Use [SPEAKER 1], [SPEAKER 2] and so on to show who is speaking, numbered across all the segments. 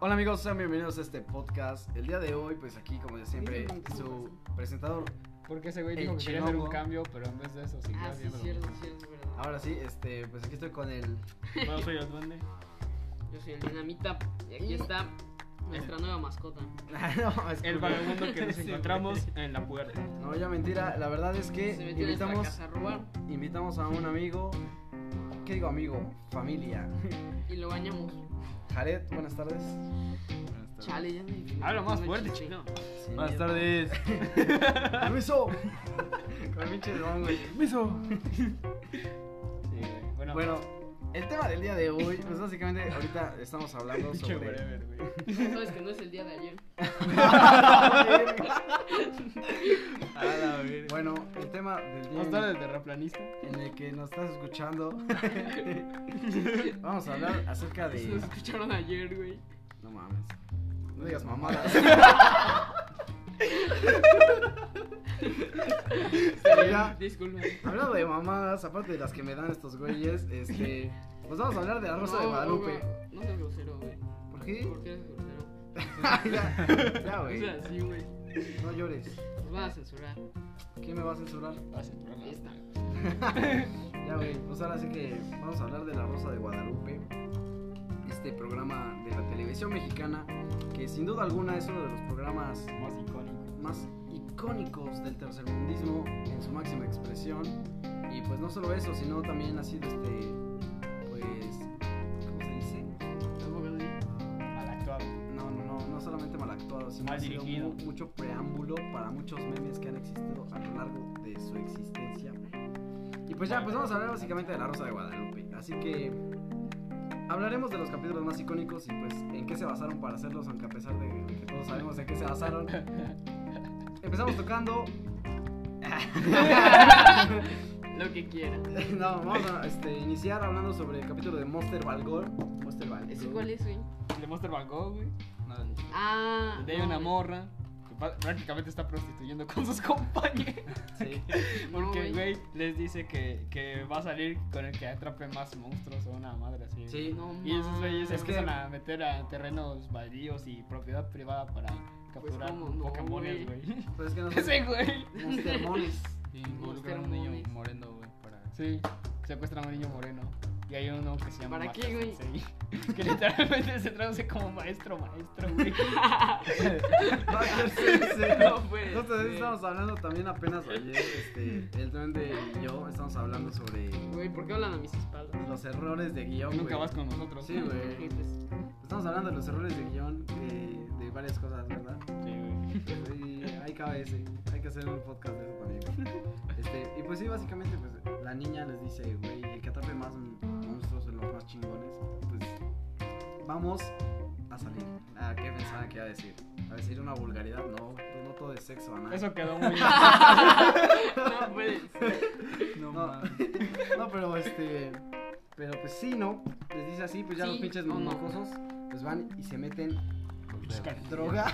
[SPEAKER 1] Hola amigos, sean bienvenidos a este podcast. El día de hoy, pues aquí, como de siempre,
[SPEAKER 2] Dime, ¿cómo
[SPEAKER 1] su
[SPEAKER 3] pues.
[SPEAKER 1] presentador.
[SPEAKER 4] Porque ese güey
[SPEAKER 1] El
[SPEAKER 4] dijo que quería hacer un
[SPEAKER 1] Chinoco.
[SPEAKER 4] cambio, pero en vez de eso siguió
[SPEAKER 2] Ah, sí,
[SPEAKER 4] haciendo
[SPEAKER 2] es
[SPEAKER 4] lo
[SPEAKER 2] cierto,
[SPEAKER 4] mismo.
[SPEAKER 2] sí, es verdad.
[SPEAKER 1] Ahora sí, este, pues aquí estoy con el.
[SPEAKER 3] Bueno, soy el duende.
[SPEAKER 2] Yo soy el dinamita y aquí
[SPEAKER 1] Y-
[SPEAKER 2] está nuestra nueva mascota.
[SPEAKER 1] Ah, No, es
[SPEAKER 3] El
[SPEAKER 1] culpa.
[SPEAKER 3] vagabundo que nos
[SPEAKER 1] Sí, güey.
[SPEAKER 3] encontramos en la puerta.
[SPEAKER 1] No, ya mentira. La verdad es que
[SPEAKER 2] Se metió en esta
[SPEAKER 1] invitamos,
[SPEAKER 2] casa a robar
[SPEAKER 1] invitamos a un amigo. ¿Qué digo amigo? Familia.
[SPEAKER 2] y lo bañamos.
[SPEAKER 1] Jared, buenas tardes.
[SPEAKER 2] Chale, ya me
[SPEAKER 3] Habla más
[SPEAKER 2] me
[SPEAKER 3] fuerte,
[SPEAKER 2] chiste.
[SPEAKER 3] chino.
[SPEAKER 1] Sin
[SPEAKER 5] Buenas
[SPEAKER 1] miedo.
[SPEAKER 5] tardes.
[SPEAKER 1] Permiso. Con el pinche don, güey.
[SPEAKER 5] Miso.
[SPEAKER 4] Sí, güey. Bueno,
[SPEAKER 1] Bueno, el tema del día de hoy, pues básicamente ahorita estamos hablando
[SPEAKER 4] pinche
[SPEAKER 1] sobre.
[SPEAKER 4] whatever, güey.
[SPEAKER 2] Sabes que no es el día de ayer.
[SPEAKER 5] A la verga.
[SPEAKER 1] bueno, el tema del día.
[SPEAKER 4] Más tarde de terraplanista.
[SPEAKER 1] en el que nos estás escuchando. Vamos a hablar acerca
[SPEAKER 2] Se nos
[SPEAKER 1] de.
[SPEAKER 2] escucharon ayer, güey.
[SPEAKER 1] No mames. No digas mamadas. Mira,
[SPEAKER 2] Disculpa.
[SPEAKER 1] hablando de mamadas, aparte de las que me dan estos güeyes, este. Pues vamos a hablar de la Rosa de
[SPEAKER 2] No,
[SPEAKER 1] Guadalupe.
[SPEAKER 2] Olga, No seas grosero, güey.
[SPEAKER 1] ¿Por qué?
[SPEAKER 2] ¿Por qué eres grosero?
[SPEAKER 1] ya, ya,
[SPEAKER 2] O
[SPEAKER 1] güey.
[SPEAKER 2] sea, sí, güey.
[SPEAKER 1] No llores.
[SPEAKER 2] Nos van a censurar.
[SPEAKER 1] ¿Quién me va a censurar?
[SPEAKER 4] Vas a entrar a la-
[SPEAKER 2] Esta.
[SPEAKER 1] Ya, güey, pues ahora sí que vamos a hablar de La Rosa de Guadalupe, este programa de la televisión mexicana, que sin duda alguna es uno de los programas
[SPEAKER 4] Más icónico.
[SPEAKER 1] más icónicos del tercermundismo en su máxima expresión. Y pues no solo eso, sino también ha sido este, pues, ¿cómo se dice?
[SPEAKER 2] Tampoco así.
[SPEAKER 4] Al actuar.
[SPEAKER 1] No, no, no, no solamente mal actuado, sino
[SPEAKER 3] Mal
[SPEAKER 1] ha sido
[SPEAKER 3] dirigido.
[SPEAKER 1] mu- mucho preámbulo para muchos memes que han existido a lo largo de su existencia. Y pues ya, pues vamos a hablar básicamente de la Rosa de Guadalupe. Así que hablaremos de los capítulos más icónicos y pues en qué se basaron para hacerlos, aunque a pesar de de que todos sabemos en qué se basaron. Empezamos tocando.
[SPEAKER 2] Lo que quiera.
[SPEAKER 1] no, vamos a este, iniciar hablando sobre el capítulo de Monster Valgor. Monster Valgor.
[SPEAKER 2] ¿Ese cuál es, güey?
[SPEAKER 4] El de Monster Van Gogh, güey.
[SPEAKER 2] Ah.
[SPEAKER 4] Donde hay
[SPEAKER 2] no,
[SPEAKER 4] una
[SPEAKER 2] güey.
[SPEAKER 4] morra que pa- prácticamente está prostituyendo con sus compañeros.
[SPEAKER 1] Sí.
[SPEAKER 2] No,
[SPEAKER 4] Porque, güey, les dice que, que va a salir con el que atrape más monstruos o una madre así.
[SPEAKER 1] Sí.
[SPEAKER 2] No,
[SPEAKER 4] Y esos güeyes se
[SPEAKER 1] Es que-
[SPEAKER 4] empiezan a meter a terrenos baldíos y propiedad privada para capturar
[SPEAKER 2] Pues, ¿cómo no,
[SPEAKER 4] pokémones,
[SPEAKER 2] güey?
[SPEAKER 4] güey.
[SPEAKER 1] Pero es que no
[SPEAKER 4] Ese güey.
[SPEAKER 1] Monster Mones.
[SPEAKER 5] Y involucra a un niño moreno, güey, para.
[SPEAKER 4] Sí, secuestran a un niño moreno. Y hay uno que se llama.
[SPEAKER 2] ¿Para
[SPEAKER 4] Master
[SPEAKER 2] qué, güey?
[SPEAKER 4] Sensei, Que literalmente se traduce como maestro, maestro, güey.
[SPEAKER 1] Master Sensei.
[SPEAKER 2] No puede
[SPEAKER 1] Nosotros
[SPEAKER 2] ser.
[SPEAKER 1] estábamos hablando también apenas ayer, este, el duende y yo estamos hablando sobre
[SPEAKER 2] Güey, ¿por qué hablan a mis espaldas?
[SPEAKER 1] los errores de guión.
[SPEAKER 4] Nunca
[SPEAKER 1] güey.
[SPEAKER 4] vas con nosotros.
[SPEAKER 1] Sí, güey. Estamos hablando de los errores de guión de, de varias cosas, ¿verdad?
[SPEAKER 4] Sí, güey.
[SPEAKER 1] Y hay KBS, hay que hacer un podcast de eso también. Este, y pues sí, básicamente pues, la niña les dice, güey, el que atrape más monstruos de los más chingones, pues vamos a salir. Ah, ¿qué pensaba que iba a decir? A decir una vulgaridad, no, no todo es sexo, ¿no?
[SPEAKER 4] Eso quedó muy.
[SPEAKER 2] No puede ser.
[SPEAKER 1] No.
[SPEAKER 5] No, mames.
[SPEAKER 1] No, pero este. Pero pues sí, ¿no? Les dice así, pues ya
[SPEAKER 2] Sí,
[SPEAKER 1] los pinches
[SPEAKER 2] ¿o no?
[SPEAKER 1] mocosos pues van y se meten pues, droga.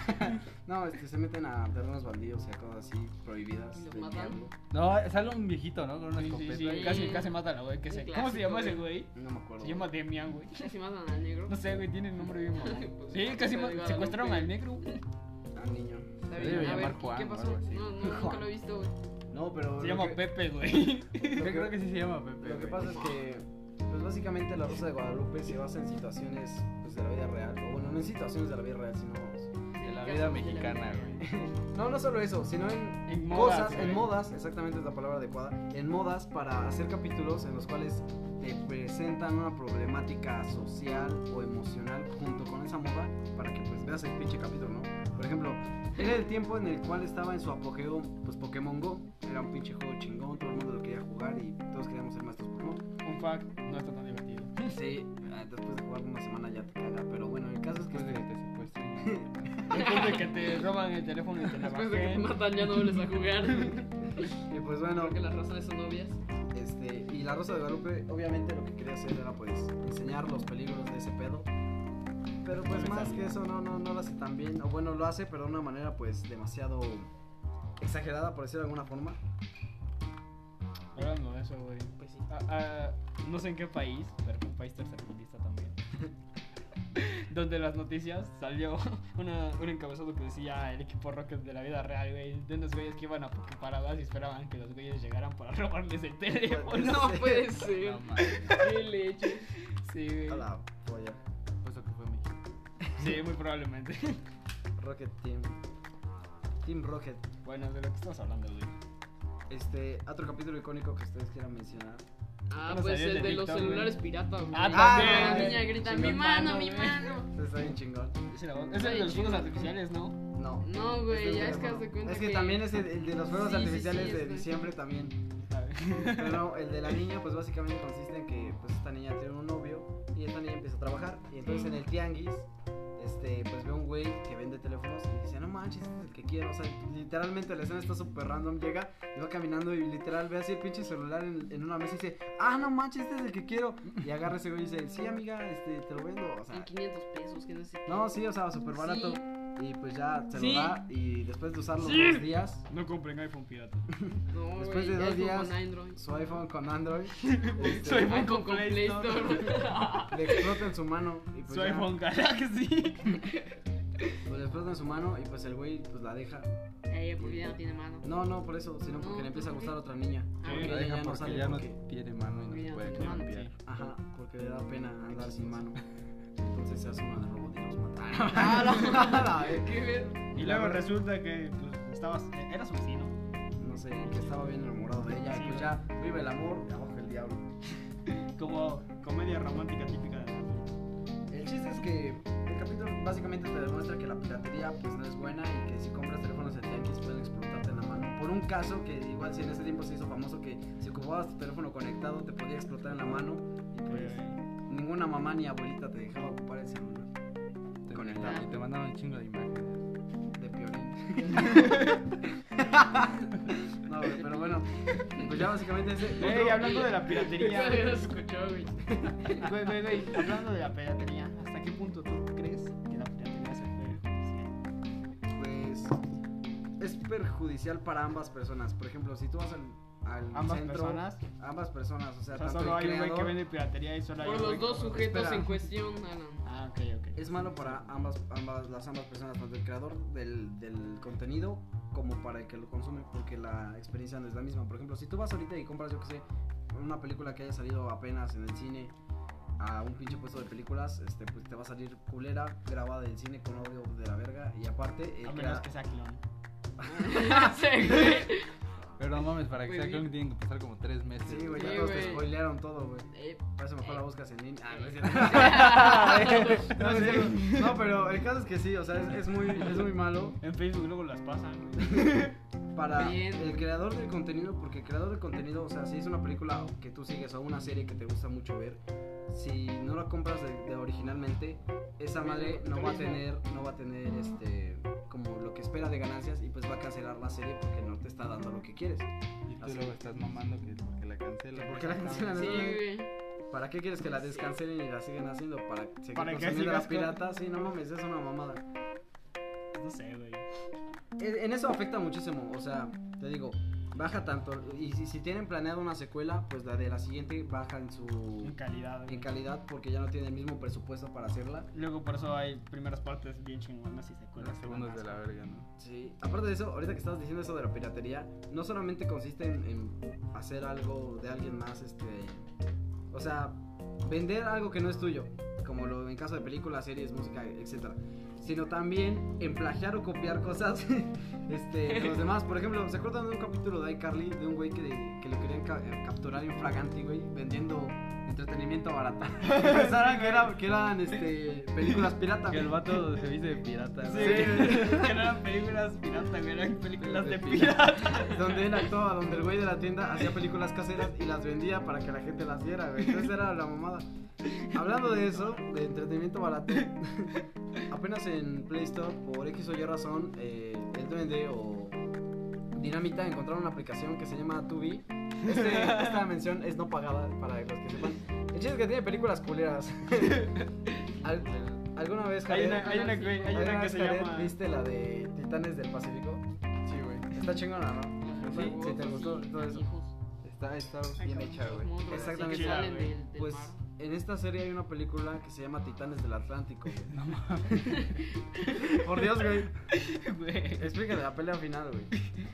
[SPEAKER 1] no, este, se meten a terrenos bandidos y a cosas así prohibidas.
[SPEAKER 2] ¿Y los
[SPEAKER 1] del
[SPEAKER 2] matan?
[SPEAKER 1] diablo.
[SPEAKER 5] No, sale un viejito, ¿no? Con una
[SPEAKER 4] Sí, sí,
[SPEAKER 5] escopeta.
[SPEAKER 4] sí, Casi, casi mata a la güey. que
[SPEAKER 2] Sí,
[SPEAKER 4] se- ¿Cómo se llama
[SPEAKER 2] clásico,
[SPEAKER 4] ese güey?
[SPEAKER 1] No me acuerdo.
[SPEAKER 4] Se llama Demian, güey.
[SPEAKER 2] Casi matan al negro.
[SPEAKER 4] No sé, güey, tiene el nombre bien mamón.
[SPEAKER 2] Pues,
[SPEAKER 4] Sí,
[SPEAKER 2] no,
[SPEAKER 4] casi
[SPEAKER 2] no,
[SPEAKER 4] ma-
[SPEAKER 2] no, no,
[SPEAKER 4] secuestraron
[SPEAKER 2] no,
[SPEAKER 4] al negro, güey.
[SPEAKER 1] Ah, niño.
[SPEAKER 2] Está
[SPEAKER 5] Se
[SPEAKER 2] bien,
[SPEAKER 5] debe
[SPEAKER 2] a ver,
[SPEAKER 5] llamar
[SPEAKER 2] ¿qué-
[SPEAKER 5] Juan
[SPEAKER 2] ¿qué
[SPEAKER 5] o
[SPEAKER 2] pasó?
[SPEAKER 5] algo así.
[SPEAKER 2] No, no, nunca lo he visto, güey.
[SPEAKER 1] No, pero.
[SPEAKER 4] Se
[SPEAKER 1] lo
[SPEAKER 4] llama
[SPEAKER 1] que-
[SPEAKER 4] Pepe, güey.
[SPEAKER 1] lo
[SPEAKER 5] Yo
[SPEAKER 1] que-
[SPEAKER 5] creo que sí se llama Pepe.
[SPEAKER 1] Lo que
[SPEAKER 5] güey.
[SPEAKER 1] pasa es que, pues básicamente la Rosa de Guadalupe se basa en situaciones pues, de la vida real. O bueno, no en situaciones de la vida real, sino.
[SPEAKER 5] De la
[SPEAKER 2] Casos
[SPEAKER 5] vida mexicana, güey.
[SPEAKER 1] No, no solo eso, sino en
[SPEAKER 4] En
[SPEAKER 1] cosas,
[SPEAKER 4] güey.
[SPEAKER 1] en modas, exactamente es la palabra adecuada, en modas para hacer capítulos en los cuales te presentan una problemática social o emocional junto con esa moda para que pues veas el pinche capítulo, ¿no? Por ejemplo, era el tiempo en el cual estaba en su apogeo pues Pokémon Go, era un pinche juego chingón, todo el mundo lo quería jugar y todos queríamos ser maestros Pokémon.
[SPEAKER 4] Un fact, no está tan divertido.
[SPEAKER 1] Sí, ah, después de jugar una semana ya te caga, pero bueno, el caso es que este,
[SPEAKER 5] Después de que te secuestren.
[SPEAKER 4] Después de que te roban el teléfono y te la
[SPEAKER 2] Después de que te
[SPEAKER 4] bajen.
[SPEAKER 2] matan ya no vuelves a jugar.
[SPEAKER 1] y pues bueno,
[SPEAKER 2] Porque las razones son obvias.
[SPEAKER 1] Este, y la Rosa de Guadalupe, obviamente lo que quería hacer era pues enseñar los peligros de ese pedo. Pero pues
[SPEAKER 4] les
[SPEAKER 1] más
[SPEAKER 4] salió.
[SPEAKER 1] que eso no, no, no lo hace tan bien. O bueno, lo hace, pero de una manera pues demasiado exagerada, por decirlo de alguna forma.
[SPEAKER 4] Hablando de eso, güey.
[SPEAKER 2] Pues sí.
[SPEAKER 4] Ah, ah, no sé en qué país, pero fue un país tercermundista también.
[SPEAKER 6] donde las noticias salió una- un encabezado que decía el equipo Rocket de la vida real, güey, de unos güeyes que iban a paradas y esperaban que los güeyes llegaran para robarles el teléfono.
[SPEAKER 2] No puede ser.
[SPEAKER 5] No mames.
[SPEAKER 2] Qué leche.
[SPEAKER 6] Sí, güey.
[SPEAKER 1] A la polla.
[SPEAKER 5] Puesto que fue México.
[SPEAKER 6] Sí, muy probablemente.
[SPEAKER 1] Rocket Team. Team Rocket.
[SPEAKER 6] Bueno, de lo que estamos hablando, güey.
[SPEAKER 1] Este, otro capítulo icónico que ustedes quieran mencionar.
[SPEAKER 2] Ah,
[SPEAKER 6] Apenas
[SPEAKER 2] pues
[SPEAKER 6] salió
[SPEAKER 2] el
[SPEAKER 6] el de
[SPEAKER 2] de los
[SPEAKER 6] TikTok,
[SPEAKER 2] celulares
[SPEAKER 6] güey.
[SPEAKER 2] pirata, güey.
[SPEAKER 6] Ah,
[SPEAKER 1] también,
[SPEAKER 2] la
[SPEAKER 1] güey.
[SPEAKER 2] niña grita,
[SPEAKER 6] Sí,
[SPEAKER 2] mi
[SPEAKER 6] mi
[SPEAKER 2] mano,
[SPEAKER 6] mano,
[SPEAKER 2] mi
[SPEAKER 6] güey".
[SPEAKER 2] mano.
[SPEAKER 1] Este está bien chingón.
[SPEAKER 6] Ese era- Es el de los fuegos artificiales, ¿no?
[SPEAKER 1] No.
[SPEAKER 2] No, güey,
[SPEAKER 1] Este
[SPEAKER 2] ya es
[SPEAKER 1] bueno.
[SPEAKER 2] que haz de cuenta
[SPEAKER 1] Es que también es el, el de los fuegos
[SPEAKER 2] Sí, sí, sí,
[SPEAKER 1] artificiales de
[SPEAKER 2] este.
[SPEAKER 1] diciembre también.
[SPEAKER 6] A ver.
[SPEAKER 1] Pero no, el de la niña, pues básicamente consiste en que pues esta niña tiene un novio y esta niña empieza a trabajar. Y entonces en el tianguis, este, pues ve un güey que vende teléfonos y dice, no manches, este es el que quiero. O sea, literalmente la escena está súper random. Llega y va caminando y literal ve así el pinche celular en, en una mesa y dice, ah, no manches, este es el que quiero. Y agarra ese güey y dice, sí, amiga, este, te lo vendo. O sea,
[SPEAKER 2] En 500 pesos, que no sé.
[SPEAKER 1] no, sí, o sea, súper barato.
[SPEAKER 2] Sí.
[SPEAKER 1] Y pues ya se
[SPEAKER 2] Sí.
[SPEAKER 1] lo da y después de usarlo
[SPEAKER 6] Sí.
[SPEAKER 1] dos días,
[SPEAKER 4] No compren iPhone pirata.
[SPEAKER 2] No,
[SPEAKER 1] Después
[SPEAKER 2] güey,
[SPEAKER 1] de dos
[SPEAKER 2] ya es
[SPEAKER 1] días-
[SPEAKER 2] Con Android.
[SPEAKER 1] su iPhone con Android. este,
[SPEAKER 6] Su iPhone
[SPEAKER 2] Ah, con con Play Store.
[SPEAKER 1] le explota en su mano y pues
[SPEAKER 6] Su
[SPEAKER 1] ya,
[SPEAKER 6] iPhone Galaxy.
[SPEAKER 1] pues le explota en su mano y pues el güey pues la deja.
[SPEAKER 2] Eh, porque ya no tiene mano.
[SPEAKER 1] No, no por eso, sino porque
[SPEAKER 2] No,
[SPEAKER 1] le empieza a
[SPEAKER 2] ¿por qué?
[SPEAKER 1] gustar otra niña.
[SPEAKER 2] Ah,
[SPEAKER 1] Porque
[SPEAKER 2] ok.
[SPEAKER 1] ella
[SPEAKER 5] La deja
[SPEAKER 1] ya no
[SPEAKER 5] porque
[SPEAKER 1] sale
[SPEAKER 5] ya no
[SPEAKER 1] porque,
[SPEAKER 5] tiene mano y no
[SPEAKER 2] Mira,
[SPEAKER 5] se puede
[SPEAKER 2] tu mano,
[SPEAKER 5] cambiar.
[SPEAKER 1] ajá, porque le da pena andar sin mano. Entonces se hace una de robot y nos mata.
[SPEAKER 2] Ah, la-
[SPEAKER 1] La ve-
[SPEAKER 2] ¿Qué ver?
[SPEAKER 4] Y luego resulta que pues, estabas. Era su vecino.
[SPEAKER 1] no sé, que estaba bien enamorado de ella. y Pues ya vive el amor, abajo el diablo.
[SPEAKER 4] Como comedia romántica típica de la
[SPEAKER 1] El chiste es que el capítulo básicamente te demuestra que la piratería pues no es buena y que si compras teléfonos de tianguis pueden explotarte en la mano. Por un caso que igual si en ese tiempo se hizo famoso que si ocupabas tu teléfono conectado te podía explotar en la mano y pues ninguna mamá ni abuelita te dejaba ocupar el celular
[SPEAKER 5] Te
[SPEAKER 1] Conectado.
[SPEAKER 2] Ah.
[SPEAKER 5] mandan- Y te mandan un chingo de imágenes.
[SPEAKER 1] de Piolín. no, güey, pero bueno, pues ya básicamente ese...
[SPEAKER 6] Güey, hablando de la
[SPEAKER 2] Ya
[SPEAKER 6] piratería.
[SPEAKER 2] lo escuchó, güey.
[SPEAKER 6] Güey, güey, güey, hablando de la piratería, ¿hasta qué punto tú crees que la piratería se fue?
[SPEAKER 1] pues es perjudicial para ambas personas. Por ejemplo, si tú vas al, al
[SPEAKER 6] Ambas
[SPEAKER 1] centro,
[SPEAKER 6] personas.
[SPEAKER 1] ambas personas, o sea,
[SPEAKER 6] O sea,
[SPEAKER 1] tanto
[SPEAKER 6] solo
[SPEAKER 1] el
[SPEAKER 6] hay un güey que
[SPEAKER 1] creador-
[SPEAKER 6] vende piratería y solo hay
[SPEAKER 2] Por
[SPEAKER 6] un güey
[SPEAKER 2] los dos
[SPEAKER 6] que-
[SPEAKER 2] sujetos
[SPEAKER 1] espera.
[SPEAKER 2] en cuestión, Alan.
[SPEAKER 6] Ah, ok, ok.
[SPEAKER 1] es malo para ambas, ambas, las ambas personas, tanto el creador del, del contenido como para el que lo consume, porque la experiencia no es la misma. Por ejemplo, si tú vas ahorita y compras, yo que sé, una película que haya salido apenas en el cine a un pinche puesto de películas, este, pues te va a salir culera, grabada del cine con audio de la verga y aparte... eh, el
[SPEAKER 6] A
[SPEAKER 1] crea-
[SPEAKER 6] menos que sea clon.
[SPEAKER 2] Sí, güey.
[SPEAKER 5] Pero no mames, para que
[SPEAKER 2] Güey,
[SPEAKER 5] sea
[SPEAKER 2] bien.
[SPEAKER 5] que tienen que pasar como tres meses.
[SPEAKER 1] Pues Sí, güey, ya
[SPEAKER 2] Sí,
[SPEAKER 1] todos te
[SPEAKER 2] güey.
[SPEAKER 1] spoilearon todo, güey.
[SPEAKER 2] Eh,
[SPEAKER 1] Para eso mejor
[SPEAKER 2] Eh.
[SPEAKER 1] la buscas en línea. Ah, no es cierto.
[SPEAKER 2] Ay,
[SPEAKER 1] No, es cierto. No, pero el caso es que sí, o sea, es, es muy, es muy malo
[SPEAKER 4] En Facebook luego las pasan, güey.
[SPEAKER 1] para
[SPEAKER 2] Bien.
[SPEAKER 1] el creador del contenido, porque el creador del contenido, o sea, si es una película que tú sigues o una serie que te gusta mucho ver, si no la compras de, de originalmente, esa madre no va a tener, no va a tener este como lo que espera de ganancias y pues va a cancelar la serie porque no te está dando lo que quieres.
[SPEAKER 5] Y tú
[SPEAKER 1] Así.
[SPEAKER 5] luego estás mamando que, que la cancelan.
[SPEAKER 1] ¿Por qué la cancelan?
[SPEAKER 2] Sí, güey.
[SPEAKER 1] ¿Para qué quieres que la descancelen y la sigan haciendo? ¿Para seguir
[SPEAKER 4] Para que
[SPEAKER 1] consumiendo las
[SPEAKER 4] sigas con-
[SPEAKER 1] piratas? Sí, no mames, es una mamada. E,
[SPEAKER 4] No sé, güey.
[SPEAKER 1] En en eso afecta muchísimo, o sea, te digo, baja tanto. Y si, si tienen planeado una secuela, pues la de la siguiente baja en
[SPEAKER 4] En
[SPEAKER 1] su
[SPEAKER 4] calidad, güey.
[SPEAKER 1] en calidad porque ya no tiene el mismo presupuesto para hacerla.
[SPEAKER 4] Luego por eso hay primeras partes bien chingonas y
[SPEAKER 5] Las
[SPEAKER 4] secuelas.
[SPEAKER 5] segundas de
[SPEAKER 4] chingonas.
[SPEAKER 5] la verga, ¿no?
[SPEAKER 1] Sí. Aparte de eso, ahorita que estabas diciendo eso de la piratería, no solamente consiste en, en hacer algo de alguien más, este, o sea, vender algo que no es tuyo, como lo en caso de películas, series, música, etcétera, sino también en plagiar o copiar cosas, este, de los demás. Por ejemplo, ¿se acuerdan de un capítulo de iCarly de un güey que, le- que lo querían ca- eh, capturar en Fraganti, güey, vendiendo entretenimiento barato? Pensaban que, era- que eran, este, películas pirata.
[SPEAKER 5] Que el vato se dice pirata.
[SPEAKER 4] Sí,
[SPEAKER 5] ¿no?
[SPEAKER 4] güey. que no eran películas pirata, güey. Eran películas de
[SPEAKER 1] De
[SPEAKER 4] pirata.
[SPEAKER 1] donde él actuaba, donde el güey de la tienda hacía películas caseras y las vendía para que la gente las viera, güey. Entonces era la mamada. Hablando de eso, de entretenimiento barato, apenas en Play Store, por X o Y razón, eh, el duende o Dinamita encontraron una aplicación que se llama Tubi. Este- esta mención es no pagada para los que sepan. El chiste es que tiene películas culeras. Al- ¿Alguna vez,
[SPEAKER 4] Hay
[SPEAKER 1] Jared,
[SPEAKER 4] una, hay una, güey, hay
[SPEAKER 1] alguna
[SPEAKER 4] una que
[SPEAKER 1] vez,
[SPEAKER 4] se
[SPEAKER 1] Jared,
[SPEAKER 4] llama.
[SPEAKER 1] viste la de Titanes del Pacífico?
[SPEAKER 5] Sí, güey.
[SPEAKER 1] Está chingona, ¿no?
[SPEAKER 5] Sí,
[SPEAKER 1] sí, Pues te gustó todo eso.
[SPEAKER 2] Hijos,
[SPEAKER 5] Está, está bien hecha, güey.
[SPEAKER 2] monstruos así que
[SPEAKER 1] Exactamente.
[SPEAKER 2] salen del- del
[SPEAKER 1] Pues
[SPEAKER 2] mar.
[SPEAKER 1] en esta serie hay una película que se llama Titanes del Atlántico. güey.
[SPEAKER 4] No mames,
[SPEAKER 1] Por Dios, güey.
[SPEAKER 4] güey.
[SPEAKER 1] Explícate la pelea final, güey.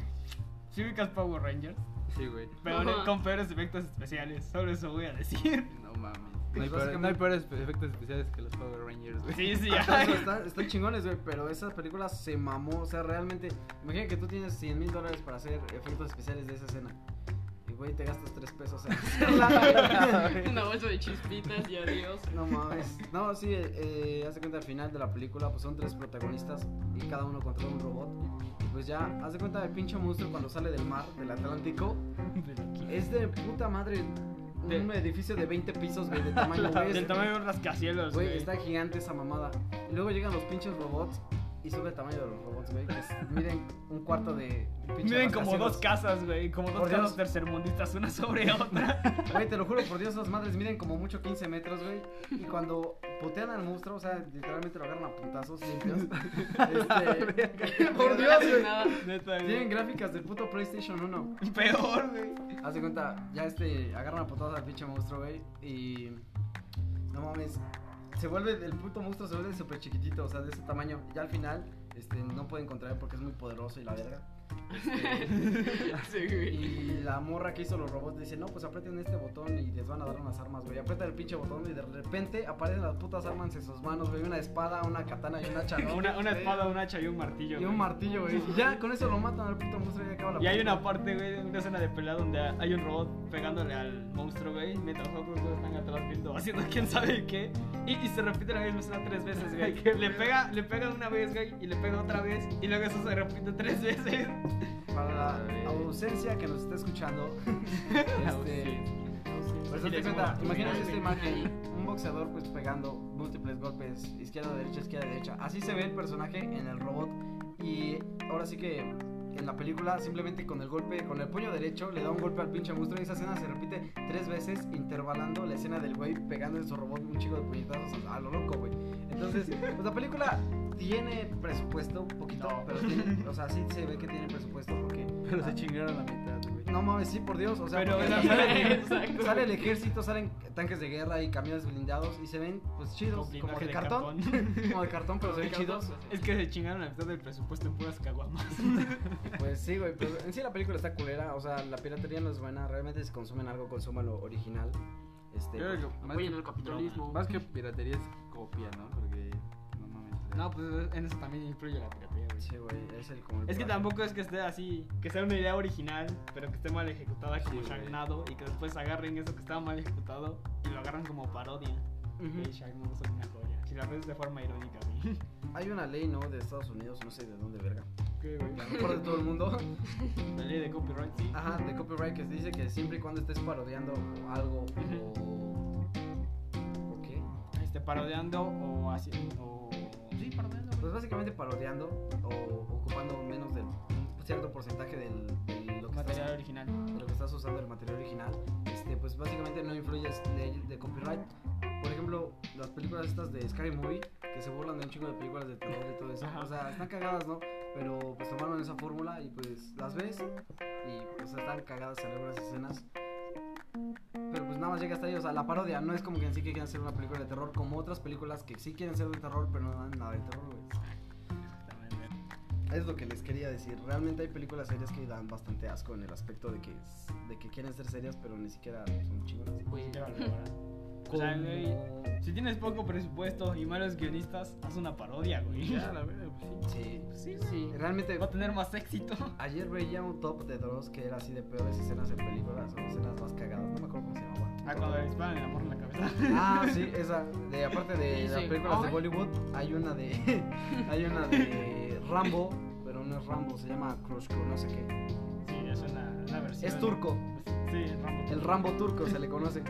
[SPEAKER 4] ¿Sí ubicas Power Rangers?
[SPEAKER 5] Sí, güey.
[SPEAKER 4] Pero
[SPEAKER 2] Ajá.
[SPEAKER 4] con peores efectos especiales. Solo eso voy a decir.
[SPEAKER 5] No mames. No hay,
[SPEAKER 1] Pues
[SPEAKER 5] peor- no
[SPEAKER 1] básicamente-
[SPEAKER 5] hay peores efectos especiales que los Power Rangers, güey.
[SPEAKER 4] Sí, sí,
[SPEAKER 1] O sea,
[SPEAKER 4] ay.
[SPEAKER 1] Están, Ah, están chingones, güey, pero esa película se mamó. O sea, realmente, imagina que tú tienes 100 mil dólares para hacer efectos especiales de esa escena. Y, güey, te gastas 3 pesos en hacerla.
[SPEAKER 2] Una bolsa de chispitas y adiós.
[SPEAKER 1] No mames. No, sí, eh, eh, haz de cuenta al final de la película, pues son tres protagonistas y cada uno controla un robot. Y pues ya, haz de cuenta del pinche monstruo cuando sale del mar, del Atlántico. Es de puta madre un
[SPEAKER 4] De-
[SPEAKER 1] edificio de 20 pisos, güey, de tamaño, güey.
[SPEAKER 4] Del tamaño de un rascacielos,
[SPEAKER 1] Güey,
[SPEAKER 4] güey.
[SPEAKER 1] está gigante esa mamada. Y luego llegan los pinches robots y sube el tamaño de los robots, güey. que es- miden un cuarto de pinche
[SPEAKER 4] Miren como
[SPEAKER 1] rascacielos.
[SPEAKER 4] dos casas, güey. Como dos
[SPEAKER 1] Por Dios.
[SPEAKER 4] casas tercermundistas, una sobre otra.
[SPEAKER 1] Güey, te lo juro, por Dios, esas madres miden como mucho 15 metros, güey. Y cuando putean al monstruo, o sea, literalmente lo agarran a puntazos limpios. Este, por Dios, güey.
[SPEAKER 2] Nada.
[SPEAKER 4] Neta,
[SPEAKER 1] Tienen gráficas del puto PlayStation 1.
[SPEAKER 4] Peor, güey.
[SPEAKER 1] Haz de cuenta, ya este, agarran a putadas al pinche monstruo, güey. Y. No mames. Se vuelve, el puto monstruo se vuelve súper chiquitito, o sea, de ese tamaño. Ya al final, este, no pueden contraer porque es muy poderoso y la verga.
[SPEAKER 2] Sí, güey.
[SPEAKER 1] Y la morra que hizo los robots dice, no, pues aprieten este botón y les van a dar unas armas, güey. Aprieta el pinche botón y de repente aparecen las putas armas en sus manos, güey. Una espada, una katana y un hacha, ¿no?
[SPEAKER 4] Una, una espada, un hacha y un martillo.
[SPEAKER 1] Y un
[SPEAKER 4] güey.
[SPEAKER 1] martillo, güey. Y ya, con eso lo matan al puto monstruo y acaba la
[SPEAKER 4] Y hay
[SPEAKER 1] película.
[SPEAKER 4] una parte, güey, una escena de pelea donde hay un robot pegándole al monstruo, güey, mientras los otros dos están atrás viendo, haciendo quién sabe qué. Y, y se repite la misma escena tres veces, güey. Le pega, le pega una vez, güey, y le pega otra vez, y luego eso se repite tres veces.
[SPEAKER 1] Para la ausencia que nos está escuchando. este, pues hazte cuenta, este imagínense esta imagen, un boxeador pues pegando múltiples golpes, izquierda, derecha, izquierda, derecha. Así se ve el personaje en el robot y ahora sí que en la película simplemente con el golpe, con el puño derecho le da un golpe al pinche monstruo y esa escena se repite tres veces intervalando la escena del güey pegando en su robot un chico de puñetazos a lo loco, güey. Entonces, pues la película tiene presupuesto, un poquito, pero tiene, o sea, sí se ve que tiene presupuesto porque...
[SPEAKER 5] Pero se chingaron la mitad, güey.
[SPEAKER 1] No mames, sí, por Dios. O sea,
[SPEAKER 4] Pero
[SPEAKER 1] porque
[SPEAKER 4] la-
[SPEAKER 1] sale,
[SPEAKER 2] Exacto.
[SPEAKER 1] sale el ejército, salen tanques de guerra y camiones blindados y se ven, pues chidos,
[SPEAKER 4] Con
[SPEAKER 1] como de
[SPEAKER 4] blindaje de
[SPEAKER 1] cartón. Como de cartón, pero se ven chidos.
[SPEAKER 4] Es que se chingaron la mitad del presupuesto en puras caguamas.
[SPEAKER 1] Pues sí, güey. Pero en sí la película está culera. O sea, la piratería no es buena. Realmente, si consumen algo, consuman lo original. Este,
[SPEAKER 5] Yo
[SPEAKER 1] pues,
[SPEAKER 5] creo que más,
[SPEAKER 2] Apoyen el
[SPEAKER 5] que,
[SPEAKER 2] capitalismo.
[SPEAKER 5] más que piratería es copia, ¿no? Porque no mames.
[SPEAKER 4] No, pues en eso también influye la piratería, güey.
[SPEAKER 1] sí, güey. Es el como el
[SPEAKER 4] Es que
[SPEAKER 1] coraje.
[SPEAKER 4] tampoco es que esté así, que sea una idea original, pero que esté mal ejecutada como
[SPEAKER 5] güey.
[SPEAKER 4] Sharknado y que después agarren eso que estaba mal ejecutado y lo agarran como parodia.
[SPEAKER 1] Ujú.
[SPEAKER 4] Güey, Sharknado es una joya. Si la ves de forma irónica, güey.
[SPEAKER 1] Hay una ley, ¿no? De Estados Unidos, no sé de dónde, verga.
[SPEAKER 4] ¿Qué, güey?
[SPEAKER 1] A lo mejor de todo el mundo.
[SPEAKER 4] La ley de copyright, sí.
[SPEAKER 5] Ah.
[SPEAKER 1] Ajá, de copyright que se dice que siempre y cuando estés parodiando algo o. ¿O qué?
[SPEAKER 4] Este, parodiando o haciendo. o- Sí, parodiando.
[SPEAKER 1] Pues básicamente parodiando o ocupando menos del un cierto porcentaje del, de lo que
[SPEAKER 4] Material
[SPEAKER 1] estás,
[SPEAKER 4] original.
[SPEAKER 1] de lo que estás usando el material original, este, pues básicamente no influyes ley de copyright. Por ejemplo, las películas estas de Scary Movie que se burlan de un chingo de películas de terror y todo eso,
[SPEAKER 4] Ajá.
[SPEAKER 1] o sea, están cagadas, ¿no? Pero pues tomaron esa fórmula y pues las ves y pues están cagadas en algunas escenas. Pero pues nada más llega hasta ahí, o sea, la parodia no es como que en sí que quieran hacer una película de terror como otras películas que sí quieren ser de terror, pero no dan nada de terror, güey. Es lo que les quería decir. Realmente hay películas serias que dan bastante asco en el aspecto de que, s- de que quieren ser serias, pero ni siquiera son chingonas.
[SPEAKER 2] Pues,
[SPEAKER 4] Güey, llévalo ahora. O sea, güey, si tienes poco presupuesto y malos guionistas, haz una parodia, güey.
[SPEAKER 5] Ya, la verdad, pues sí.
[SPEAKER 1] Sí.
[SPEAKER 4] Sí,
[SPEAKER 2] Sí.
[SPEAKER 1] Realmente,
[SPEAKER 4] Va a tener más éxito.
[SPEAKER 1] ayer veía un top de Dross que era así de peores escenas en películas o escenas más cagadas. No me acuerdo cómo se llamaba.
[SPEAKER 4] Ah, cuando le disparan el amor en la cabeza.
[SPEAKER 1] Ah, sí, esa. De, aparte de
[SPEAKER 2] Sí,
[SPEAKER 1] las
[SPEAKER 2] sí.
[SPEAKER 1] películas de
[SPEAKER 2] Ay.
[SPEAKER 1] Bollywood, hay una de. hay una de Rambo, pero no es Rambo, se llama Crush Crew, no sé qué.
[SPEAKER 4] Sí, es una, una versión.
[SPEAKER 1] Es turco.
[SPEAKER 4] Sí, el Rambo.
[SPEAKER 1] El Rambo turco se le conoce.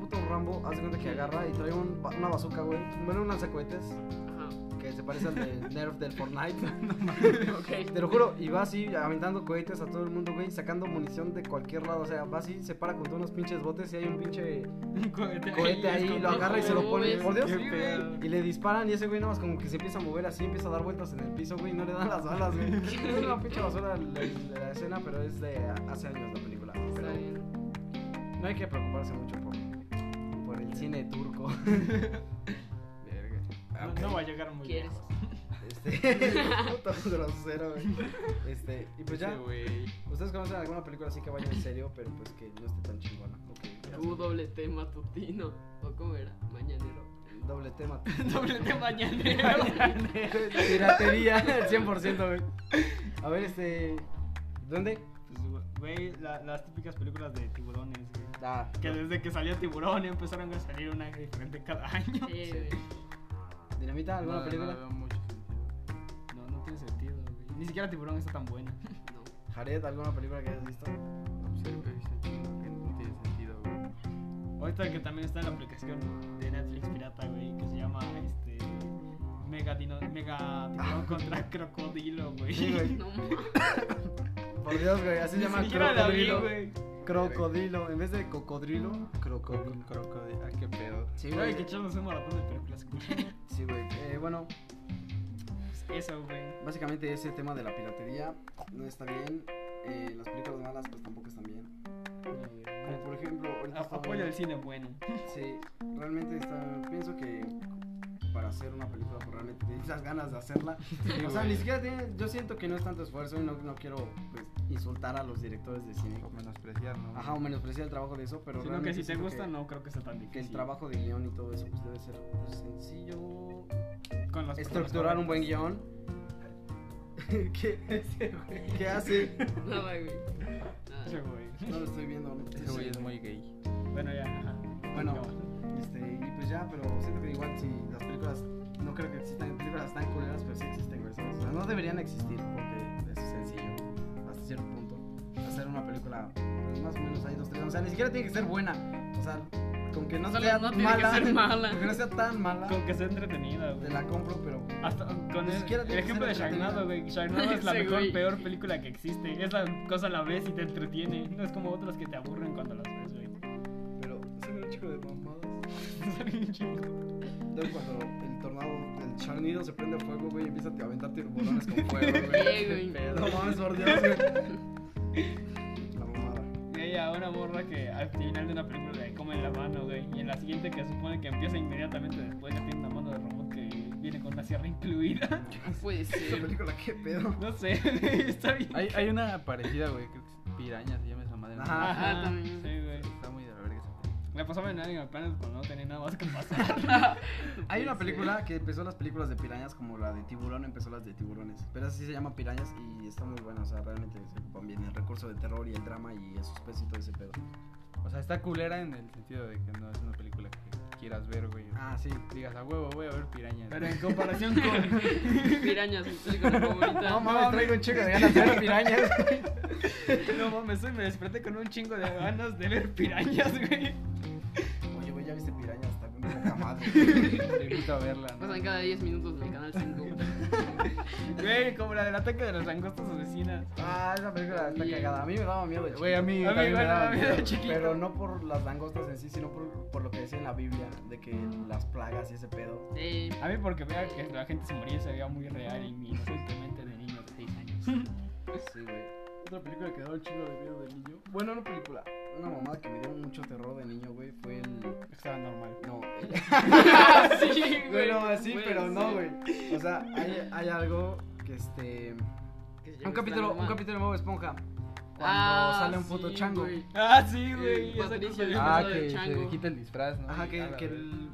[SPEAKER 1] Puto Rambo, haz de cuenta que agarra y trae un ba- una bazooka, güey. Bueno, un lanzacohetes
[SPEAKER 2] Ajá.
[SPEAKER 1] que se parece al del Nerf del Fortnite.
[SPEAKER 2] Ok.
[SPEAKER 1] Te lo juro, y va así aventando cohetes a todo el mundo, güey, sacando munición de cualquier lado. O sea, va así, se para con unos pinches botes y hay un pinche
[SPEAKER 4] Un cohete,
[SPEAKER 1] cohete ahí, lo agarra y se lo pone. Por Dios,
[SPEAKER 4] Qué
[SPEAKER 1] sí, güey.
[SPEAKER 4] pedo.
[SPEAKER 1] Y le disparan y ese güey nada más como que se empieza a mover así, empieza a dar vueltas en el piso, güey, y no le dan las balas, güey. Es una pinche basura la, la escena, pero es de hace años la película.
[SPEAKER 2] Está
[SPEAKER 1] Pero
[SPEAKER 2] bien.
[SPEAKER 1] no hay que preocuparse mucho por, por el cine turco.
[SPEAKER 5] Verga.
[SPEAKER 1] Ah,
[SPEAKER 4] No, no va a llegar muy
[SPEAKER 2] ¿Quieres?
[SPEAKER 4] lejos.
[SPEAKER 1] Este, puto grosero, güey. Este, y pues ya,
[SPEAKER 5] Ese güey.
[SPEAKER 1] ustedes conocen alguna película así que vaya en serio, pero pues que no esté tan chingona.
[SPEAKER 2] Tu doble T matutino. ¿O cómo era? Mañanero.
[SPEAKER 1] Doble tema.
[SPEAKER 6] Doblete mañanero.
[SPEAKER 4] Pues,
[SPEAKER 1] Piratería, al 100%, güey. A ver, este. ¿Dónde?
[SPEAKER 4] Pues, güey, la- las típicas películas de tiburones, güey.
[SPEAKER 1] Ah,
[SPEAKER 4] Que desde que salió tiburón empezaron a salir una diferente cada año.
[SPEAKER 2] Sí, güey.
[SPEAKER 1] ¿Dinamita? ¿Alguna
[SPEAKER 5] No,
[SPEAKER 1] Ah, película?
[SPEAKER 5] No veo mucho sentido.
[SPEAKER 4] No, no tiene sentido, güey. Ni siquiera tiburón está tan buena.
[SPEAKER 2] No.
[SPEAKER 1] Jared, ¿alguna película que hayas visto?
[SPEAKER 5] No sé, güey, está chido, que no tiene sentido, güey.
[SPEAKER 4] Ahorita que también está en la aplicación de Netflix pirata, güey, que se llama este. Mega, dino, mega tiburón contra crocodilo, Ah. güey.
[SPEAKER 1] Sí, güey.
[SPEAKER 2] No mames.
[SPEAKER 1] Por Dios, güey, así se
[SPEAKER 4] Ni
[SPEAKER 1] llama
[SPEAKER 4] siquiera la vi,
[SPEAKER 1] crocodrilo.
[SPEAKER 4] güey.
[SPEAKER 1] Crocodilo, en vez de cocodrilo, crocodilo.
[SPEAKER 5] Crocodilo. Ah, qué pedo.
[SPEAKER 1] Sí,
[SPEAKER 4] Güey,
[SPEAKER 1] güey.
[SPEAKER 4] que echamos un maratón de películas, güey.
[SPEAKER 1] Sí, güey. Eh, bueno,
[SPEAKER 4] Eso, güey.
[SPEAKER 1] básicamente ese tema de la piratería no está bien. Eh, las películas malas, pues tampoco están bien. Como por ejemplo, ahorita
[SPEAKER 4] A-
[SPEAKER 1] estamos-
[SPEAKER 4] Apoyo Ah, el cine bueno.
[SPEAKER 1] Sí, realmente está, pienso que para hacer una película pues, realmente tienes las ganas de hacerla. o sea, ni siquiera tiene- yo siento que no es tanto esfuerzo y no, no quiero pues, insultar a los directores de cine.
[SPEAKER 5] O menospreciar, ¿no?
[SPEAKER 1] Ajá, o menospreciar el trabajo de eso, pero
[SPEAKER 4] Sino que
[SPEAKER 1] realmente
[SPEAKER 4] si te
[SPEAKER 1] siento
[SPEAKER 4] gusta,
[SPEAKER 1] que,
[SPEAKER 4] no creo que sea tan
[SPEAKER 1] que
[SPEAKER 4] difícil.
[SPEAKER 1] el trabajo de guión y todo eso pues, debe ser pues, sencillo.
[SPEAKER 4] Con las
[SPEAKER 1] Estructurar un buen
[SPEAKER 4] personas
[SPEAKER 1] guión. ¿Qué, ¿Qué hace?
[SPEAKER 2] Nada, güey. Nada.
[SPEAKER 4] correctas. Sí,
[SPEAKER 1] No lo estoy viendo.
[SPEAKER 5] Ese güey es muy gay.
[SPEAKER 4] güey. Bueno, ya. ajá.
[SPEAKER 1] Bueno.
[SPEAKER 4] Ya va.
[SPEAKER 1] Este, y pues ya, pero siento que igual si las películas, no creo que existan películas tan culeras, pero sí existen, güey. ¿sabes? O sea, no deberían existir porque es sencillo, hasta cierto punto, hacer una película, pues, más o menos hay dos, tres. O sea, ni siquiera tiene que ser buena. O sea, con que no
[SPEAKER 2] O sea,
[SPEAKER 1] sea
[SPEAKER 2] no tiene que
[SPEAKER 1] mala,
[SPEAKER 2] ser mala.
[SPEAKER 1] con que no sea tan mala,
[SPEAKER 4] Con que sea entretenida,
[SPEAKER 1] te
[SPEAKER 4] güey.
[SPEAKER 1] la compro, pero
[SPEAKER 4] Hasta con
[SPEAKER 1] Ni
[SPEAKER 4] el,
[SPEAKER 1] siquiera
[SPEAKER 4] el
[SPEAKER 1] tiene que
[SPEAKER 4] ejemplo de
[SPEAKER 1] ser entretenida.
[SPEAKER 4] Sharknado, güey. Sharknado es la
[SPEAKER 2] Sí,
[SPEAKER 4] mejor,
[SPEAKER 2] güey.
[SPEAKER 4] peor película que existe. Es la cosa a la vez y te entretiene. No es como otras que te aburren cuando las ves, güey.
[SPEAKER 1] pero sale un chico de mamadas.
[SPEAKER 4] Son bien chidas.
[SPEAKER 1] Entonces cuando el tornado, el charnido se prende fuego, güey, empieza a aventar tiburones con fuego, güey.
[SPEAKER 2] Sí, güey.
[SPEAKER 1] No mames, por Dios, güey. La mamada.
[SPEAKER 4] Güey, a una morra que al final de una película le comen la mano, güey. Y en la siguiente que supone que empieza inmediatamente después ya tiene una mano de robot que viene con una sierra incluida.
[SPEAKER 2] No puede
[SPEAKER 1] Esta
[SPEAKER 2] ser.
[SPEAKER 1] película, qué pedo.
[SPEAKER 4] No sé, güey, está bien.
[SPEAKER 5] Hay, hay una parecida, güey, creo que es Piraña, se llama esa madre. ¿no?
[SPEAKER 1] Ajá.
[SPEAKER 2] Ah, también.
[SPEAKER 4] Sí, güey.
[SPEAKER 5] Está muy de la verga esa película.
[SPEAKER 4] La pasaba en Animal Planet cuando no tenía nada más que pasar.
[SPEAKER 1] Hay una película que empezó las películas de pirañas como la de tiburón, empezó las de tiburones. Pero así se llama pirañas y está muy buena. O sea, realmente se ocupan bien el recurso de terror y el drama y el suspense y todo ese pedo.
[SPEAKER 5] O sea, está culera en el sentido de que no es una película que quieras ver, güey.
[SPEAKER 1] Ah, sí.
[SPEAKER 5] Digas, a huevo, voy a ver Piraña.
[SPEAKER 4] Pero en comparación con.
[SPEAKER 2] Pirañas, mi película favorita.
[SPEAKER 1] No mames, traigo un chico de ganas de ver pirañas.
[SPEAKER 4] No mames, hoy me desperté con un chingo de ganas de ver pirañas, güey.
[SPEAKER 1] Oye, güey, ya viste pirañas, está con poca madre.
[SPEAKER 5] Te invito a verla, ¿no?
[SPEAKER 2] Pasan cada 10 minutos en el canal 5.
[SPEAKER 4] Güey, como la del ataque de las langostas asesinas.
[SPEAKER 1] Ah, esa película está cagada. A mí me daba miedo de chico.
[SPEAKER 5] Güey, a mí
[SPEAKER 4] A mí
[SPEAKER 5] también
[SPEAKER 4] igual
[SPEAKER 5] me
[SPEAKER 4] me
[SPEAKER 5] daba
[SPEAKER 4] da miedo
[SPEAKER 5] miedo,
[SPEAKER 4] de
[SPEAKER 5] güey.
[SPEAKER 4] chiquito.
[SPEAKER 1] Pero no por las langostas en sí, sino por, por lo que decía en la Biblia, de que las plagas y ese pedo.
[SPEAKER 2] Sí.
[SPEAKER 4] A mí porque vea que la gente se moría se veía muy real y mi inocentemente de niño de 6 años.
[SPEAKER 1] Sí, güey. Otra película que daba un chingo de miedo de niño. Bueno, no película. Una mamada que me dio mucho terror de niño, güey, fue el.
[SPEAKER 4] Estaba normal.
[SPEAKER 1] No, el-
[SPEAKER 2] Sí, güey.
[SPEAKER 1] bueno, sí,
[SPEAKER 2] Puede
[SPEAKER 1] pero no,
[SPEAKER 2] ser.
[SPEAKER 1] güey. O sea, hay, hay algo que este.
[SPEAKER 2] Que se llama
[SPEAKER 1] Un capítulo,
[SPEAKER 2] Slumberman.
[SPEAKER 1] un capítulo de Bob Esponja. Cuando
[SPEAKER 2] Ah,
[SPEAKER 1] sale un puto
[SPEAKER 2] sí,
[SPEAKER 1] chango.
[SPEAKER 2] güey.
[SPEAKER 4] Ah, sí,
[SPEAKER 2] güey,
[SPEAKER 4] güey.
[SPEAKER 2] esa Patricio. cosa de-
[SPEAKER 5] Ah,
[SPEAKER 2] Eso del
[SPEAKER 5] que se
[SPEAKER 2] chango.
[SPEAKER 5] quita el disfraz, ¿no?
[SPEAKER 1] Ajá,
[SPEAKER 5] Y
[SPEAKER 1] que,
[SPEAKER 5] a la
[SPEAKER 1] que,
[SPEAKER 5] verga.
[SPEAKER 1] el-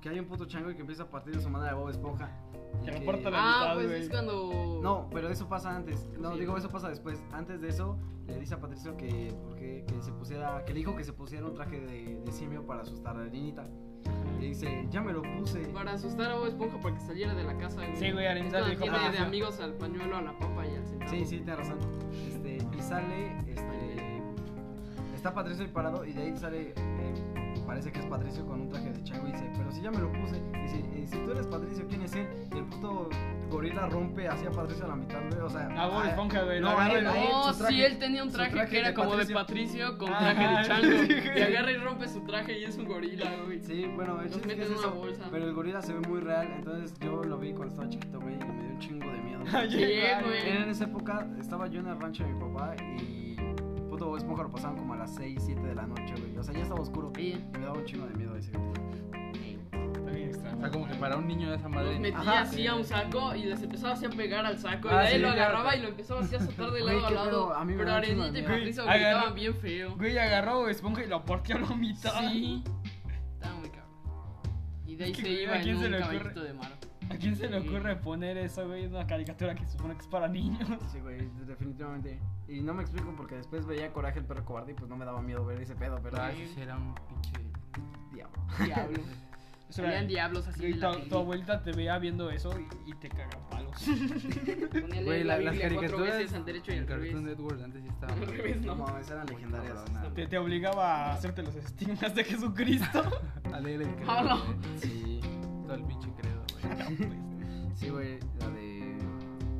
[SPEAKER 1] que hay un puto chango y que empieza a partir de su madre a Bob Esponja. Y
[SPEAKER 4] Que
[SPEAKER 1] que-
[SPEAKER 4] reporta la-
[SPEAKER 2] Ah,
[SPEAKER 4] mitad,
[SPEAKER 2] pues
[SPEAKER 4] güey.
[SPEAKER 2] es cuando.
[SPEAKER 1] No, pero eso pasa antes. No,
[SPEAKER 2] Sí.
[SPEAKER 1] digo, eso pasa después. Antes de eso, le dice a Patricio que, porque, que se pusiera, que le dijo que se pusiera un traje de, de simio para asustar a la niñita. Le dice, ya me lo puse.
[SPEAKER 2] Para asustar a Bob Esponja para que saliera de la casa, güey.
[SPEAKER 4] Sí, güey,
[SPEAKER 2] Es
[SPEAKER 4] Arenita
[SPEAKER 2] cuando
[SPEAKER 4] dijo.
[SPEAKER 2] tiene de
[SPEAKER 4] "Ah,
[SPEAKER 2] amigos al pañuelo, a la papa y al centavo.
[SPEAKER 1] Sí, sí, tienes razón. Este, y sale, este, está Patricio ahí parado y de ahí sale, eh, parece que es Patricio con un traje de chango y dice, pero si ya me lo puse, dice, "Eh, si tú eres Patricio, ¿quién es él? Y el puto gorila rompe hacia Patricio a la mitad, güey, o sea,
[SPEAKER 4] A Bob
[SPEAKER 1] a-
[SPEAKER 4] Esponja, Ah, güey.
[SPEAKER 1] No,
[SPEAKER 4] la
[SPEAKER 1] a
[SPEAKER 4] agarra
[SPEAKER 1] él,
[SPEAKER 4] y-
[SPEAKER 1] a él.
[SPEAKER 2] No,
[SPEAKER 1] su traje-
[SPEAKER 2] sí, él tenía un
[SPEAKER 1] su
[SPEAKER 2] traje,
[SPEAKER 1] traje
[SPEAKER 2] que era
[SPEAKER 1] de
[SPEAKER 2] como
[SPEAKER 1] Patricio.
[SPEAKER 2] de Patricio con
[SPEAKER 4] Ah,
[SPEAKER 2] traje de
[SPEAKER 4] sí,
[SPEAKER 2] chango.
[SPEAKER 4] güey.
[SPEAKER 2] y agarra y rompe su traje y es un gorila, güey.
[SPEAKER 1] Sí, bueno, el
[SPEAKER 2] Los
[SPEAKER 1] chiste es que
[SPEAKER 2] mete
[SPEAKER 1] es
[SPEAKER 2] en una
[SPEAKER 1] eso,
[SPEAKER 2] bolsa.
[SPEAKER 1] pero el gorila se ve muy real, entonces yo lo vi cuando estaba chiquito, güey, y me dio un chingo de miedo.
[SPEAKER 4] Ay,
[SPEAKER 2] Sí,
[SPEAKER 4] ay,
[SPEAKER 2] güey.
[SPEAKER 1] Era en esa época, estaba yo en el rancho de mi papá y puta, puto Bob Esponja lo pasaban como a las 6, 7 de la noche, güey. O sea, ya estaba oscuro. Y
[SPEAKER 2] Bien.
[SPEAKER 1] me daba un chingo de miedo ese.
[SPEAKER 4] Está bien
[SPEAKER 5] O
[SPEAKER 4] extraño.
[SPEAKER 5] sea, como que para un niño de esa madre.
[SPEAKER 2] Los metía
[SPEAKER 1] Ajá.
[SPEAKER 2] así a un saco y les empezaba así a pegar al saco.
[SPEAKER 5] Ah,
[SPEAKER 2] y de ahí
[SPEAKER 5] sí,
[SPEAKER 2] lo
[SPEAKER 5] claro.
[SPEAKER 2] agarraba y lo empezaba así a soltar de
[SPEAKER 1] Güey,
[SPEAKER 2] lado a
[SPEAKER 1] qué
[SPEAKER 2] lado.
[SPEAKER 1] pedo, a mí me
[SPEAKER 2] Pero
[SPEAKER 1] da un chingo
[SPEAKER 2] Arenita y
[SPEAKER 1] de
[SPEAKER 6] miedo.
[SPEAKER 2] Patricio
[SPEAKER 6] Güey, agarra-
[SPEAKER 2] gritaban bien feo.
[SPEAKER 6] Güey, agarró a Bob Esponja y lo partió a la mitad.
[SPEAKER 2] Sí. Estaba muy cabrón. Y de ahí
[SPEAKER 4] Es que,
[SPEAKER 2] se
[SPEAKER 4] güey,
[SPEAKER 2] iba
[SPEAKER 4] ¿a
[SPEAKER 2] en
[SPEAKER 4] quién se
[SPEAKER 2] un
[SPEAKER 4] le ocurre?
[SPEAKER 2] caballito de mano.
[SPEAKER 4] ¿A quién se le ocurre poner eso, güey? Una caricatura que se supone que es para niños.
[SPEAKER 1] Sí, güey, definitivamente. Y no me explico porque después veía Coraje el perro cobarde y pues no me daba miedo ver ese pedo, pero.
[SPEAKER 5] Ah, ese sí era un pinche.
[SPEAKER 1] Diablo.
[SPEAKER 2] Diablo.
[SPEAKER 4] Eso era-
[SPEAKER 2] Salían diablos así
[SPEAKER 4] Güey,
[SPEAKER 2] en la
[SPEAKER 4] tu,
[SPEAKER 2] tele.
[SPEAKER 4] tu abuelita te veía viendo eso y, y te caga palos.
[SPEAKER 2] Ponían
[SPEAKER 5] Güey, la- las
[SPEAKER 2] Biblia cuatro
[SPEAKER 5] caricaturas.
[SPEAKER 2] veces al derecho y
[SPEAKER 5] en
[SPEAKER 2] al
[SPEAKER 5] Cartoon
[SPEAKER 2] revés.
[SPEAKER 5] Network antes sí estaban.
[SPEAKER 2] Al revés,
[SPEAKER 1] No
[SPEAKER 2] no.
[SPEAKER 1] mames, eran legendarias.
[SPEAKER 4] te, te obligaba a hacerte los estigmas de Jesucristo.
[SPEAKER 5] A leer el credo.
[SPEAKER 2] Pablo.
[SPEAKER 5] güey. Sí, todo el pinche credo, güey.
[SPEAKER 4] pues,
[SPEAKER 1] Sí, güey, la de.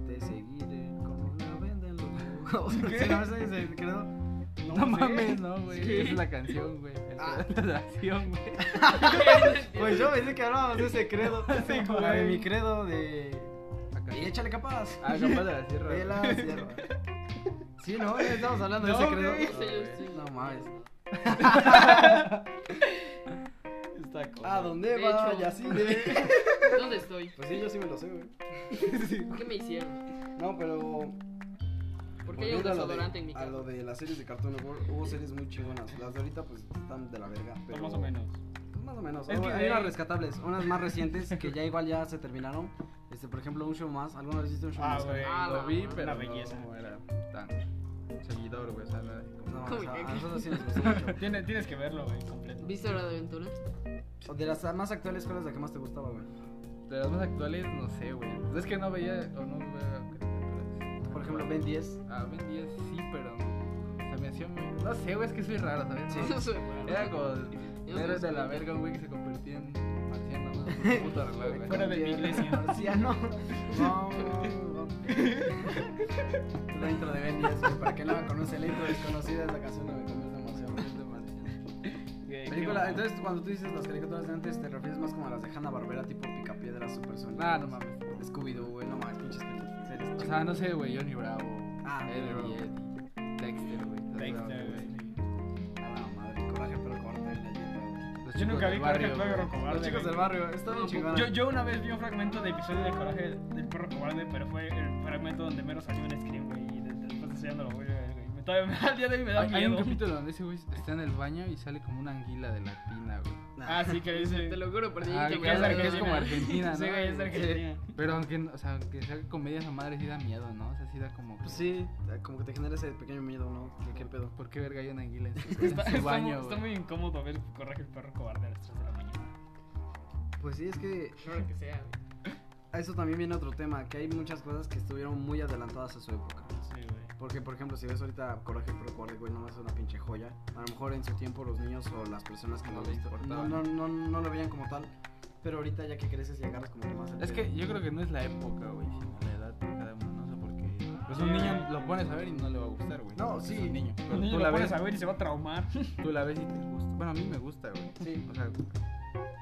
[SPEAKER 1] Te seguiré como una venda en los ojos.
[SPEAKER 4] ¿Qué?
[SPEAKER 1] Sí, no, esa es el credo.
[SPEAKER 5] No,
[SPEAKER 4] sé.
[SPEAKER 5] mames, no, güey.
[SPEAKER 2] Sí.
[SPEAKER 5] Esa es la canción, güey. El
[SPEAKER 1] Ah.
[SPEAKER 5] credo de la acción, güey.
[SPEAKER 1] Pues yo pensé que hablábamos de ese credo.
[SPEAKER 4] güey.
[SPEAKER 1] La de mi credo de.
[SPEAKER 5] La
[SPEAKER 1] Y
[SPEAKER 5] canción.
[SPEAKER 1] échale capaz.
[SPEAKER 5] Ah, capaz de la sierra.
[SPEAKER 1] De
[SPEAKER 5] güey.
[SPEAKER 1] la sierra. Sí, ¿no? Ya estamos hablando de
[SPEAKER 4] No,
[SPEAKER 1] ese
[SPEAKER 2] Sí,
[SPEAKER 4] güey.
[SPEAKER 2] sí.
[SPEAKER 1] credo. No mames.
[SPEAKER 4] Está cool.
[SPEAKER 1] ¿A dónde
[SPEAKER 2] De hecho.
[SPEAKER 1] vaya? Sí, de...
[SPEAKER 2] ¿Dónde estoy?
[SPEAKER 1] Pues sí, yo sí me lo sé, güey.
[SPEAKER 2] ¿Qué me hicieron?
[SPEAKER 1] No, pero.
[SPEAKER 2] ¿Por qué hay un
[SPEAKER 1] volviendo a lo
[SPEAKER 2] desodorante
[SPEAKER 1] de-
[SPEAKER 2] en mi
[SPEAKER 1] A lo
[SPEAKER 2] casa?
[SPEAKER 1] de las series de Cartoon Network, hubo series muy chingonas. Las de ahorita, pues están de la verga. Pero...
[SPEAKER 4] Más o menos.
[SPEAKER 1] Pues más o menos.
[SPEAKER 4] Es que,
[SPEAKER 1] hay
[SPEAKER 4] güey.
[SPEAKER 1] unas rescatables, unas más recientes que ya igual ya se terminaron. Este, por ejemplo, un show más. ¿Alguna vez viste un show
[SPEAKER 4] Ah,
[SPEAKER 1] más?
[SPEAKER 4] güey.
[SPEAKER 2] Ah,
[SPEAKER 5] Lo vi,
[SPEAKER 2] no,
[SPEAKER 5] pero
[SPEAKER 4] una
[SPEAKER 5] no
[SPEAKER 4] belleza.
[SPEAKER 5] era tan seguidor, güey. O sea, no era como-
[SPEAKER 1] No,
[SPEAKER 2] ¿Cómo
[SPEAKER 1] o sea,
[SPEAKER 2] que-
[SPEAKER 1] a nosotros sí nos gustó mucho.
[SPEAKER 4] Tiene- tienes que verlo, güey, completo.
[SPEAKER 2] ¿Viste Hora de Aventura?
[SPEAKER 1] O De las más actuales, ¿cuál es la que más te gustaba, güey?
[SPEAKER 5] De las más actuales, no sé, güey. Es que no veía o no veía caricaturas.
[SPEAKER 1] Por ejemplo, Ben 10.
[SPEAKER 5] Ah, Ben 10 sí, pero. Se me hacía muy. No sé, güey, es que soy raro, ¿sabes?
[SPEAKER 1] Sí.
[SPEAKER 5] No, Era como.
[SPEAKER 2] Yo
[SPEAKER 5] Eres
[SPEAKER 2] soy
[SPEAKER 5] de la
[SPEAKER 2] oscurito.
[SPEAKER 5] verga, güey, que se convertía en marciano. ¿no? Por su puto reloj, güey.
[SPEAKER 4] Fuera de mi iglesia.
[SPEAKER 1] Marciano. ah, No, no, no. La intro de Ben 10, güey. Para que no la conoce, la intro desconocida es la canción de Me convierto en Marciano.
[SPEAKER 4] Güey, qué
[SPEAKER 1] Película,
[SPEAKER 4] bueno.
[SPEAKER 1] entonces cuando tú dices las caricaturas de antes, te refieres más como a las de Hanna Barbera, tipo Picapiedra, Super Sonic.
[SPEAKER 5] Ah, no mames.
[SPEAKER 1] Scooby-Doo, güey, no mames, pinches series.
[SPEAKER 5] O sea, no sé, güey, Johnny Bravo.
[SPEAKER 1] Ah,
[SPEAKER 5] Ed
[SPEAKER 1] Johnny
[SPEAKER 5] y Eddie. Dexter, güey. todas
[SPEAKER 4] Dexter,
[SPEAKER 5] esas
[SPEAKER 4] güey.
[SPEAKER 5] madres.
[SPEAKER 1] Ah, la madre, coraje, pero corta y leyenda, güey.
[SPEAKER 5] Los
[SPEAKER 4] Yo
[SPEAKER 5] chicos
[SPEAKER 4] nunca
[SPEAKER 5] del
[SPEAKER 4] vi Coraje
[SPEAKER 5] barrio,
[SPEAKER 4] el perro
[SPEAKER 5] güey.
[SPEAKER 4] cobarde.
[SPEAKER 1] Los chicos
[SPEAKER 4] güey.
[SPEAKER 1] del barrio, está bien chingona.
[SPEAKER 4] Yo, yo una vez vi un fragmento de episodio de Coraje del perro cobarde, pero fue el fragmento donde mero salió un scream, güey. Y de- después de eso ya no lo voy a ver, güey. Me- Todavía me- al día de hoy me da
[SPEAKER 5] Hay, hay un
[SPEAKER 4] miedo.
[SPEAKER 5] capítulo donde ese güey está en el baño y sale como una anguila de la tina, güey.
[SPEAKER 4] Ah, sí, que dice.
[SPEAKER 2] Te lo juro, por ti.
[SPEAKER 5] Ah,
[SPEAKER 2] que
[SPEAKER 5] güey,
[SPEAKER 2] me
[SPEAKER 5] es
[SPEAKER 2] da
[SPEAKER 5] ar- es
[SPEAKER 2] vergüenza.
[SPEAKER 5] como Argentina, ¿no?
[SPEAKER 4] Sí, güey, es Argentina.
[SPEAKER 5] Pero aunque, o sea, aunque sea comedia esa madre sí da miedo, ¿no? O sea, sí da como... que-
[SPEAKER 1] Pues sí, como que te genera ese pequeño miedo, ¿no? ¿Qué, qué pedo?
[SPEAKER 5] ¿Por qué verga hay una anguila en su, en
[SPEAKER 4] Está,
[SPEAKER 5] su
[SPEAKER 4] está mu-
[SPEAKER 5] baño,
[SPEAKER 4] está
[SPEAKER 5] güey?
[SPEAKER 4] muy incómodo ver Coraje el perro cobarde a las 3 de la mañana.
[SPEAKER 1] Pues sí, es que
[SPEAKER 2] Claro que sea, güey.
[SPEAKER 1] a eso también viene otro tema, que hay muchas cosas que estuvieron muy adelantadas a su época.
[SPEAKER 4] Sí, güey.
[SPEAKER 1] Porque, por ejemplo, si ves ahorita Coraje Pro Coraje, güey, no es una pinche joya. A lo mejor en su tiempo los niños o las personas que no,
[SPEAKER 5] No les
[SPEAKER 1] les- no,
[SPEAKER 5] importaba.
[SPEAKER 1] no, no, no lo veían como tal. Pero ahorita ya que creces y agarras como que más el
[SPEAKER 5] Es
[SPEAKER 1] pedo.
[SPEAKER 5] que yo creo que no es la época, güey, sino la edad de cada uno, ¿no? O sea, porque... Pues un
[SPEAKER 4] Sí.
[SPEAKER 5] niño lo pones a ver y no le va a gustar, güey.
[SPEAKER 1] No,
[SPEAKER 5] porque
[SPEAKER 1] sí.
[SPEAKER 5] Es un niño. Pero
[SPEAKER 4] Un niño
[SPEAKER 5] tú
[SPEAKER 4] lo
[SPEAKER 5] la
[SPEAKER 4] pones
[SPEAKER 5] ves,
[SPEAKER 4] a ver y se va a traumar.
[SPEAKER 5] tú la ves y te gusta. Bueno, a mí me gusta, güey.
[SPEAKER 1] Sí,
[SPEAKER 5] O sea, pues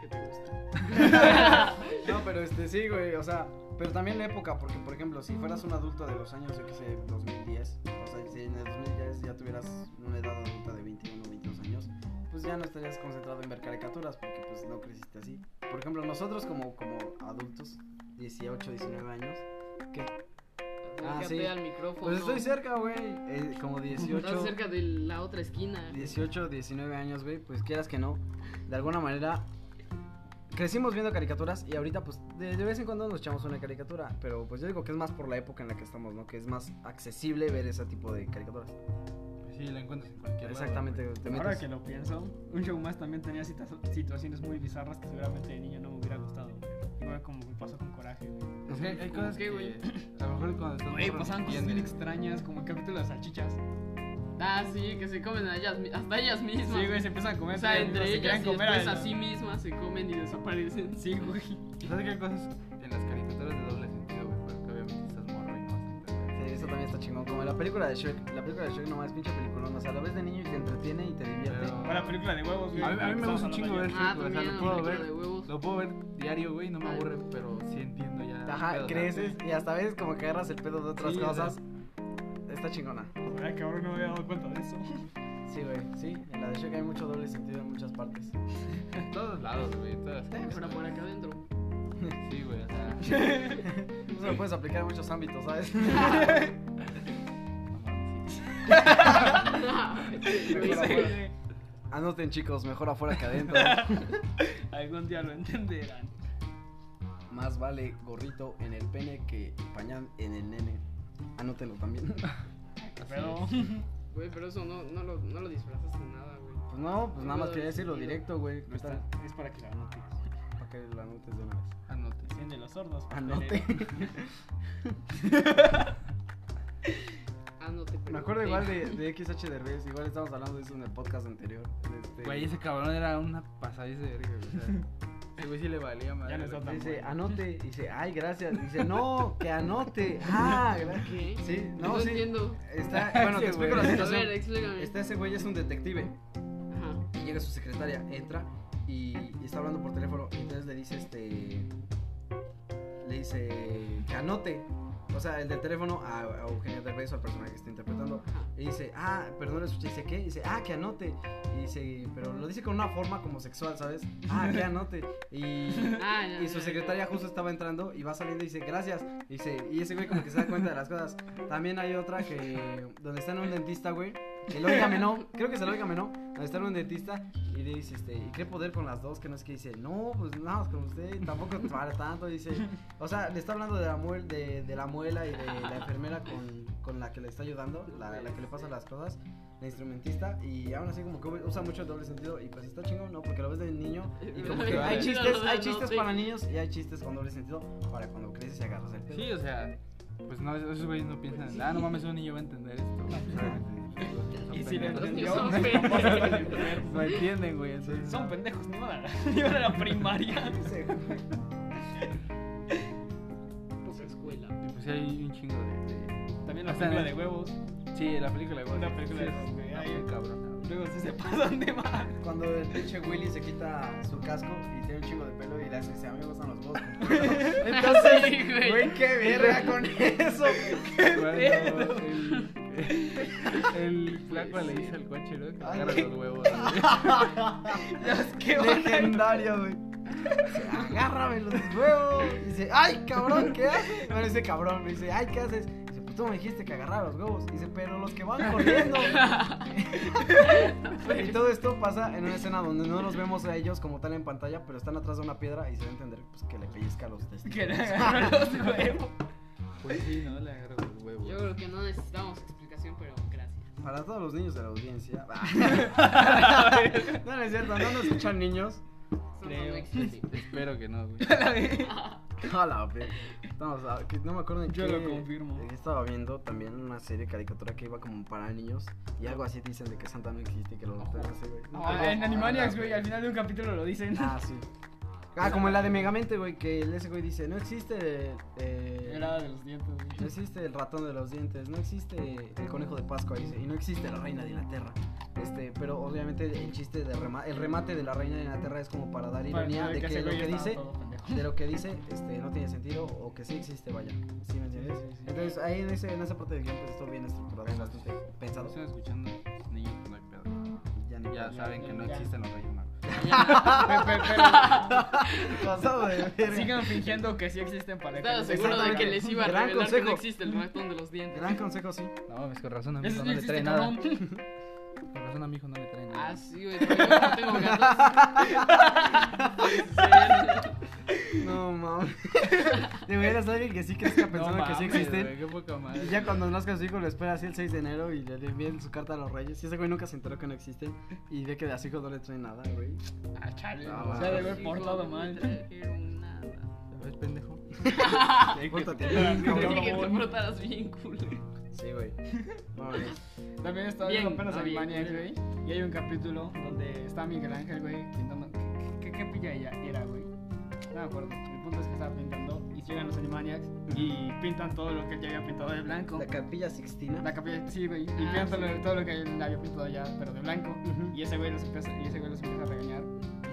[SPEAKER 2] ¿Qué te gusta?
[SPEAKER 1] No, pero este sí, güey, o sea, pero también la época, porque por ejemplo, si fueras un adulto de los años, yo qué sé, 2010, o sea, si en el 2010 ya tuvieras una edad adulta de 21 o 22 años, pues ya no estarías concentrado en ver caricaturas, porque pues no creciste así. Por ejemplo, nosotros como, como adultos, 18, 19 años,
[SPEAKER 2] Acércate
[SPEAKER 1] sí.
[SPEAKER 2] al micrófono.
[SPEAKER 1] pues estoy cerca, güey, eh, como 18.
[SPEAKER 2] Estás cerca de la otra esquina.
[SPEAKER 1] 18, 19 años, güey, pues quieras que no, de alguna manera crecimos viendo caricaturas y ahorita pues de, de vez en cuando nos echamos una caricatura, pero pues yo digo que es más por la época en la que estamos, ¿no? Que es más accesible ver ese tipo de caricaturas.
[SPEAKER 5] pues sí, la encuentras en cualquier lado,
[SPEAKER 1] Exactamente,
[SPEAKER 5] güey.
[SPEAKER 1] te
[SPEAKER 4] Ahora
[SPEAKER 1] metes.
[SPEAKER 4] que lo pienso, un show más también tenía cita- situaciones muy bizarras que seguramente de niño no me hubiera gustado. güey. Igual como me pasó con coraje, güey.
[SPEAKER 5] Es que hay cosas
[SPEAKER 2] ¿Qué,
[SPEAKER 5] que,
[SPEAKER 2] güey?
[SPEAKER 5] a lo mejor cuando estás...
[SPEAKER 4] Güey,
[SPEAKER 5] morro no
[SPEAKER 4] pasaban cosas bien
[SPEAKER 5] entiendes.
[SPEAKER 4] extrañas, como el capítulo de las salchichas.
[SPEAKER 2] Ah, sí, que se comen a ellas, mi- hasta ellas mismas.
[SPEAKER 4] Sí, güey, se empiezan a comer.
[SPEAKER 2] O sea,
[SPEAKER 4] se-
[SPEAKER 2] entre
[SPEAKER 4] se
[SPEAKER 2] ellas
[SPEAKER 4] quieren
[SPEAKER 2] y
[SPEAKER 4] comer
[SPEAKER 2] después
[SPEAKER 4] al-
[SPEAKER 2] a sí mismas se comen y desaparecen.
[SPEAKER 4] Sí, güey.
[SPEAKER 5] ¿Sabes que hay cosas en las caricaturas de doble sentido, güey? Porque obviamente estás morro y no vas a entender.
[SPEAKER 1] Sí, eso también está chingón, como la película de Shrek, la película de Shrek nomás es pinche peliculón, o sea, la ves de niño y te entretiene y te divierte.
[SPEAKER 5] Pero-
[SPEAKER 4] Para la película de huevos, güey.
[SPEAKER 5] A mí, a mí me gusta un chingo ver
[SPEAKER 2] Ah,
[SPEAKER 5] Shrek, güey, o sea,
[SPEAKER 2] también,
[SPEAKER 5] lo puedo
[SPEAKER 2] película de
[SPEAKER 5] ver,
[SPEAKER 2] huevos.
[SPEAKER 5] lo puedo ver diario, güey, no
[SPEAKER 4] Ah.
[SPEAKER 5] me aburre, pero sí entiendo ya. el
[SPEAKER 1] Ajá,
[SPEAKER 5] pedo,
[SPEAKER 1] creces y hasta a veces como que agarras el pedo de otras
[SPEAKER 5] Sí, o sea,
[SPEAKER 1] cosas. Está chingona.
[SPEAKER 4] Ay, cabrón, no me había dado cuenta de eso.
[SPEAKER 1] Sí, güey, sí. En la de Shrek hay mucho doble sentido en muchas partes.
[SPEAKER 5] En todos lados, güey. en Todas las
[SPEAKER 2] Pero por acá adentro.
[SPEAKER 5] Sí, güey, o sea.
[SPEAKER 1] Eso lo puedes aplicar en muchos ámbitos, ¿sabes?
[SPEAKER 5] no mames, sí.
[SPEAKER 1] Mejor afuera. Anoten, chicos, mejor afuera que adentro.
[SPEAKER 4] Algún día lo entenderán.
[SPEAKER 1] Más vale gorrito en el pene que pañal en el nene. Anótelo también.
[SPEAKER 4] Pero
[SPEAKER 2] Güey, pero eso no, no, lo, no lo disfrazaste nada, güey.
[SPEAKER 1] Pues no, pues nada más quería decirlo directo, güey. ¿Qué tal?
[SPEAKER 4] es para que la notes.
[SPEAKER 1] Para que la anotes de una vez.
[SPEAKER 5] Anote.
[SPEAKER 4] Enciende los sordos.
[SPEAKER 1] Anote.
[SPEAKER 2] Ah, no te pregunté.
[SPEAKER 1] Me acuerdo igual de, de XH Derbez, igual estábamos hablando de eso en el podcast anterior. Este,
[SPEAKER 5] Güey, ese cabrón era una pasadiza de verga, güey. o sea, Ese güey sí le valía madre.
[SPEAKER 4] Ya no está
[SPEAKER 5] güey.
[SPEAKER 4] tan
[SPEAKER 1] dice,
[SPEAKER 4] bueno.
[SPEAKER 1] anote, dice, ay, gracias. Dice, no, que anote. Ah, gracias.
[SPEAKER 2] ¿Qué?
[SPEAKER 1] Sí, no,
[SPEAKER 2] no
[SPEAKER 1] sí.
[SPEAKER 2] entiendo.
[SPEAKER 1] Está, bueno, te
[SPEAKER 5] Ese
[SPEAKER 1] explico la
[SPEAKER 5] güey.
[SPEAKER 2] A
[SPEAKER 1] situación. Este-
[SPEAKER 2] ver, explícame.
[SPEAKER 1] Está ese güey, es un detective.
[SPEAKER 2] Ajá.
[SPEAKER 1] Y llega su secretaria, entra y, y está hablando por teléfono. Y entonces le dice, este. Le dice, que anote. O sea, el del teléfono a, a Eugenio Derbez, o al personaje que está interpretando. Y dice, ah, pero no lo escuché. Dice, ¿qué? Y dice, ah, que anote. Y dice, pero lo dice con una forma como sexual, ¿sabes? Ah, que anote. Y,
[SPEAKER 2] Ah, ya,
[SPEAKER 1] y su
[SPEAKER 2] ya,
[SPEAKER 1] secretaria justo estaba entrando y va saliendo y dice, gracias. Y, dice, y ese güey como que se da cuenta de las cosas. También hay otra que, donde está en un dentista, güey. El óigame no, creo que es el óigame no. Donde está en un dentista y le dice, este, ¿y qué poder con las dos? Que no es que dice, no, pues nada más con usted, tampoco para tanto. Dice, o sea, le está hablando de la, muel, de, de la muela y de la enfermera con, con la que le está ayudando, la, la que le pasa las cosas, la instrumentista, y aún así como que usa mucho el doble sentido y pues está chingón, ¿no? Porque lo ves de niño y como que hay chistes, hay chistes para niños y hay chistes con doble sentido para cuando creces y agarras el pedo.
[SPEAKER 5] Sí, o sea. Pues no, esos güeyes no piensan, ah, no mames, un niño va a entender esto. Pues, obviamente, los- los-
[SPEAKER 4] Y
[SPEAKER 5] son
[SPEAKER 4] si le
[SPEAKER 5] pendejos.
[SPEAKER 2] Los niños son
[SPEAKER 4] entendió, no hay capaz que le entendiera.
[SPEAKER 5] No entienden, güey. entonces-
[SPEAKER 4] Son pendejos, ni van a la, ni van a la primaria.
[SPEAKER 2] Poca escuela.
[SPEAKER 5] Y Pues sí, hay un chingo de. de-
[SPEAKER 4] También la
[SPEAKER 5] O sea,
[SPEAKER 4] película de huevos.
[SPEAKER 5] Sí, la película de
[SPEAKER 4] Una película de huevos, güey. Ay,
[SPEAKER 5] cabrón.
[SPEAKER 4] Luego sí se pasan de más.
[SPEAKER 1] Cuando el pinche Willy se quita su casco y tiene un chingo de pelo y le hace, dice, a mí me gustan los bosques.
[SPEAKER 2] Entonces, güey.
[SPEAKER 1] Güey, qué verga con eso.
[SPEAKER 5] Cuando el, el flaco le dice al coche, ¿no? Que agarra los huevos.
[SPEAKER 4] Qué
[SPEAKER 1] Legendario, güey. Dice, Agárrame los huevos. Y Dice, ay, cabrón, ¿qué haces? Bueno, dice cabrón, me dice, ay, ¿qué haces? Dice, pues tú me dijiste que agarrara los huevos. Dice, pero los que van corriendo. y todo esto pasa en una escena donde no los vemos a ellos como tal en pantalla, pero están atrás de una piedra y se va a entender pues, que le pellizca los testigos.
[SPEAKER 4] Que le agarran los huevos.
[SPEAKER 5] Pues sí, ¿no? Le agarra los huevos.
[SPEAKER 2] Yo creo que no necesitamos explicación, pero gracias.
[SPEAKER 1] Para todos los niños de la audiencia. no, no es cierto, no nos escuchan niños.
[SPEAKER 2] Son
[SPEAKER 4] Creo.
[SPEAKER 2] no existen.
[SPEAKER 5] Espero que no, güey.
[SPEAKER 1] A la verga. Estamos a- que no me acuerdo en
[SPEAKER 4] Yo
[SPEAKER 1] qué-
[SPEAKER 4] lo confirmo.
[SPEAKER 1] en qué Estaba viendo también una serie de caricatura que iba como para niños y algo así dicen de que Santa no existe y que lo matan así, güey. No,
[SPEAKER 4] Ah,
[SPEAKER 1] pero-
[SPEAKER 4] en Animaniacs, güey, al final de un capítulo lo dicen.
[SPEAKER 1] Ah, sí. Ah, como en la de Megamente, güey, que el ese güey dice, no existe eh,
[SPEAKER 4] Era de los dientes,
[SPEAKER 1] no
[SPEAKER 4] güey.
[SPEAKER 1] existe el ratón de los dientes, no existe el conejo de Pascua, dice, y no existe la reina de Inglaterra. Este, pero obviamente el chiste de rema- el remate de la reina de Inglaterra es como para dar ironía
[SPEAKER 4] Para
[SPEAKER 1] de que
[SPEAKER 4] ese
[SPEAKER 1] lo
[SPEAKER 4] güey
[SPEAKER 1] que
[SPEAKER 4] estaba
[SPEAKER 1] dice
[SPEAKER 4] todo pendejo.
[SPEAKER 1] de lo que dice este, no tiene sentido o que sí existe, vaya. ¿Sí me entiendes?
[SPEAKER 4] Sí, sí, sí.
[SPEAKER 1] Entonces ahí en, ese- en esa parte del guión pues estuvo bien estructurado, bastante pensado.
[SPEAKER 5] Están escuchando niños, no hay pedo.
[SPEAKER 1] Ya ni
[SPEAKER 5] Ya saben que no existen los reyes magos.
[SPEAKER 1] Ah.
[SPEAKER 4] Pe- pe-
[SPEAKER 1] pasado de
[SPEAKER 4] pero
[SPEAKER 1] verga.
[SPEAKER 4] sigan fingiendo que sí existen para
[SPEAKER 2] Estaba
[SPEAKER 4] los
[SPEAKER 2] seguro de
[SPEAKER 1] Exactamente.
[SPEAKER 2] que les iba a
[SPEAKER 1] Gran
[SPEAKER 2] revelar que
[SPEAKER 1] consejo.
[SPEAKER 2] no existe el ratón de los dientes.
[SPEAKER 1] Gran consejo, sí.
[SPEAKER 5] No mames, con razón a mi hijo
[SPEAKER 4] Eso
[SPEAKER 5] no
[SPEAKER 4] sí
[SPEAKER 5] le trae
[SPEAKER 4] existe,
[SPEAKER 5] nada.
[SPEAKER 4] cabrón.
[SPEAKER 5] Con razón a mi hijo no le trae
[SPEAKER 2] Ah,
[SPEAKER 5] nada.
[SPEAKER 2] sí, güey, pero yo no tengo gatos. Sí,
[SPEAKER 1] No mames. Deberías alguien que sí crezca pensando que sí
[SPEAKER 5] mames,
[SPEAKER 1] existen.
[SPEAKER 5] güey, Qué poca madre.
[SPEAKER 1] Y ya cuando nazca su hijo lo espera así el 6 de enero y le envían su carta a los reyes. Y ese güey nunca se enteró que no existen y ve que de a su hijo no le trae nada, güey.
[SPEAKER 4] Ah, chale.
[SPEAKER 1] Ah,
[SPEAKER 4] o
[SPEAKER 1] va.
[SPEAKER 4] sea, de haber
[SPEAKER 2] sí,
[SPEAKER 4] portado
[SPEAKER 2] no
[SPEAKER 4] mal.
[SPEAKER 2] me trajeron nada.
[SPEAKER 5] ¿Ves, pendejo?
[SPEAKER 1] Pórtate
[SPEAKER 5] Ah,
[SPEAKER 1] bien,
[SPEAKER 2] Te dije que
[SPEAKER 1] cabrón.
[SPEAKER 2] te portaras bien, culo.
[SPEAKER 1] Sí, güey. No, güey.
[SPEAKER 4] También estaba
[SPEAKER 2] Bien,
[SPEAKER 4] viendo apenas
[SPEAKER 2] ah, bien,
[SPEAKER 4] Animaniacs,
[SPEAKER 2] bien.
[SPEAKER 4] güey. Y hay un capítulo donde está Miguel Ángel, güey, pintando. ¿Qué, qué, qué pilla ella era, güey? No me acuerdo. El punto es que estaba pintando y llegan los Animaniacs y pintan todo lo que él ya había pintado de blanco.
[SPEAKER 1] La capilla Sixtina.
[SPEAKER 4] La capilla, sí, güey. Y
[SPEAKER 2] Ah,
[SPEAKER 4] pintan todo
[SPEAKER 2] sí.
[SPEAKER 4] lo- todo lo que él había pintado ya, pero de blanco.
[SPEAKER 1] Ujú.
[SPEAKER 4] Y ese güey los empieza, y ese güey los empieza a regañar.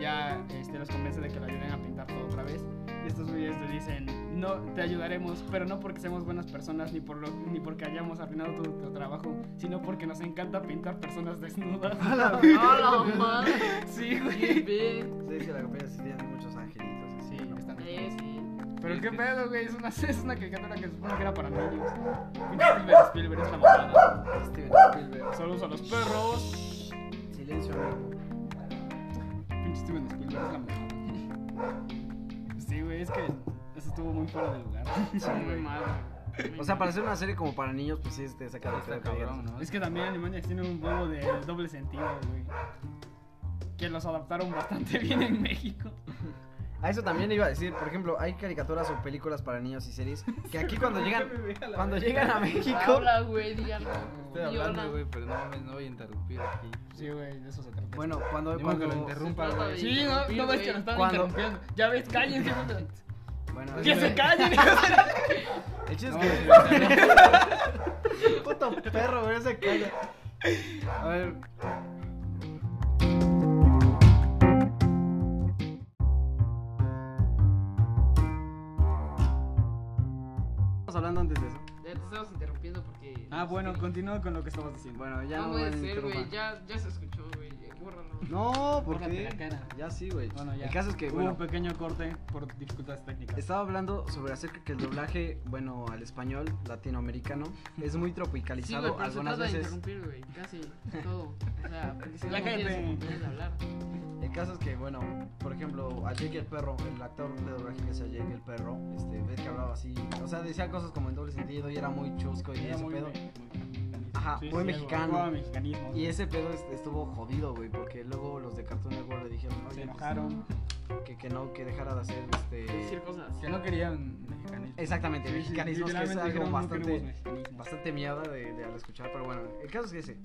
[SPEAKER 4] Ya este, los convence de que lo ayuden a pintar todo otra vez. estos güeyes te dicen, no, te ayudaremos, pero no porque seamos buenas personas ni, por lo, ni porque hayamos arruinado tu, tu trabajo, sino porque nos encanta pintar personas desnudas.
[SPEAKER 2] ¡A la madre!
[SPEAKER 4] sí,
[SPEAKER 2] ¡Qué
[SPEAKER 4] güey.
[SPEAKER 2] bien!
[SPEAKER 1] Sí, sí, la campaña sí tiene muchos angelitos. así,
[SPEAKER 4] Sí,
[SPEAKER 1] ¿no?
[SPEAKER 4] están
[SPEAKER 2] Eh, sí.
[SPEAKER 4] Pero qué pedo, güey, es una, es una caricatura que se supone que era para niños. Pinche Steven Spielberg es la mamada.
[SPEAKER 1] Steven Spielberg.
[SPEAKER 4] Saludos a los perros.
[SPEAKER 1] Silencio, amigo.
[SPEAKER 4] Pinche Steven Spielberg es la mamada. Sí, güey, es que eso estuvo muy fuera de lugar.
[SPEAKER 2] Sí, muy mal, güey.
[SPEAKER 1] O sea, para hacer una serie como para niños, pues sí, es de sacar
[SPEAKER 5] Ah, Está cabrón, ¿no?
[SPEAKER 4] Es que también Animaniacs tiene un huevo de doble sentido, güey. Que los adaptaron bastante bien en México.
[SPEAKER 1] A eso también iba a decir, por ejemplo, hay caricaturas o películas para niños y series que aquí cuando llegan, cuando llegan a México,
[SPEAKER 2] Habla, güey, di algo.
[SPEAKER 5] Estoy
[SPEAKER 2] Di hola.
[SPEAKER 5] hablando, güey, pero no mames, no voy a interrumpir aquí.
[SPEAKER 4] Sí, güey, de eso se trata.
[SPEAKER 1] bueno, cuando,
[SPEAKER 5] Ni modo que lo
[SPEAKER 1] cuando
[SPEAKER 5] interrumpa,
[SPEAKER 2] se trata
[SPEAKER 5] güey.
[SPEAKER 2] de-
[SPEAKER 4] sí, no, no ves que lo están
[SPEAKER 1] ¿Cuándo?
[SPEAKER 4] interrumpiendo. Ya ves, cállense, güey.
[SPEAKER 1] bueno,
[SPEAKER 4] Que
[SPEAKER 1] el-
[SPEAKER 4] se callen.
[SPEAKER 1] el chiste
[SPEAKER 4] No,
[SPEAKER 1] es
[SPEAKER 4] güey, o
[SPEAKER 1] que puto perro, güey, ese calla. A ver, estamos hablando antes de eso.
[SPEAKER 2] Ya te estamos interrumpiendo porque. este,
[SPEAKER 4] Ah, bueno, continúa con lo que estabas diciendo.
[SPEAKER 1] Este, Bueno, ya
[SPEAKER 2] No
[SPEAKER 1] no,
[SPEAKER 2] puede
[SPEAKER 1] me
[SPEAKER 2] ser, güey.
[SPEAKER 1] interrumpan.
[SPEAKER 2] Ya, ya se escuchó, güey. Bórralo.
[SPEAKER 1] No,
[SPEAKER 4] Bórrate
[SPEAKER 1] porque
[SPEAKER 4] la cara.
[SPEAKER 1] ya sí, güey.
[SPEAKER 4] Bueno, ya.
[SPEAKER 1] El caso es que,
[SPEAKER 4] Hubo
[SPEAKER 1] bueno,
[SPEAKER 4] un pequeño corte por dificultades técnicas.
[SPEAKER 1] Estaba hablando sobre acerca que el doblaje, bueno, al español latinoamericano es muy
[SPEAKER 2] Sí, güey,
[SPEAKER 1] tropicalizado
[SPEAKER 2] pero se
[SPEAKER 1] algunas
[SPEAKER 2] trata de
[SPEAKER 1] veces.
[SPEAKER 2] interrumpir, güey. Casi todo. O sea, porque si no,
[SPEAKER 4] Ya
[SPEAKER 2] no
[SPEAKER 4] cállate.
[SPEAKER 2] tienes oportunidad de hablar.
[SPEAKER 1] El caso es que, bueno, por ejemplo, a Jake el perro, el actor de doblaje que es a Jake el perro, este, ves que hablaba así, o sea, decía cosas como en doble sentido y era muy chusco y ese pedo. Ajá, muy mexicano.
[SPEAKER 4] mexicanismo.
[SPEAKER 1] Y ese pedo est- estuvo jodido, güey, porque luego los de Cartoon Network le dijeron,
[SPEAKER 4] Se
[SPEAKER 1] oye, pues,
[SPEAKER 4] enojaron.
[SPEAKER 1] que, que no, que dejara de hacer,
[SPEAKER 2] Decir
[SPEAKER 1] este...
[SPEAKER 2] cosas.
[SPEAKER 5] Que no querían mexicanismo.
[SPEAKER 1] Exactamente, mexicanismos, que es
[SPEAKER 4] Literalmente
[SPEAKER 1] algo
[SPEAKER 4] dijeron, "No queremos
[SPEAKER 1] bastante...
[SPEAKER 4] mexicanismos".
[SPEAKER 1] bastante mierda de, de al escuchar, pero bueno, el caso es que ese.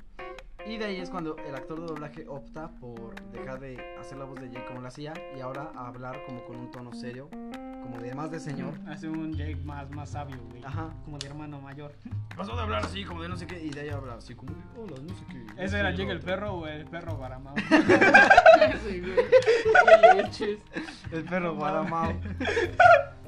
[SPEAKER 1] Y de ahí es cuando el actor de doblaje opta por dejar de hacer la voz de Jake como la hacía y ahora hablar como con un tono serio, como de más de señor.
[SPEAKER 4] Hace un Jake más, más sabio, güey.
[SPEAKER 1] Ajá.
[SPEAKER 4] Como de hermano mayor.
[SPEAKER 1] Pasó de hablar así, como de no sé qué, y de ahí habla así como, hola, no sé qué.
[SPEAKER 4] ¿Ese era Jake el perro o el perro Baramao?
[SPEAKER 2] Sí, güey. Qué leches.
[SPEAKER 1] El perro Guadamao.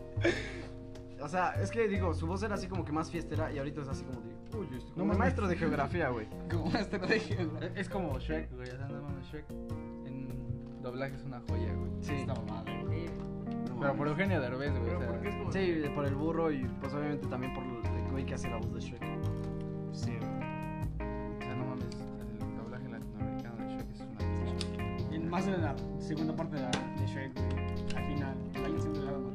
[SPEAKER 1] o sea, es que digo, su voz era así como que más fiestera y ahorita es así como de, oye, este como
[SPEAKER 5] mames.
[SPEAKER 1] maestro de geografía, güey.
[SPEAKER 4] Como este no dije, güey.
[SPEAKER 5] Es como Shrek, güey. O sea, no mames, Shrek en doblaje es una joya, güey.
[SPEAKER 1] Sí,
[SPEAKER 4] Esta mamada, güey.
[SPEAKER 2] Eh,
[SPEAKER 1] no
[SPEAKER 5] Pero por
[SPEAKER 1] mames.
[SPEAKER 5] Eugenio Derbez, güey.
[SPEAKER 2] Pero
[SPEAKER 5] O sea,
[SPEAKER 2] porque es como.
[SPEAKER 1] Sí, por el burro y pues obviamente también por el güey que hace la voz de Shrek.
[SPEAKER 4] Sí, güey.
[SPEAKER 5] o sea, no mames, el doblaje latinoamericano de Shrek es una pinche.
[SPEAKER 4] Y más en la segunda parte de, la, de Shrek, güey. Al final, la lección del lado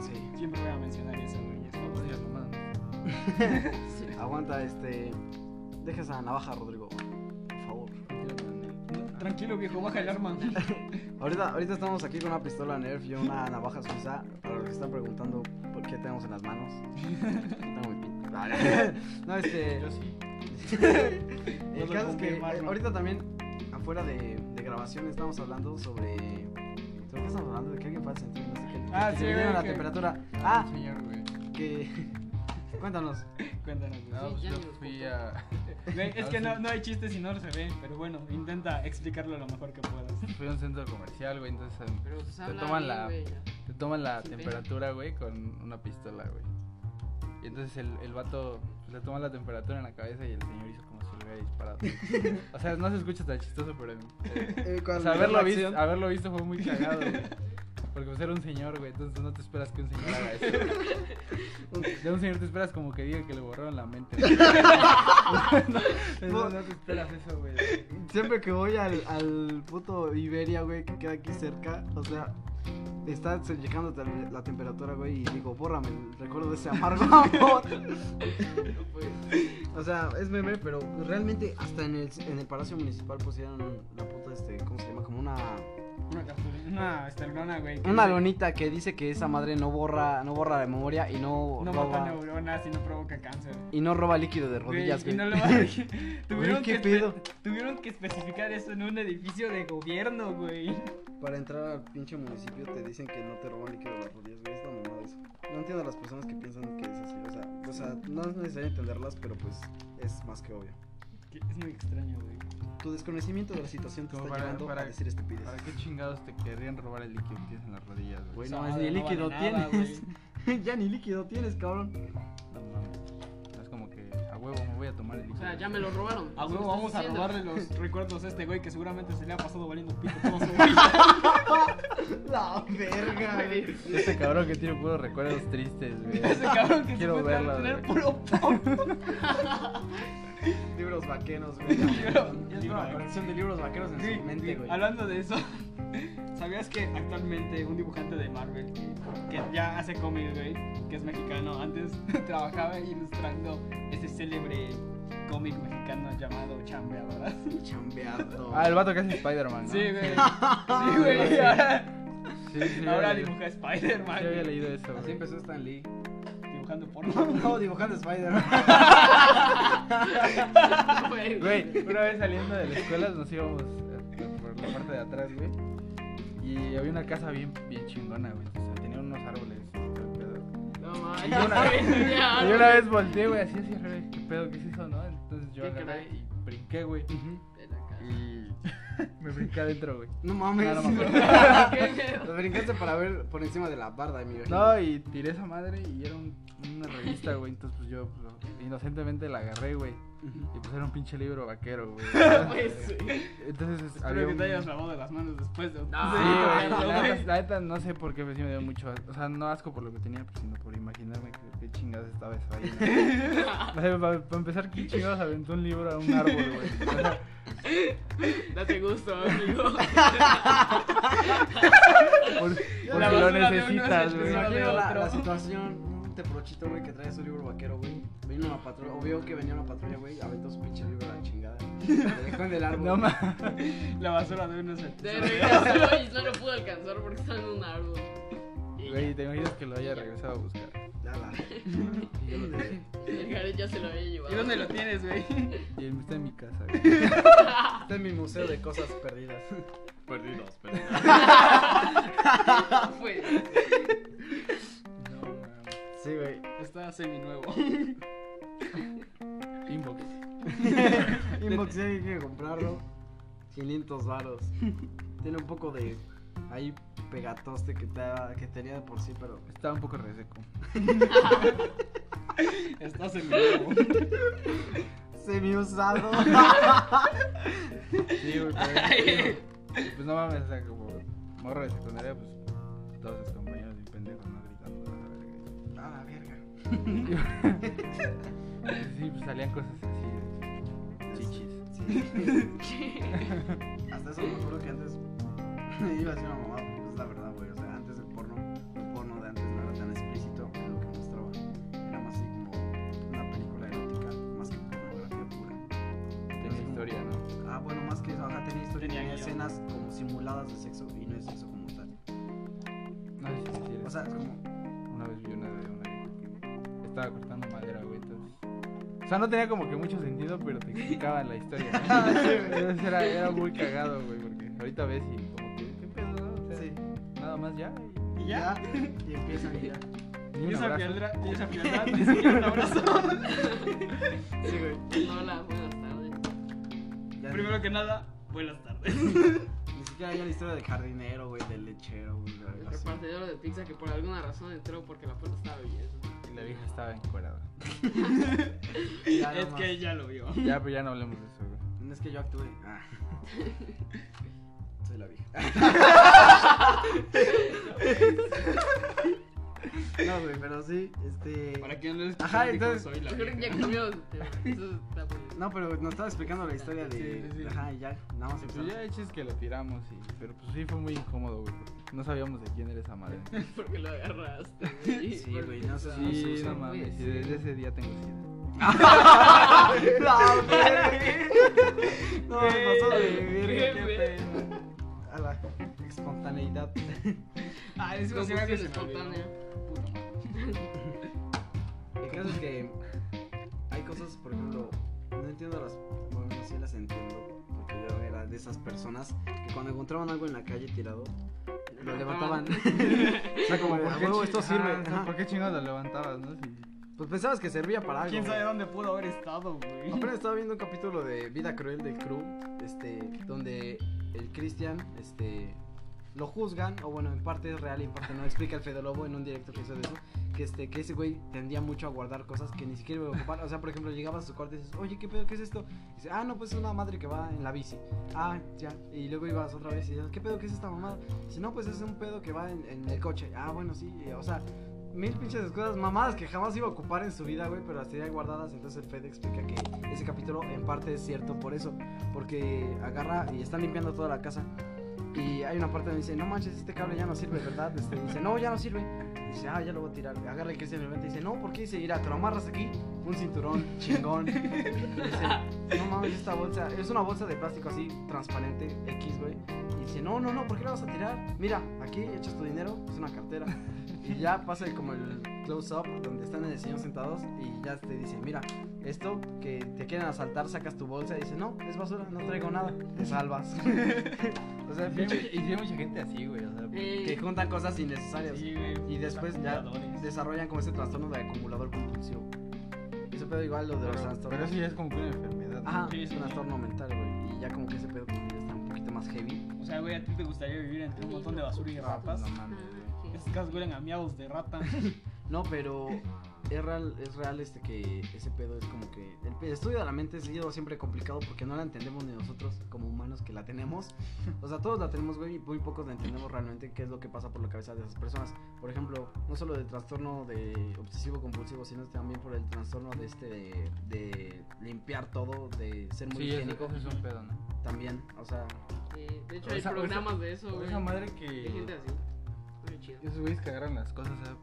[SPEAKER 1] Sí.
[SPEAKER 4] Siempre voy a mencionar eso, güey. Es como-
[SPEAKER 5] Odio, no mames.
[SPEAKER 2] Sí.
[SPEAKER 1] Aguanta, este. Deja esa navaja, Rodrigo. Por favor.
[SPEAKER 4] No, "Mm, Tranquilo, viejo, baja el arma.
[SPEAKER 1] Ahorita, ahorita estamos aquí con una pistola Nerf y una navaja suiza. Para los que están preguntando por qué tenemos en las manos. Tengo mi pito. No, este.
[SPEAKER 5] Yo sí.
[SPEAKER 1] El caso
[SPEAKER 4] No
[SPEAKER 1] es que eh,
[SPEAKER 4] confirmarlo.
[SPEAKER 1] ahorita también, afuera de, de grabación, estamos hablando sobre. ¿Sobre qué estamos hablando? ¿De que alguien fue al centro? No sé qué.
[SPEAKER 4] Ah,
[SPEAKER 1] que
[SPEAKER 4] sí,
[SPEAKER 1] le midieron
[SPEAKER 4] güey,
[SPEAKER 1] la
[SPEAKER 4] que-
[SPEAKER 1] temperatura. Ah,
[SPEAKER 5] Señor, güey.
[SPEAKER 1] que. Cuéntanos.
[SPEAKER 4] Cuéntanos, güey.
[SPEAKER 5] No, pues
[SPEAKER 2] ya
[SPEAKER 5] yo
[SPEAKER 2] ni los
[SPEAKER 5] fui
[SPEAKER 2] contó.
[SPEAKER 5] a.
[SPEAKER 4] Güey, es
[SPEAKER 5] Ah,
[SPEAKER 4] que
[SPEAKER 5] sí.
[SPEAKER 4] no, no hay chistes si no se ve, pero bueno, intenta explicarlo lo mejor que puedas.
[SPEAKER 5] Fui a un centro comercial, güey. Entonces em,
[SPEAKER 2] Pero pues
[SPEAKER 5] te
[SPEAKER 2] habla
[SPEAKER 5] toman
[SPEAKER 2] bien,
[SPEAKER 5] la.
[SPEAKER 2] güey, ya.
[SPEAKER 5] Te toman la
[SPEAKER 2] Sin
[SPEAKER 5] temperatura, güey, con una pistola, güey. Y entonces el, el vato pues, le toma la temperatura en la cabeza y el señor hizo como si le hubiera disparado. o sea, no se escucha tan chistoso, pero. eh, o sea, haberlo, visto, haberlo visto fue muy cagado, güey. Porque pues era un señor, güey, entonces no te esperas que un señor haga eso. De un señor te esperas como que diga que le borraron la mente. güey. no, no te esperas eso, güey.
[SPEAKER 1] Siempre que voy al, al puto Iberia, güey, que queda aquí cerca, o sea, está se- llegando tal- la temperatura, güey, y digo, bórrame el recuerdo de ese amargo amor.
[SPEAKER 2] No, pues.
[SPEAKER 1] o sea, es meme, pero realmente hasta en el, en el Palacio Municipal pusieron la puta, este, ¿cómo se llama? Como una,
[SPEAKER 4] Una cartulina, una estelona, güey. que
[SPEAKER 1] una
[SPEAKER 4] dice,
[SPEAKER 1] lonita que dice que esa madre no borra, no borra la memoria y no,
[SPEAKER 4] No mata
[SPEAKER 1] roba,
[SPEAKER 4] neuronas y no provoca cáncer.
[SPEAKER 1] y no roba líquido de
[SPEAKER 4] Güey,
[SPEAKER 1] rodillas,
[SPEAKER 4] y
[SPEAKER 1] güey.
[SPEAKER 4] no lo va a- tuvieron,
[SPEAKER 1] Güey, ¿qué
[SPEAKER 4] que
[SPEAKER 1] pedo?
[SPEAKER 4] espe- tuvieron que especificar eso en un edificio de gobierno, güey.
[SPEAKER 1] Para entrar al pinche municipio te dicen que no te roban líquido de las rodillas, güey. Es una mamada eso. No entiendo a las personas que piensan que es así. O sea, o sea, no es necesario entenderlas, pero pues es más que obvio.
[SPEAKER 4] que es muy extraño, güey.
[SPEAKER 1] Tu desconocimiento de la situación te
[SPEAKER 5] Como
[SPEAKER 1] está
[SPEAKER 5] para-
[SPEAKER 1] llevando
[SPEAKER 5] para-
[SPEAKER 1] a decir estupideces.
[SPEAKER 5] ¿Para qué chingados te querrían robar el líquido que tienes en las rodillas, güey?
[SPEAKER 1] Güey,
[SPEAKER 4] Esa
[SPEAKER 1] no más
[SPEAKER 4] madre
[SPEAKER 1] ni
[SPEAKER 4] no
[SPEAKER 1] líquido
[SPEAKER 4] vale nada,
[SPEAKER 1] tienes. ya ni líquido tienes, cabrón.
[SPEAKER 5] No mames. No es como que a huevo me voy a tomar el
[SPEAKER 2] O
[SPEAKER 5] líquido.
[SPEAKER 2] sea, ya me lo robaron.
[SPEAKER 4] A
[SPEAKER 2] Eso me
[SPEAKER 4] huevo, Ah, vamos
[SPEAKER 2] estás
[SPEAKER 4] a
[SPEAKER 2] diciendo.
[SPEAKER 4] robarle los recuerdos a este güey que seguramente se le ha pasado valiendo pito todo su vida.
[SPEAKER 1] La verga, güey.
[SPEAKER 5] Este cabrón que tiene puros recuerdos tristes, güey.
[SPEAKER 4] Ese cabrón que
[SPEAKER 5] Quiero
[SPEAKER 4] se puede
[SPEAKER 5] verla,
[SPEAKER 4] tener
[SPEAKER 5] güey.
[SPEAKER 4] puro pop.
[SPEAKER 1] Libros vaqueros, güey.
[SPEAKER 4] Ya
[SPEAKER 1] Ya es una colección de libros vaqueros en
[SPEAKER 4] Sí,
[SPEAKER 1] su mente, güey.
[SPEAKER 4] Hablando de eso, ¿sabías que actualmente un dibujante de Marvel que ya hace cómics, güey, que es mexicano, antes trabajaba ilustrando ese célebre cómic mexicano llamado Chambeadoras?
[SPEAKER 1] Chambeado.
[SPEAKER 5] Ah, el vato que hace Spider-Man, ¿no?
[SPEAKER 4] Sí, güey. Sí, güey. Ahora,
[SPEAKER 5] Sí, sí,
[SPEAKER 4] ahora
[SPEAKER 5] había leído-
[SPEAKER 4] dibuja
[SPEAKER 5] sí había
[SPEAKER 4] Spider-Man.
[SPEAKER 5] leído eso,
[SPEAKER 1] Así
[SPEAKER 5] güey.
[SPEAKER 1] empezó Stan Lee.
[SPEAKER 4] Dibujando porno.
[SPEAKER 1] No, dibujando Spider.
[SPEAKER 2] Güey,
[SPEAKER 5] Güey, una vez saliendo de la escuela nos íbamos eh, por la parte de atrás, güey. Y había una casa bien, bien chingona, güey. O sea, tenía unos árboles. y todo el pedo.
[SPEAKER 2] No mames.
[SPEAKER 5] Y yo una-
[SPEAKER 2] ya,
[SPEAKER 5] Y una vez volteé, güey, así, así, al revés, ¿qué pedo? ¿Qué es eso, no? Entonces yo
[SPEAKER 2] ¿Qué
[SPEAKER 5] agarré
[SPEAKER 2] caray?
[SPEAKER 5] y brinqué, güey.
[SPEAKER 2] Ven acá.
[SPEAKER 5] Y me brinqué adentro, güey.
[SPEAKER 1] No mames.
[SPEAKER 5] No, no mames.
[SPEAKER 2] ¿Qué pedo?
[SPEAKER 1] Los brincaste para ver por encima de la barda, mi imagino.
[SPEAKER 5] No, y tiré esa madre y era un- una revista, güey. Entonces, pues yo pues, inocentemente la agarré, güey. Y pues era un pinche libro vaquero, güey.
[SPEAKER 2] Pues, sí.
[SPEAKER 5] Entonces, había
[SPEAKER 4] Espero que
[SPEAKER 5] un...
[SPEAKER 4] te hayas lavado las manos después de un
[SPEAKER 2] No.
[SPEAKER 5] Sí,
[SPEAKER 2] Ah,
[SPEAKER 5] güey,
[SPEAKER 4] no,
[SPEAKER 5] la,
[SPEAKER 4] güey.
[SPEAKER 5] neta- la neta no sé por qué pues, sí me dio mucho asco. O sea, no asco por lo que tenía, pues, sino por imaginarme que, qué chingados estaba eso ahí. ¿no? O sea, para, para empezar, ¿qué chingados aventó un libro a un árbol, güey? O sea,
[SPEAKER 2] Date gusto, amigo.
[SPEAKER 5] por, por
[SPEAKER 4] La basura
[SPEAKER 5] si lo
[SPEAKER 4] de uno es el
[SPEAKER 5] necesitas,
[SPEAKER 1] Me
[SPEAKER 5] güey.
[SPEAKER 4] tesoro.
[SPEAKER 1] imagino
[SPEAKER 4] de
[SPEAKER 1] la,
[SPEAKER 4] otro.
[SPEAKER 1] la situación, un teprochito, güey, que trae su libro vaquero, güey. Vino una patrulla, o vio que venía una patrulla, güey, aventó su pinche libro a la chingada. Lo dejó en el árbol.
[SPEAKER 5] No
[SPEAKER 1] güey.
[SPEAKER 5] mames.
[SPEAKER 4] La basura de uno es el
[SPEAKER 2] De
[SPEAKER 4] tesoro.
[SPEAKER 2] regreso y no lo pude alcanzar porque estaba en un árbol. Y ya.
[SPEAKER 5] Güey, te imaginas que lo haya regresado a buscar.
[SPEAKER 1] Ya la- Yo lo dejé.
[SPEAKER 2] El Jared ya se lo había llevado.
[SPEAKER 4] ¿Y dónde lo tienes, güey?
[SPEAKER 5] Y él está en mi casa, güey.
[SPEAKER 1] Este es mi museo de cosas perdidas.
[SPEAKER 5] Perdidos, perdidos.
[SPEAKER 2] Ah, fue?
[SPEAKER 5] No mames.
[SPEAKER 1] Sí, güey.
[SPEAKER 4] Está seminuevo.
[SPEAKER 5] Inbox.
[SPEAKER 1] Inbox hay que comprarlo. 500 varos. Tiene un poco de ahí pegatoste que, te- que tenía de por sí, pero
[SPEAKER 5] Estaba un poco reseco.
[SPEAKER 4] Está seminuevo.
[SPEAKER 1] semi usado.
[SPEAKER 5] Sí, güey, pero. y pues no mames, o sea, como morro de secundaria, pues todos sus compañeros bien pendejos, ¿no? Gritando a la verga.
[SPEAKER 1] A
[SPEAKER 5] "Ah,
[SPEAKER 1] la verga.
[SPEAKER 5] Y Sí, pues salían cosas así de chichis.
[SPEAKER 1] Sí. Hasta eso me acuerdo que antes iba a ser una mamada, pero es la verdad, güey. O sea, antes el porno, el porno de antes no era tan explícito en lo que mostraba. Era más así como una película erótica, más que pornografía pura.
[SPEAKER 5] Tenía historia, ¿no?
[SPEAKER 1] Ah, bueno, más que eso, ajá, tenía historia,
[SPEAKER 4] Tenía
[SPEAKER 1] tenía
[SPEAKER 4] guión.
[SPEAKER 1] escenas como simuladas de sexo y no es sexo como tal.
[SPEAKER 5] No sé si
[SPEAKER 1] O sea, es como.
[SPEAKER 5] Una vez vi una de una que estaba cortando madera, güey, entonces. O sea, no tenía como que mucho sentido, pero te explicaba la historia. ¿no? Entonces era, era muy cagado, güey, porque ahorita ves y como que, ¿qué pedo? no? O sea,
[SPEAKER 1] Sí.
[SPEAKER 5] Nada más ya. güey.
[SPEAKER 4] ¿Y
[SPEAKER 1] Ya.
[SPEAKER 4] ya?
[SPEAKER 1] Y empiezan y ya.
[SPEAKER 5] Ni
[SPEAKER 4] ¿Y
[SPEAKER 5] un
[SPEAKER 4] esa
[SPEAKER 5] abrazo.
[SPEAKER 4] piedra? ¿Y esa piedra? ¿Ni siquiera un abrazo?
[SPEAKER 1] Sí, güey.
[SPEAKER 2] Hola, buenas tardes.
[SPEAKER 1] Ya
[SPEAKER 4] Primero que nada, buenas tardes.
[SPEAKER 1] ni, ni siquiera había la historia del jardinero, güey, del lechero, güey, de
[SPEAKER 2] El
[SPEAKER 1] algo así.
[SPEAKER 2] repartidor de pizza que por alguna razón entró porque la puerta estaba abierta.
[SPEAKER 5] Y la vieja estaba encuerada.
[SPEAKER 1] Ya, no
[SPEAKER 4] Es
[SPEAKER 1] más.
[SPEAKER 4] que ya lo vio.
[SPEAKER 5] Ya, pero ya no hablemos de eso, güey.
[SPEAKER 1] No es que yo actué. Ah. Soy la vieja. no, güey, pero sí, este.
[SPEAKER 4] Para quien no escuchó,
[SPEAKER 1] Ajá,
[SPEAKER 4] dijo,
[SPEAKER 1] entonces-
[SPEAKER 4] soy la
[SPEAKER 2] Yo creo que ya
[SPEAKER 4] vieja.
[SPEAKER 2] cambiamos de tema. Eso está bueno.
[SPEAKER 1] No, pero nos estaba explicando la historia de.
[SPEAKER 4] Sí, sí, sí.
[SPEAKER 1] Ajá, y ya, nada más
[SPEAKER 5] Sí, pues
[SPEAKER 1] empezamos.
[SPEAKER 5] ya el chiste es que lo tiramos y... Pero pues sí fue muy incómodo, güey. porque No sabíamos de quién era esa madre.
[SPEAKER 2] Porque lo agarraste. güey.
[SPEAKER 1] Sí, güey, no sé.
[SPEAKER 2] Porque-
[SPEAKER 5] Sí,
[SPEAKER 1] sí,
[SPEAKER 5] no
[SPEAKER 1] sí,
[SPEAKER 5] mames.
[SPEAKER 2] güey,
[SPEAKER 5] Y
[SPEAKER 2] sí.
[SPEAKER 5] desde ese día tengo sida.
[SPEAKER 1] ¡La verga! No, me pasó de
[SPEAKER 2] Qué
[SPEAKER 1] verga.
[SPEAKER 2] pedo.
[SPEAKER 1] A la espontaneidad.
[SPEAKER 4] Ah, es una
[SPEAKER 2] Combustión
[SPEAKER 4] que se me
[SPEAKER 2] espontánea.
[SPEAKER 4] olvidó.
[SPEAKER 1] El caso es que hay cosas, por ejemplo, no entiendo las. Bueno, no sí las entiendo. Porque yo era de esas personas que cuando encontraban algo en la calle tirado, lo levantaban. o sea, como, de, a huevo, esto
[SPEAKER 5] Ajá,
[SPEAKER 1] sirve.
[SPEAKER 5] o sea,
[SPEAKER 1] Ajá.
[SPEAKER 5] ¿Por qué chingados lo levantabas, no? Si-
[SPEAKER 1] Pues pensabas que servía para algo.
[SPEAKER 4] ¿Quién
[SPEAKER 1] güey.
[SPEAKER 4] sabe dónde pudo haber estado, güey?
[SPEAKER 1] Apenas estaba viendo un capítulo de Vida Cruel del Crew, este, donde el Cristian, este, lo juzgan, o bueno, en parte es real y en parte no, explica el Fede Lobo en un directo que hizo de eso, que este, que ese güey tendía mucho a guardar cosas que ni siquiera iba a ocupar, o sea, por ejemplo, llegabas a su cuarto y dices, oye, ¿qué pedo, qué es esto? Y dice, ah, no, pues es una madre que va en la bici, ah, ya, y luego ibas otra vez y dices, ¿qué pedo, qué es esta mamada? Dice, no, pues es un pedo que va en, en el coche, ah, bueno, sí, y, o sea, mil pinches cosas mamadas que jamás iba a ocupar en su vida, güey, pero las tenía guardadas. Entonces el Fed explica que ese capítulo en parte es cierto por eso, porque agarra y están limpiando toda la casa. Y hay una parte donde dice, no manches, este cable ya no sirve, ¿verdad? Este, dice, no, ya no sirve. Dice, ah, ya lo voy a tirar. Agarra el Cristian de repente y dice, no, ¿por qué? Dice, mira, te lo amarras aquí, un cinturón, chingón. Dice, no mames, esta bolsa, es una bolsa de plástico así, transparente, X, güey. Y dice, no, no, no, ¿por qué la vas a tirar? Mira, aquí echas tu dinero, es una cartera. Y ya pasa el- como el close-up donde están en el sillón sentados y ya te dicen, mira, esto que te quieren asaltar, sacas tu bolsa y dices, no, es basura, no traigo nada, te salvas. o sea,
[SPEAKER 5] Y sí hay mucha- y sí hay mucha gente así, güey. O sea,
[SPEAKER 2] Eh,
[SPEAKER 1] que juntan cosas innecesarias
[SPEAKER 4] Sí, güey.
[SPEAKER 1] y después ya desarrollan como ese trastorno de acumulador compulsivo. Eso pedo igual lo de los
[SPEAKER 5] pero, pero
[SPEAKER 1] trastornos.
[SPEAKER 5] eso ya es como que una enfermedad. ¿no?
[SPEAKER 1] Ajá,
[SPEAKER 4] Sí,
[SPEAKER 1] es
[SPEAKER 4] sí,
[SPEAKER 1] un
[SPEAKER 4] sí.
[SPEAKER 1] trastorno mental, güey. Y ya como que ese pedo como ya está un poquito más heavy.
[SPEAKER 4] O sea, güey, ¿a ti te gustaría vivir entre un montón de basura y
[SPEAKER 5] Ah,
[SPEAKER 4] ratas?
[SPEAKER 5] pues, no
[SPEAKER 2] ah,
[SPEAKER 5] mames, güey.
[SPEAKER 2] ok.
[SPEAKER 4] Estas casas huelen a miados de rata.
[SPEAKER 1] No, pero es real, es real este que ese pedo es como que el pe- estudio de la mente es sido siempre complicado porque no la entendemos ni nosotros como humanos que la tenemos. O sea, todos la tenemos, güey, y muy pocos la entendemos realmente qué es lo que pasa por la cabeza de esas personas. Por ejemplo, no solo del trastorno de obsesivo compulsivo, sino también por el trastorno de este de, de limpiar todo, de ser muy
[SPEAKER 5] Sí, eso,
[SPEAKER 1] higiénico
[SPEAKER 5] eso es un pedo, ¿no?
[SPEAKER 1] también, o sea,
[SPEAKER 2] Eh, de hecho,
[SPEAKER 5] O
[SPEAKER 2] hay
[SPEAKER 5] esa- o
[SPEAKER 2] programas
[SPEAKER 5] esa-
[SPEAKER 2] de eso,
[SPEAKER 5] o
[SPEAKER 2] güey.
[SPEAKER 5] Esa madre
[SPEAKER 2] Hay gente
[SPEAKER 5] que.
[SPEAKER 2] así. Muy chido.
[SPEAKER 5] Esos güeyes que agarran las cosas, o sea,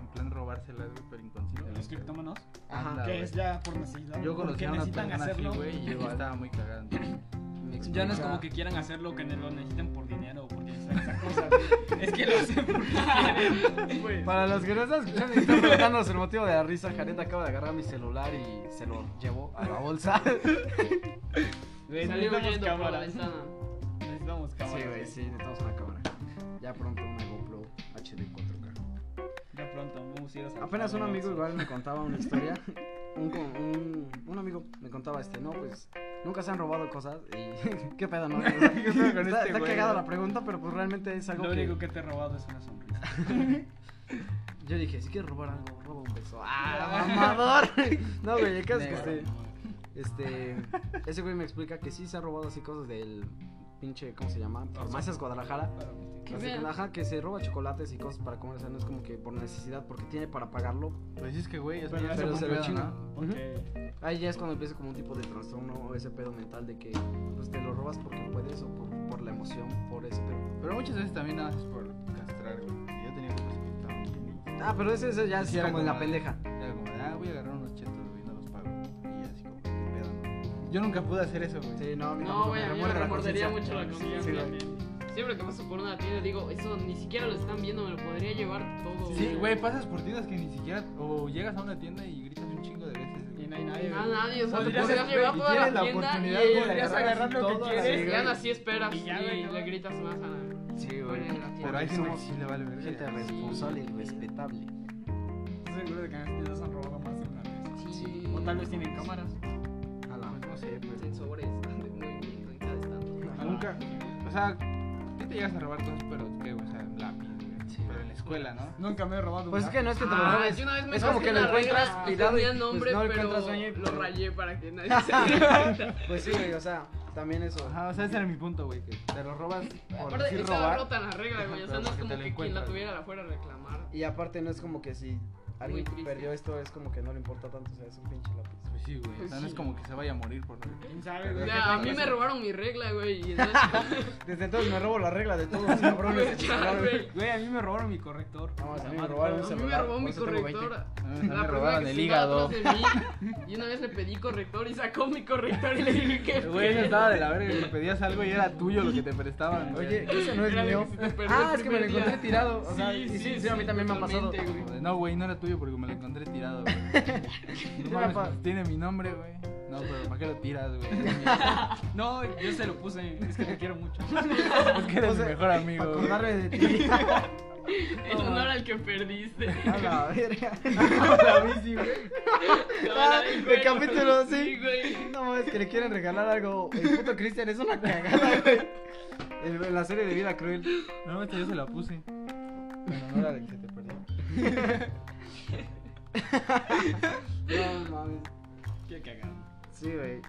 [SPEAKER 5] en plan robárselas, güey, pero inconscientemente.
[SPEAKER 4] Los criptómanos.
[SPEAKER 1] Ajá.
[SPEAKER 5] Anda,
[SPEAKER 4] Que
[SPEAKER 5] güey.
[SPEAKER 4] es ya por necesidad.
[SPEAKER 5] Yo conocí
[SPEAKER 4] porque
[SPEAKER 5] a una
[SPEAKER 4] necesitan
[SPEAKER 5] persona así,
[SPEAKER 4] hacerlo.
[SPEAKER 5] güey, y yo estaba muy cagada. entonces,
[SPEAKER 1] me
[SPEAKER 4] Ya no es
[SPEAKER 1] explica-
[SPEAKER 4] como que quieran hacerlo que lo necesiten por dinero o porque necesitan esa cosa. güey. es que lo hacen porque quieren, güey.
[SPEAKER 1] Para los que no están escuchando y están preguntándonos el motivo de la risa, Jared acaba de agarrar mi celular y se lo llevó a la bolsa.
[SPEAKER 4] Güey,
[SPEAKER 2] Salió
[SPEAKER 4] Necesitamos
[SPEAKER 2] huyendo por la
[SPEAKER 4] cámaras.
[SPEAKER 2] ventana.
[SPEAKER 4] Necesitamos cámaras.
[SPEAKER 1] Sí, güey,
[SPEAKER 4] güey.
[SPEAKER 1] sí, necesitamos una cámara. Ya pronto una GoPro HD 4K.
[SPEAKER 4] Ya pronto, vamos a ir a saltar
[SPEAKER 1] Apenas un
[SPEAKER 4] en
[SPEAKER 1] amigo
[SPEAKER 4] eso.
[SPEAKER 1] igual me contaba una historia. Un, con- un, un amigo me contaba este, no, pues nunca se han robado cosas y qué pedo, ¿no?
[SPEAKER 5] ¿Qué pedo con
[SPEAKER 1] está
[SPEAKER 5] este
[SPEAKER 1] está
[SPEAKER 5] güey,
[SPEAKER 1] cagada
[SPEAKER 5] no?
[SPEAKER 1] la pregunta, pero pues realmente es algo
[SPEAKER 4] Lo
[SPEAKER 1] que
[SPEAKER 4] único que te he robado es una sonrisa.
[SPEAKER 1] yo dije, si quieres robar algo, roba un beso. ¡Ah, mamador! no, güey, el caso es que
[SPEAKER 5] Negro.
[SPEAKER 1] este, este, ese güey me explica que sí se ha robado así cosas del pinche, ¿cómo se llama? Farmacias Guadalajara.
[SPEAKER 2] Qué
[SPEAKER 1] Así que,
[SPEAKER 2] feo.
[SPEAKER 1] ajá, que se roba chocolates y cosas para comer, o sea, no es como que por necesidad, porque tiene para pagarlo.
[SPEAKER 5] Pues sí, es que, güey, es
[SPEAKER 4] Pero
[SPEAKER 5] muy
[SPEAKER 4] ya se
[SPEAKER 5] pero
[SPEAKER 1] fue
[SPEAKER 5] se
[SPEAKER 1] un
[SPEAKER 5] ve
[SPEAKER 1] pedo,
[SPEAKER 5] chino.
[SPEAKER 1] ¿no?
[SPEAKER 4] Porque
[SPEAKER 1] Ahí ya es cuando empieza como un tipo de trastorno o ese pedo mental de que pues, te lo robas porque puedes o por, por la emoción, por ese pedo.
[SPEAKER 5] Pero muchas veces también nada más es por castrar, güey. Yo tenía compas que estaban bien y
[SPEAKER 1] Ah, pero ese, ese ya es
[SPEAKER 5] Sí, era
[SPEAKER 1] como en la
[SPEAKER 5] como-
[SPEAKER 1] pendeja.
[SPEAKER 5] Era como, ah, voy a agarrar unos chetos, güey, no los pago. Y así como, qué pedo, ¿no? Yo nunca pude hacer eso, güey.
[SPEAKER 1] Sí, no, a mí
[SPEAKER 2] No,
[SPEAKER 1] tampoco
[SPEAKER 2] güey, a mí me
[SPEAKER 1] remuerde la
[SPEAKER 2] remordería
[SPEAKER 1] conciencia.
[SPEAKER 2] mucho la comida.
[SPEAKER 1] Sí, güey.
[SPEAKER 2] Siempre que paso por una tienda digo, eso ni siquiera lo están viendo, me lo podría llevar todo.
[SPEAKER 5] Sí, güey, pasas por tiendas que ni siquiera. O llegas a una tienda y gritas un chingo de veces.
[SPEAKER 4] y
[SPEAKER 5] güey.
[SPEAKER 4] no hay nadie.
[SPEAKER 2] No, nadie, o sea, te
[SPEAKER 5] Podrías-
[SPEAKER 2] podrías llevar
[SPEAKER 5] y
[SPEAKER 2] toda
[SPEAKER 5] tienes
[SPEAKER 2] la
[SPEAKER 5] la
[SPEAKER 2] tienda
[SPEAKER 5] oportunidad,
[SPEAKER 2] y
[SPEAKER 5] güey, de
[SPEAKER 2] agarrar
[SPEAKER 5] agarrar lo que
[SPEAKER 4] todo,
[SPEAKER 5] quieres,
[SPEAKER 2] Sí,
[SPEAKER 1] güey.
[SPEAKER 2] ya así esperas y,
[SPEAKER 4] Y ya, güey,
[SPEAKER 2] le
[SPEAKER 4] cabrón.
[SPEAKER 2] gritas más a la
[SPEAKER 1] Sí, güey.
[SPEAKER 2] dueña de la
[SPEAKER 5] Pero
[SPEAKER 2] tienda.
[SPEAKER 5] hay gente que
[SPEAKER 1] somos
[SPEAKER 5] sí le vale verga.
[SPEAKER 1] Gente responsable y respetable.
[SPEAKER 4] Estoy seguro de que en las tiendas han robado más de una vez.
[SPEAKER 2] Sí.
[SPEAKER 4] O tal vez tienen cámaras.
[SPEAKER 1] A la
[SPEAKER 5] Pues no sé, pero-
[SPEAKER 2] Sensores de movimiento en cada Ah, estante.
[SPEAKER 5] Nunca. O sea, ¿qué te llegas a robar cosas? Pero, ¿qué, güey? O sea, lápiz, güey.
[SPEAKER 1] Sí,
[SPEAKER 5] pero en la escuela, ¿no?
[SPEAKER 4] Nunca me he robado
[SPEAKER 1] Pues es
[SPEAKER 4] una.
[SPEAKER 1] que no es que te lo
[SPEAKER 2] Ah,
[SPEAKER 1] robes.
[SPEAKER 2] yo una vez me
[SPEAKER 1] es como
[SPEAKER 2] traje
[SPEAKER 1] que lo
[SPEAKER 2] unas
[SPEAKER 1] encuentras
[SPEAKER 2] reglas
[SPEAKER 1] y dado y,
[SPEAKER 2] tenía
[SPEAKER 1] pues,
[SPEAKER 2] nombre,
[SPEAKER 1] no lo
[SPEAKER 2] pero
[SPEAKER 1] encuentras dueño y
[SPEAKER 2] lo rayé para que nadie se diera cuenta.
[SPEAKER 1] Pues sí, güey, o sea, también eso.
[SPEAKER 5] Ajá, o sea, ese era mi punto, güey. Que te lo robas por
[SPEAKER 2] Aparte,
[SPEAKER 5] decir
[SPEAKER 2] estaba
[SPEAKER 5] robar.
[SPEAKER 2] rota la regla, güey. O sea,
[SPEAKER 5] Pero
[SPEAKER 2] no es
[SPEAKER 5] porque te
[SPEAKER 2] como que
[SPEAKER 5] la
[SPEAKER 2] quien la
[SPEAKER 5] encuentras.
[SPEAKER 2] tuviera la fuera a reclamar.
[SPEAKER 1] Y aparte no es como que si alguien
[SPEAKER 2] triste.
[SPEAKER 1] perdió esto es como que no le importa tanto, o sea, es un pinche lápiz.
[SPEAKER 5] Pues sí, güey. O sea, no es como que se vaya a morir por
[SPEAKER 4] ¿Quién sabe,
[SPEAKER 2] O
[SPEAKER 4] güey?
[SPEAKER 2] sea, a mí me robaron mi regla, güey. Y entonces,
[SPEAKER 1] Desde entonces me robo la regla de todos los cabrones.
[SPEAKER 2] ya, güey.
[SPEAKER 4] Güey, a mí me robaron mi corrector.
[SPEAKER 1] Vamos, a mí me
[SPEAKER 4] Madre,
[SPEAKER 1] robaron un
[SPEAKER 2] A mí me
[SPEAKER 1] celular.
[SPEAKER 2] robó
[SPEAKER 1] por
[SPEAKER 2] mi
[SPEAKER 1] eso tengo 20.
[SPEAKER 2] corrector.
[SPEAKER 5] mí
[SPEAKER 2] La
[SPEAKER 5] me
[SPEAKER 2] persona
[SPEAKER 5] robaron
[SPEAKER 2] que
[SPEAKER 5] el
[SPEAKER 2] se iba
[SPEAKER 5] hígado.
[SPEAKER 2] atrás de mí, Y una vez le pedí corrector y sacó mi corrector y le dije que.
[SPEAKER 5] Güey, yo estaba de la verga que pedías algo y era tuyo lo que te prestaban, güey.
[SPEAKER 1] Oye, que ese no es
[SPEAKER 2] Era de que
[SPEAKER 1] mío.
[SPEAKER 2] se te perdió
[SPEAKER 1] Ah,
[SPEAKER 2] el
[SPEAKER 1] es que me lo
[SPEAKER 2] primer día.
[SPEAKER 1] encontré tirado. O
[SPEAKER 2] Sí,
[SPEAKER 1] sea, y sí, sí,
[SPEAKER 2] sí,
[SPEAKER 1] a mí
[SPEAKER 2] sí,
[SPEAKER 1] también me ha pasado.
[SPEAKER 2] totalmente, güey.
[SPEAKER 5] Joder, No, güey, no era tuyo porque me lo encontré tirado, güey. No
[SPEAKER 1] Era
[SPEAKER 5] mames,
[SPEAKER 1] pa-
[SPEAKER 5] pues, tiene mi nombre, güey. No, pero ¿para qué lo tiras, güey?
[SPEAKER 4] No, yo se lo puse. Es que te quiero mucho.
[SPEAKER 5] Es que eres
[SPEAKER 1] O sea,
[SPEAKER 5] mi mejor
[SPEAKER 1] Para
[SPEAKER 5] amigo. güey.
[SPEAKER 1] acordarme de ti.
[SPEAKER 2] En honor al que perdiste.
[SPEAKER 1] A la verga.
[SPEAKER 4] La bici, güey.
[SPEAKER 2] Te van a dar
[SPEAKER 4] Ah, el
[SPEAKER 2] cuero.
[SPEAKER 4] capítulo, sí.
[SPEAKER 2] güey.
[SPEAKER 4] No mames, que le quieren regalar algo. El puto Cristian es una cagada, güey.
[SPEAKER 1] El- la serie de vida cruel.
[SPEAKER 5] Normalmente yo se la puse. En honor al que te perdió.
[SPEAKER 1] No mames.
[SPEAKER 4] Qué cagada.
[SPEAKER 1] Sí, güey.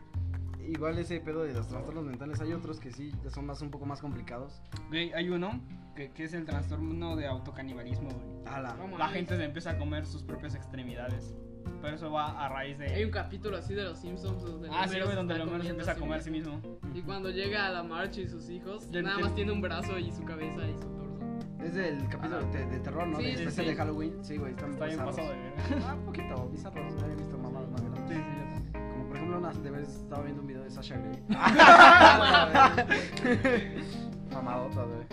[SPEAKER 1] Igual ese pedo de los trastornos mentales, hay otros que sí ya son más un poco más complicados.
[SPEAKER 4] Güey, hay uno que, que es el trastorno de autocanibalismo, güey.
[SPEAKER 1] Ala.
[SPEAKER 2] No
[SPEAKER 4] La
[SPEAKER 2] mames.
[SPEAKER 4] gente se empieza a comer sus propias extremidades. Pero eso va a raíz
[SPEAKER 2] Hay un
[SPEAKER 4] de.
[SPEAKER 2] capítulo así de Pues los Simpsons donde
[SPEAKER 4] Ah,
[SPEAKER 2] Homero
[SPEAKER 4] sí,
[SPEAKER 2] se
[SPEAKER 4] güey,
[SPEAKER 2] está
[SPEAKER 4] donde el Homero se
[SPEAKER 2] comiendo
[SPEAKER 4] empieza a comer a sí
[SPEAKER 2] mismo.
[SPEAKER 4] mismo.
[SPEAKER 2] Y cuando llega a la marcha y sus hijos, nada
[SPEAKER 4] Ya entiendo.
[SPEAKER 2] más tiene un brazo y su cabeza y su torso.
[SPEAKER 1] Es del capítulo
[SPEAKER 5] Ala.
[SPEAKER 1] de, de terror, ¿no?
[SPEAKER 2] Sí,
[SPEAKER 1] de,
[SPEAKER 2] sí,
[SPEAKER 1] especial
[SPEAKER 2] sí.
[SPEAKER 1] de Halloween. Sí, güey, están
[SPEAKER 4] Está bien
[SPEAKER 1] bizarros.
[SPEAKER 4] pasado de ver.
[SPEAKER 1] Ah, un poquito bizarros. no He visto mamadas más
[SPEAKER 4] Sí,
[SPEAKER 1] grandes.
[SPEAKER 4] sí, yo también.
[SPEAKER 1] Como por ejemplo, una de vez estaba viendo un video de Sasha Grey. Mamadota, güey.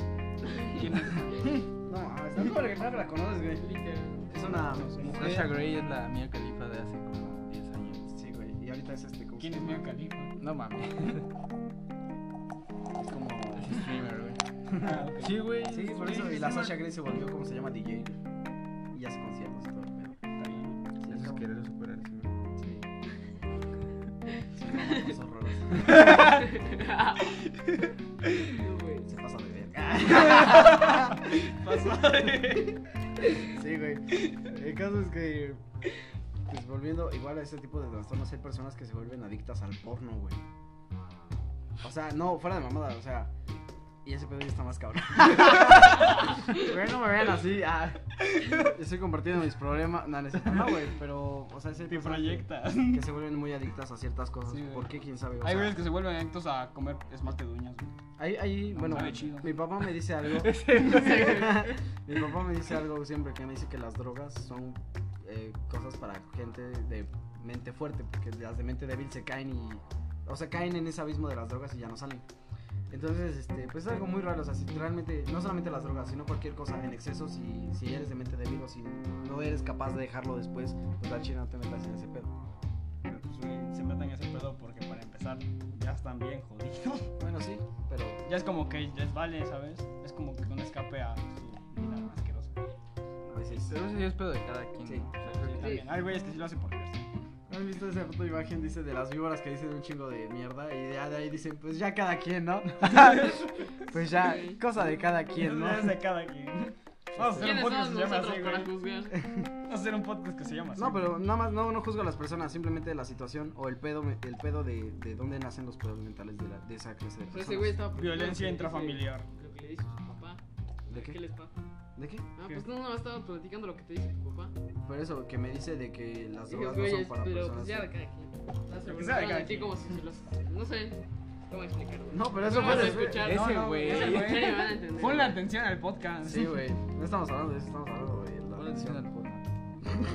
[SPEAKER 4] ¿Quién es?
[SPEAKER 1] No, mames, no como que no la conoces, güey.
[SPEAKER 2] Literal.
[SPEAKER 1] Es una mujer.
[SPEAKER 5] Sasha Grey es la mía califa de hace como 10 años.
[SPEAKER 1] Sí, güey. Y ahorita es este, como.
[SPEAKER 4] ¿Quién es Mia Khalifa?
[SPEAKER 5] No mames.
[SPEAKER 1] Es como.
[SPEAKER 5] Es streamer, güey.
[SPEAKER 4] Ah, ok.
[SPEAKER 5] Sí, güey.
[SPEAKER 1] Sí, por eso. Y la Sasha Grey se volvió, ¿cómo se llama? DJ. Y hace conciertos y todo el pedo.
[SPEAKER 4] Está bien.
[SPEAKER 1] Sí,
[SPEAKER 5] Eso es
[SPEAKER 1] como-
[SPEAKER 5] querer superarse, güey.
[SPEAKER 1] Sí. Sí, no, es horroroso.
[SPEAKER 2] No, güey.
[SPEAKER 1] Se pasa de verga.
[SPEAKER 4] Pasado de-
[SPEAKER 1] Sí, güey. El caso es que. Pues volviendo igual a ese tipo de trastornos, hay personas que se vuelven adictas al porno, güey. O sea, no, fuera de mamada, o sea. Y ese pedo ya está más cabrón. Güey, no me vean así. ah. Estoy compartiendo mis problemas. No, necesito, no, güey, pero. O sea, ese
[SPEAKER 4] Te proyectas.
[SPEAKER 1] Que se vuelven muy adictas a ciertas cosas.
[SPEAKER 4] Sí, güey.
[SPEAKER 1] ¿Por qué? ¿Quién sabe? O
[SPEAKER 4] Hay
[SPEAKER 1] sea,
[SPEAKER 4] güeyes que se vuelven adictos a comer esmalte de uñas, güey.
[SPEAKER 1] Ahí, ahí,
[SPEAKER 4] No,
[SPEAKER 1] bueno,
[SPEAKER 4] sabe chido.
[SPEAKER 1] mi papá me dice algo. mi papá me dice algo siempre que me dice que las drogas son eh, cosas para gente de mente fuerte, porque las de mente débil se caen y, o sea, caen en ese abismo de las drogas y ya no salen. Entonces, este, pues es algo muy raro, o sea, si realmente, no solamente las drogas, sino cualquier cosa en exceso, si, si eres de mente débil o si no eres capaz de dejarlo después, pues al chino no te metas en ese pedo.
[SPEAKER 4] Pero pues, güey, se meten ese pedo porque para empezar ya están bien jodidos.
[SPEAKER 1] Bueno, sí, pero
[SPEAKER 4] Ya es como que les vale, ¿sabes? Es como que un escape a su vida asquerosa.
[SPEAKER 1] a veces...
[SPEAKER 5] Pero eso ya es pedo de cada quien.
[SPEAKER 1] Sí.
[SPEAKER 5] ¿no? O sea, creo
[SPEAKER 4] Sí,
[SPEAKER 5] que-
[SPEAKER 4] también. Hay güeyes que sí lo hacen por verse.
[SPEAKER 1] ¿Han visto esa foto imagen? Dice de las víboras que dicen un chingo de mierda y de, de ahí dicen, pues ya cada quien, ¿no? pues ya, cosa de cada quien, ¿no?
[SPEAKER 4] Es de cada quien. Vamos a hacer un
[SPEAKER 2] ¿Quiénes
[SPEAKER 4] podcast
[SPEAKER 2] somos
[SPEAKER 4] que se llama
[SPEAKER 2] nosotros
[SPEAKER 4] así,
[SPEAKER 2] para
[SPEAKER 4] güey.
[SPEAKER 2] juzgar?
[SPEAKER 4] Vamos a hacer un podcast que se llama así.
[SPEAKER 1] No, pero nada más, no, no juzgo a las personas, simplemente la situación o el pedo, me- el pedo de, de dónde nacen los pedos mentales de, la, de esa clase de
[SPEAKER 2] Pero Pues ese güey
[SPEAKER 1] personas.
[SPEAKER 2] estaba
[SPEAKER 4] Violencia
[SPEAKER 2] platicando lo que le dice-
[SPEAKER 4] intrafamiliar.
[SPEAKER 2] Lo que le dice su papá.
[SPEAKER 1] ¿De qué?
[SPEAKER 2] ¿Qué les pasa?
[SPEAKER 1] ¿De qué?
[SPEAKER 2] Ah,
[SPEAKER 4] ¿Qué?
[SPEAKER 2] pues no, no, estaba platicando lo que te dice tu papá.
[SPEAKER 1] Por eso, que me dice de que las
[SPEAKER 2] Digo,
[SPEAKER 1] drogas no son
[SPEAKER 2] güeyes,
[SPEAKER 1] para
[SPEAKER 2] pero pues
[SPEAKER 1] personas.
[SPEAKER 2] ya de cada quien. Las
[SPEAKER 4] Lo que
[SPEAKER 2] personas
[SPEAKER 4] sea de cada
[SPEAKER 2] de ti
[SPEAKER 4] quien.
[SPEAKER 2] como si se los- No sé cómo explicarlo.
[SPEAKER 1] No, pero eso
[SPEAKER 2] No
[SPEAKER 1] fue
[SPEAKER 2] vas a
[SPEAKER 1] después-
[SPEAKER 2] escuchar,
[SPEAKER 1] ese
[SPEAKER 2] no,
[SPEAKER 4] no,
[SPEAKER 1] güey.
[SPEAKER 2] Es
[SPEAKER 4] Sí,
[SPEAKER 2] la
[SPEAKER 4] güey.
[SPEAKER 2] mujer y van a entender.
[SPEAKER 4] Ponle atención al podcast.
[SPEAKER 1] Sí, güey. No estamos hablando de eso, estamos hablando de la
[SPEAKER 5] Ponle atención
[SPEAKER 1] adicción.
[SPEAKER 5] al porno.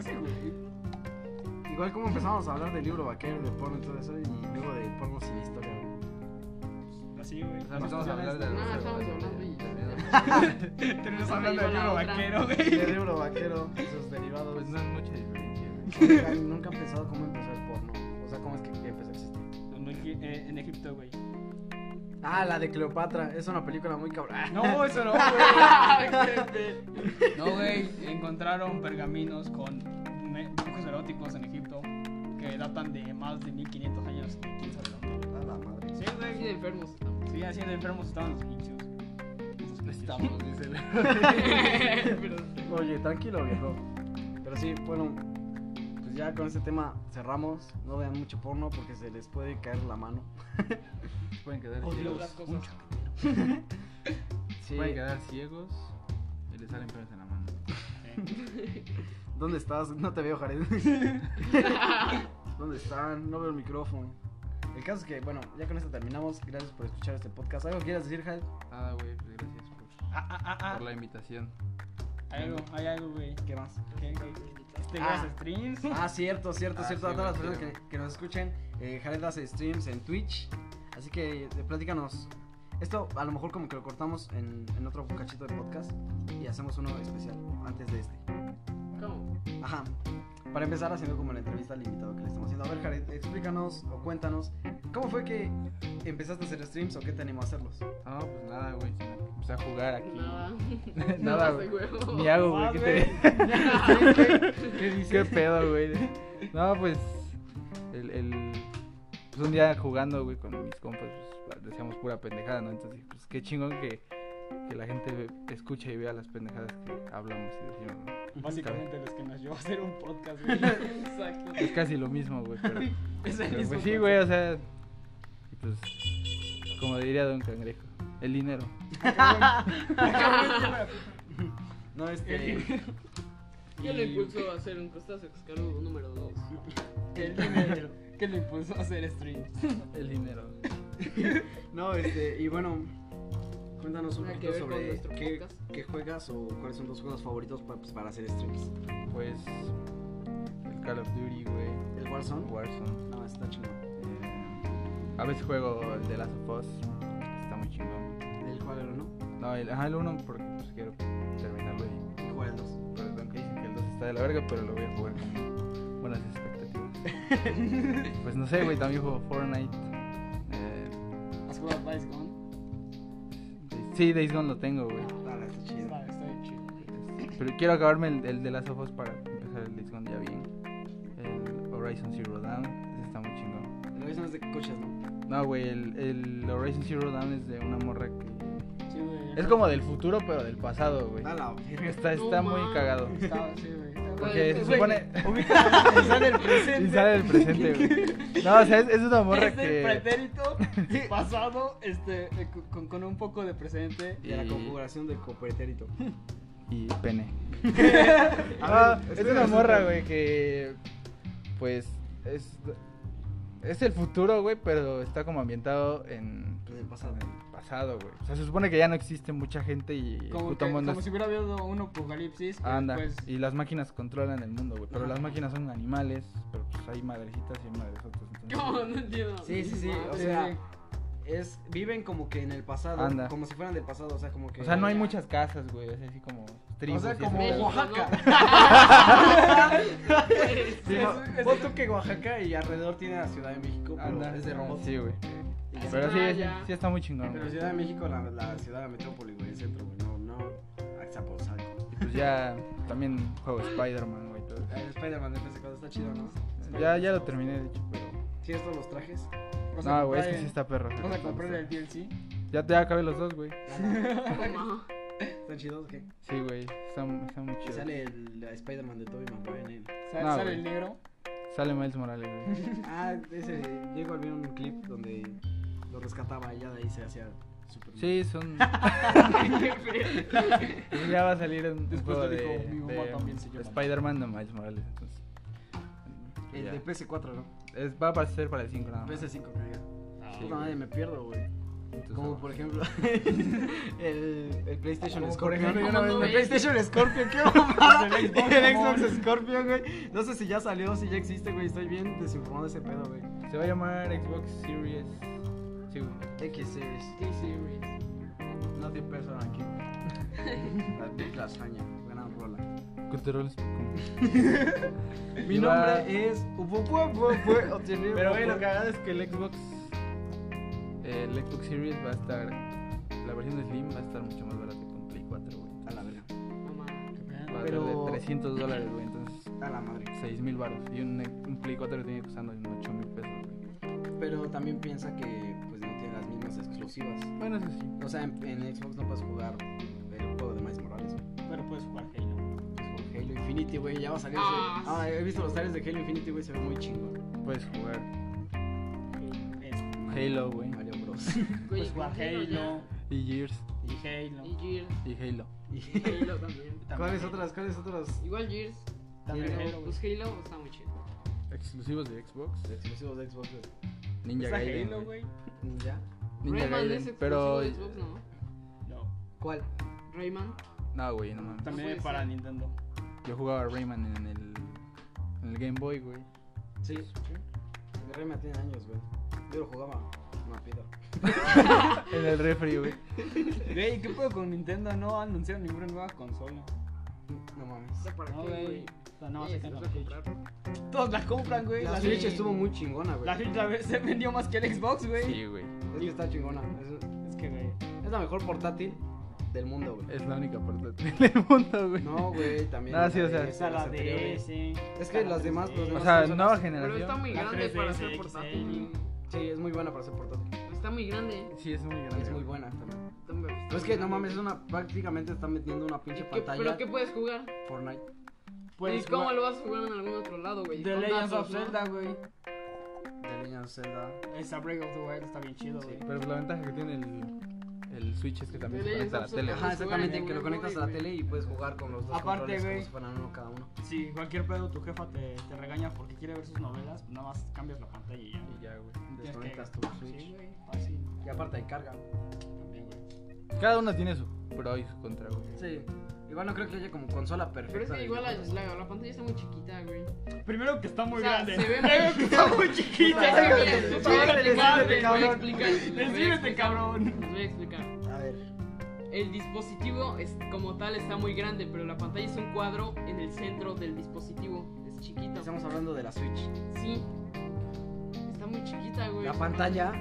[SPEAKER 4] Sí, güey.
[SPEAKER 1] Igual como empezamos a hablar del libro vaquero, de porno y todo eso, y luego de porno sin historia, güey.
[SPEAKER 4] Así, güey.
[SPEAKER 5] O sea, empezamos a hablar de
[SPEAKER 2] No,
[SPEAKER 5] la
[SPEAKER 2] estamos
[SPEAKER 5] droga,
[SPEAKER 2] hablando
[SPEAKER 5] de-
[SPEAKER 2] y-
[SPEAKER 5] de-
[SPEAKER 4] Tenemos hablando de
[SPEAKER 2] Ahí va la
[SPEAKER 4] libro
[SPEAKER 2] otra.
[SPEAKER 4] vaquero, güey.
[SPEAKER 1] El libro vaquero y sus derivados.
[SPEAKER 5] Pues no es mucha diferencia, güey.
[SPEAKER 1] Nunca, nunca han pensado cómo empezó el porno. O sea, cómo es que empezó a existir.
[SPEAKER 4] Cuando en Egip- eh, En Egipto, güey.
[SPEAKER 1] Ah, la de Cleopatra. Es una película muy cabrón.
[SPEAKER 4] No, eso no, güey.
[SPEAKER 2] Exactamente.
[SPEAKER 4] No, güey, encontraron pergaminos con me- dibujos eróticos en Egipto que datan de más de 1500 años. de ¿Quién sabe dónde?
[SPEAKER 1] A la madre.
[SPEAKER 4] Sí,
[SPEAKER 2] Así de
[SPEAKER 4] güey.
[SPEAKER 2] enfermos estamos.
[SPEAKER 4] Sí, así de enfermos estaban los egipcios. pues,
[SPEAKER 5] Estamos, dice el-
[SPEAKER 2] Pero-
[SPEAKER 1] Oye, tranquilo, viejo. Pero sí, bueno, pues ya con este tema cerramos. No vean mucho porno porque se les puede caer la mano.
[SPEAKER 5] Pueden quedar
[SPEAKER 4] Oh, Dios.
[SPEAKER 5] ciegos.
[SPEAKER 2] Otras cosas.
[SPEAKER 1] Sí.
[SPEAKER 5] Pueden quedar ciegos y les salen pelos en la mano.
[SPEAKER 1] ¿Dónde estás? No te veo, Jared. ¿Dónde están? No veo el micrófono. El caso es que, bueno, ya con esto terminamos. Gracias por escuchar este podcast. ¿Algo quieras decir, Jared?
[SPEAKER 5] Nada, güey, pues gracias por,
[SPEAKER 4] Ah, ah, ah, ah.
[SPEAKER 5] por la invitación.
[SPEAKER 4] Hay algo, hay algo, güey.
[SPEAKER 1] ¿Qué más?
[SPEAKER 4] Que- que- que Este güey
[SPEAKER 1] Ah.
[SPEAKER 4] hace streams.
[SPEAKER 1] Ah, cierto, cierto,
[SPEAKER 5] Ah,
[SPEAKER 1] cierto. a
[SPEAKER 5] sí,
[SPEAKER 1] todas las
[SPEAKER 5] güey,
[SPEAKER 1] personas
[SPEAKER 5] cierto.
[SPEAKER 1] que, que nos escuchen, eh, Jared hace streams en Twitch. Así que eh, platícanos. Esto a lo mejor como que lo cortamos en, en otro cachito de podcast y hacemos uno especial antes de este.
[SPEAKER 2] ¿Cómo?
[SPEAKER 1] Ajá. Para empezar haciendo como la entrevista al invitado que le estamos haciendo. A ver, Jared, explícanos o cuéntanos cómo fue que empezaste a hacer streams o qué te animó a hacerlos.
[SPEAKER 5] No, pues nada, güey. Empecé a a jugar aquí.
[SPEAKER 2] Nada.
[SPEAKER 5] Nada,
[SPEAKER 2] de
[SPEAKER 5] güey.
[SPEAKER 2] huevo.
[SPEAKER 5] Ni hago, güey.
[SPEAKER 6] Más,
[SPEAKER 5] ¿Qué
[SPEAKER 6] güey.
[SPEAKER 5] te
[SPEAKER 6] ¿Qué dices?
[SPEAKER 5] ¿Qué pedo, güey? No, pues. El, el- pues un día jugando, güey, con mis compas, pues decíamos pura pendejada, ¿no? Entonces, pues qué chingón que, que la gente ve- escuche y vea las pendejadas que hablamos y decimos, ¿no?
[SPEAKER 4] Básicamente los que nos llevó a hacer un podcast, güey.
[SPEAKER 2] Exacto.
[SPEAKER 5] Es casi lo mismo, güey, pero.
[SPEAKER 4] Es el
[SPEAKER 5] pero,
[SPEAKER 4] mismo
[SPEAKER 5] pues sí, güey, o sea. y Pues. Como diría Don Cangrejo, el dinero.
[SPEAKER 1] No,
[SPEAKER 2] Eh.
[SPEAKER 1] este.
[SPEAKER 2] ¿Qué lo impulsó a hacer un crustáceo cascarudo número 2?
[SPEAKER 4] El dinero que lo impulsó a hacer stream.
[SPEAKER 5] El dinero.
[SPEAKER 1] No, este, y bueno, cuéntanos un
[SPEAKER 2] Nada que
[SPEAKER 1] poquito
[SPEAKER 2] ver con
[SPEAKER 1] sobre
[SPEAKER 2] nuestro
[SPEAKER 1] qué,
[SPEAKER 2] podcast.
[SPEAKER 1] qué juegas o cuáles son tus juegos favoritos pa- pues, para hacer streams.
[SPEAKER 5] Pues. El Call of Duty, güey.
[SPEAKER 1] ¿El Warzone?
[SPEAKER 5] Warzone.
[SPEAKER 1] No, está chingón.
[SPEAKER 5] Eh, a veces juego el de Last of Us. Está muy chingón.
[SPEAKER 1] ¿El cual era, no?
[SPEAKER 5] No, el, ajá, el 1 porque pues, quiero terminarlo y.
[SPEAKER 1] ¿Y cuál el dos?
[SPEAKER 5] Perdón que dicen que el 2 está de la verga, pero lo voy a jugar con buenas expectativas. pues no sé, güey, también juego Fortnite. Eh,
[SPEAKER 4] ¿Has jugado Vice Gone?
[SPEAKER 5] sí, Days Gone lo tengo, güey.
[SPEAKER 1] Ah, está chido.
[SPEAKER 4] Está, está bien chido.
[SPEAKER 5] Pero quiero acabarme el, el de las ojos para empezar el Days Gone ya bien. El Horizon Zero Dawn, ese está muy chingón.
[SPEAKER 1] El Warzone es de coches, ¿no?
[SPEAKER 5] No, güey, el, el Horizon Zero Dawn es de una morra que...
[SPEAKER 4] Sí, güey.
[SPEAKER 5] Es como del futuro, pero del pasado, güey.
[SPEAKER 1] Da la verga.
[SPEAKER 5] Está, está
[SPEAKER 2] No
[SPEAKER 5] muy
[SPEAKER 2] mames.
[SPEAKER 5] cagado.
[SPEAKER 4] Estaba así, Pues, güey.
[SPEAKER 5] Porque se
[SPEAKER 2] Güey,
[SPEAKER 5] supone...
[SPEAKER 4] Está del presente.
[SPEAKER 5] Y sale del presente, güey. No, o sea, es, es una morra
[SPEAKER 4] Es del
[SPEAKER 5] que...
[SPEAKER 4] pretérito pasado, este, eh, con- con, con un poco de presente.
[SPEAKER 1] De la
[SPEAKER 5] Y-
[SPEAKER 1] configuración del copretérito.
[SPEAKER 5] Y pene.
[SPEAKER 1] A
[SPEAKER 5] Ah,
[SPEAKER 1] ver,
[SPEAKER 5] es
[SPEAKER 1] espera,
[SPEAKER 5] una morra,
[SPEAKER 1] espera.
[SPEAKER 5] güey, que. Pues. Es. Es el futuro, güey, pero está como ambientado en.
[SPEAKER 1] En el pasado.
[SPEAKER 5] en el pasado, güey. O sea, se supone que ya no existe mucha gente y. el
[SPEAKER 4] Como,
[SPEAKER 5] puto
[SPEAKER 4] que-
[SPEAKER 5] mundo
[SPEAKER 4] como
[SPEAKER 5] es-
[SPEAKER 4] si hubiera habido un apocalipsis. pero
[SPEAKER 5] Anda,
[SPEAKER 4] después-
[SPEAKER 5] y las máquinas controlan el mundo, güey. Pero
[SPEAKER 4] Ajá.
[SPEAKER 5] las máquinas son animales, pero pues hay madrecitas y hay madresotas. entonces-
[SPEAKER 2] ¿Cómo? No entiendo.
[SPEAKER 1] Sí, sí, sí. O
[SPEAKER 4] Sí,
[SPEAKER 1] sea,
[SPEAKER 4] sí.
[SPEAKER 1] es, viven como que en el pasado.
[SPEAKER 5] Anda.
[SPEAKER 1] Como si fueran del pasado. O sea, como que.
[SPEAKER 5] O sea, no hay muchas casas, güey. Es así como. Tribus, y
[SPEAKER 4] como-
[SPEAKER 5] así.
[SPEAKER 2] México,
[SPEAKER 4] Oaxaca.
[SPEAKER 1] Sí,
[SPEAKER 4] es-
[SPEAKER 1] no,
[SPEAKER 4] es-
[SPEAKER 1] pon tú que Oaxaca y alrededor tiene la Ciudad de México. Pero
[SPEAKER 5] Anda,
[SPEAKER 1] es de robots.
[SPEAKER 5] Sí, güey.
[SPEAKER 1] Y ya.
[SPEAKER 5] Pero sí,
[SPEAKER 2] Ah,
[SPEAKER 5] sí,
[SPEAKER 2] ya.
[SPEAKER 5] sí está muy chingón.
[SPEAKER 1] Pero
[SPEAKER 5] güey.
[SPEAKER 1] Ciudad de México, la, la ciudad de la metrópoli, güey, el centro, güey, no, Eh, no, Axapotzalco.
[SPEAKER 5] Y pues ya también juego Spider-Man, güey. todo.
[SPEAKER 1] Eh, Spider-Man de PC4 está chido, ¿no?
[SPEAKER 5] Ya, ya lo terminé, de hecho, pero.
[SPEAKER 1] ¿Sí estos los trajes?
[SPEAKER 4] Vas a
[SPEAKER 5] No, güey, es
[SPEAKER 4] comprar
[SPEAKER 5] que
[SPEAKER 4] el-
[SPEAKER 5] sí está perro.
[SPEAKER 4] Vas a comprar el DLC.
[SPEAKER 5] Ya te acabé los dos, güey.
[SPEAKER 2] Toma.
[SPEAKER 1] ¿Están chidos o qué?
[SPEAKER 5] Sí, güey. Están, están muy
[SPEAKER 1] Y
[SPEAKER 5] chidos. Sale...
[SPEAKER 1] sale el Spider-Man de Tobey Maguire en él.
[SPEAKER 4] Sale,
[SPEAKER 5] No,
[SPEAKER 4] sale
[SPEAKER 5] güey.
[SPEAKER 4] el negro.
[SPEAKER 5] Miles Morales, güey.
[SPEAKER 1] Ah, ese, llego a ver un clip donde lo rescataba y ya de ahí se hacía Superman.
[SPEAKER 5] Sí, son. ya va a salir un
[SPEAKER 4] Después
[SPEAKER 5] juego
[SPEAKER 4] le dijo,
[SPEAKER 5] de,
[SPEAKER 4] "Mi mamá
[SPEAKER 5] de
[SPEAKER 4] también se llama".
[SPEAKER 5] Spider-Man de Miles Morales, entonces.
[SPEAKER 1] El
[SPEAKER 5] Ya.
[SPEAKER 1] de PC4, ¿no?
[SPEAKER 5] Es- va a ser para el 5 nada
[SPEAKER 4] Pues
[SPEAKER 5] más.
[SPEAKER 1] PC5, creo yo.
[SPEAKER 5] Sí,
[SPEAKER 1] Puta madre, me pierdo, güey.
[SPEAKER 5] entonces,
[SPEAKER 1] Como
[SPEAKER 5] no.
[SPEAKER 1] por ejemplo, el, el PlayStation
[SPEAKER 5] Como por
[SPEAKER 1] Scorpion.
[SPEAKER 5] ejemplo,
[SPEAKER 2] yo una vez-
[SPEAKER 1] el PlayStation Scorpion, qué mamada.
[SPEAKER 4] El
[SPEAKER 1] el
[SPEAKER 4] Xbox,
[SPEAKER 1] Xbox Scorpion, güey. No sé si ya salió, si ya existe, güey. Estoy bien desinformado de ese pedo, güey.
[SPEAKER 5] Se va a llamar Xbox Series. Sí, güey.
[SPEAKER 1] X Series,
[SPEAKER 2] T-Series.
[SPEAKER 1] no te personal aquí. La Big Lasaña, gran rola.
[SPEAKER 5] Controles.
[SPEAKER 1] Mi nombre es. Pero
[SPEAKER 5] Pero güey, lo cagado es que el Xbox el Xbox Series va a estar la versión de Slim va a estar mucho más barata que un Play 4, güey.
[SPEAKER 1] A la verga,
[SPEAKER 2] Toma.
[SPEAKER 5] Va a
[SPEAKER 1] Pero-
[SPEAKER 5] estar de 300 dólares, güey, entonces
[SPEAKER 1] a la madre.
[SPEAKER 5] 6 mil baros y un, un Play 4 lo tiene costando en 8 mil pesos, güey.
[SPEAKER 1] Pero también piensa que pues no tiene las mismas exclusivas.
[SPEAKER 5] Bueno, eso sí.
[SPEAKER 1] O sea, en, en Xbox no puedes jugar el juego de Miles Morales.
[SPEAKER 4] Pero puedes jugar Halo.
[SPEAKER 1] Con Halo Infinity, güey, ya va a salir. ese-
[SPEAKER 2] Ah,
[SPEAKER 1] Ah, he visto los trailers de Halo Infinity, güey, se ve muy chingón.
[SPEAKER 5] Puedes jugar
[SPEAKER 4] Eso.
[SPEAKER 5] Halo, güey,
[SPEAKER 1] Mario Bros.
[SPEAKER 4] Puedes jugar Halo.
[SPEAKER 5] y Gears
[SPEAKER 4] Y Halo.
[SPEAKER 2] Y Gears.
[SPEAKER 5] y Halo.
[SPEAKER 1] Y-
[SPEAKER 2] Y Halo también.
[SPEAKER 4] También
[SPEAKER 1] ¿Cuáles
[SPEAKER 4] Halo.
[SPEAKER 1] otras? ¿Cuáles otras?
[SPEAKER 2] Igual Gears.
[SPEAKER 4] También
[SPEAKER 2] pero,
[SPEAKER 4] Halo, güey.
[SPEAKER 2] Pues Halo está muy chido.
[SPEAKER 5] Exclusivos de Xbox, Pues
[SPEAKER 1] Exclusivos de Xbox.
[SPEAKER 5] Ninja
[SPEAKER 4] Está
[SPEAKER 5] Gaiden.
[SPEAKER 4] Halo,
[SPEAKER 5] güey.
[SPEAKER 4] güey.
[SPEAKER 1] Mm, ¿Ya?
[SPEAKER 5] Ninja
[SPEAKER 2] Rayman
[SPEAKER 5] Gaiden,
[SPEAKER 2] es exclusivo
[SPEAKER 5] pero
[SPEAKER 2] de Xbox, ¿no?
[SPEAKER 4] No.
[SPEAKER 1] ¿Cuál?
[SPEAKER 2] Rayman.
[SPEAKER 5] no, güey, no mames.
[SPEAKER 4] También
[SPEAKER 2] puede
[SPEAKER 4] para
[SPEAKER 2] ser.
[SPEAKER 4] Nintendo.
[SPEAKER 5] Yo jugaba Rayman en el en el Game Boy, güey.
[SPEAKER 1] Sí. El Rayman tiene años, güey. Yo lo jugaba. No, pido.
[SPEAKER 5] En el refri, güey.
[SPEAKER 4] Güey, ¿qué puedo con Nintendo? No anunciaron ninguna nueva consola.
[SPEAKER 1] No mames.
[SPEAKER 2] ¿Está para
[SPEAKER 4] No,
[SPEAKER 2] qué,
[SPEAKER 4] güey.
[SPEAKER 2] güey?
[SPEAKER 4] O sea, no vas
[SPEAKER 2] Sí,
[SPEAKER 4] a
[SPEAKER 2] se los
[SPEAKER 4] sacar la
[SPEAKER 2] va a
[SPEAKER 4] Switch.
[SPEAKER 2] comprar.
[SPEAKER 4] Todos la compran, güey.
[SPEAKER 1] La Switch estuvo muy chingona, güey.
[SPEAKER 4] La Switch la vez se vendió más que el Xbox, güey.
[SPEAKER 5] Sí, güey.
[SPEAKER 1] Es que está chingona. Es,
[SPEAKER 4] Es que, güey.
[SPEAKER 1] es la mejor portátil del mundo, güey.
[SPEAKER 5] Es la única puerta del mundo, güey.
[SPEAKER 1] No, güey, también.
[SPEAKER 5] Ah,
[SPEAKER 1] la
[SPEAKER 5] sí, o sea.
[SPEAKER 1] de-
[SPEAKER 4] Esa la
[SPEAKER 1] las anteriores.
[SPEAKER 4] DS.
[SPEAKER 1] Es que las demás, las
[SPEAKER 5] O
[SPEAKER 1] demás
[SPEAKER 5] sea,
[SPEAKER 1] consolas-
[SPEAKER 5] nueva
[SPEAKER 2] Pero está
[SPEAKER 5] generación.
[SPEAKER 2] muy
[SPEAKER 4] La
[SPEAKER 2] grande
[SPEAKER 4] 3DS
[SPEAKER 2] para ser
[SPEAKER 4] XL.
[SPEAKER 2] portátil.
[SPEAKER 1] Sí, es muy buena para ser portátil.
[SPEAKER 2] Está muy grande.
[SPEAKER 5] Sí, es muy grande.
[SPEAKER 1] Es muy
[SPEAKER 5] güey.
[SPEAKER 1] buena también.
[SPEAKER 2] Está muy- está
[SPEAKER 1] Pero es que
[SPEAKER 2] muy
[SPEAKER 1] no
[SPEAKER 2] grande.
[SPEAKER 1] mames, es una, prácticamente están metiendo una pinche
[SPEAKER 2] ¿Qué-
[SPEAKER 1] pantalla.
[SPEAKER 2] ¿Pero qué puedes jugar?
[SPEAKER 1] Fortnite.
[SPEAKER 2] ¿Y
[SPEAKER 4] Pues,
[SPEAKER 2] cómo
[SPEAKER 4] güey,
[SPEAKER 2] lo vas a jugar en algún otro lado, güey?
[SPEAKER 4] The
[SPEAKER 2] Con
[SPEAKER 4] Legends
[SPEAKER 2] datos,
[SPEAKER 4] of
[SPEAKER 2] ¿no?
[SPEAKER 4] Zelda, güey.
[SPEAKER 1] The Legend of Zelda.
[SPEAKER 4] Esa Break of the Wild está bien chido, güey.
[SPEAKER 5] Pero la ventaja que tiene el, el Switch es que también se
[SPEAKER 2] Tele,
[SPEAKER 5] conecta a la
[SPEAKER 2] eso-
[SPEAKER 5] tele.
[SPEAKER 1] Ajá,
[SPEAKER 5] güey.
[SPEAKER 2] puedes jugar en
[SPEAKER 1] exactamente, que
[SPEAKER 2] el
[SPEAKER 1] lo conectas a la
[SPEAKER 2] móvil,
[SPEAKER 1] tele y puedes jugar con los dos
[SPEAKER 4] Aparte,
[SPEAKER 1] controles como
[SPEAKER 4] güey.
[SPEAKER 1] si fueran uno cada uno.
[SPEAKER 4] Si cualquier pedo tu jefa te, te regaña porque quiere ver sus novelas, pues nada más cambias la pantalla y ya.
[SPEAKER 5] Y ya, güey.
[SPEAKER 4] Tienes que-
[SPEAKER 1] Desconectas tu
[SPEAKER 4] Sí,
[SPEAKER 1] Switch.
[SPEAKER 4] güey, fácil.
[SPEAKER 1] Y aparte hay carga.
[SPEAKER 4] También, güey.
[SPEAKER 5] Cada uno tiene su pro y su contra, güey.
[SPEAKER 1] Sí. Igual no creo que haya como consola perfecta.
[SPEAKER 2] Pero es que
[SPEAKER 1] de
[SPEAKER 2] igual la,
[SPEAKER 1] videojuegos.
[SPEAKER 2] la, la pantalla está muy chiquita, güey.
[SPEAKER 4] Primero que está muy
[SPEAKER 2] O sea,
[SPEAKER 4] grande.
[SPEAKER 2] se ve
[SPEAKER 4] Primero que está muy
[SPEAKER 2] O sea,
[SPEAKER 4] chiquita.
[SPEAKER 2] mira, les voy a explicar, les voy a explicar, les voy a
[SPEAKER 4] Desvíbete,
[SPEAKER 2] explicar.
[SPEAKER 4] cabrón.
[SPEAKER 2] Les voy a explicar.
[SPEAKER 1] A ver.
[SPEAKER 2] El dispositivo es, como tal está muy grande, pero la pantalla es un cuadro en el centro del dispositivo. Es chiquito.
[SPEAKER 1] Estamos hablando de la Switch.
[SPEAKER 2] Sí. Está muy chiquita, güey.
[SPEAKER 1] La pantalla.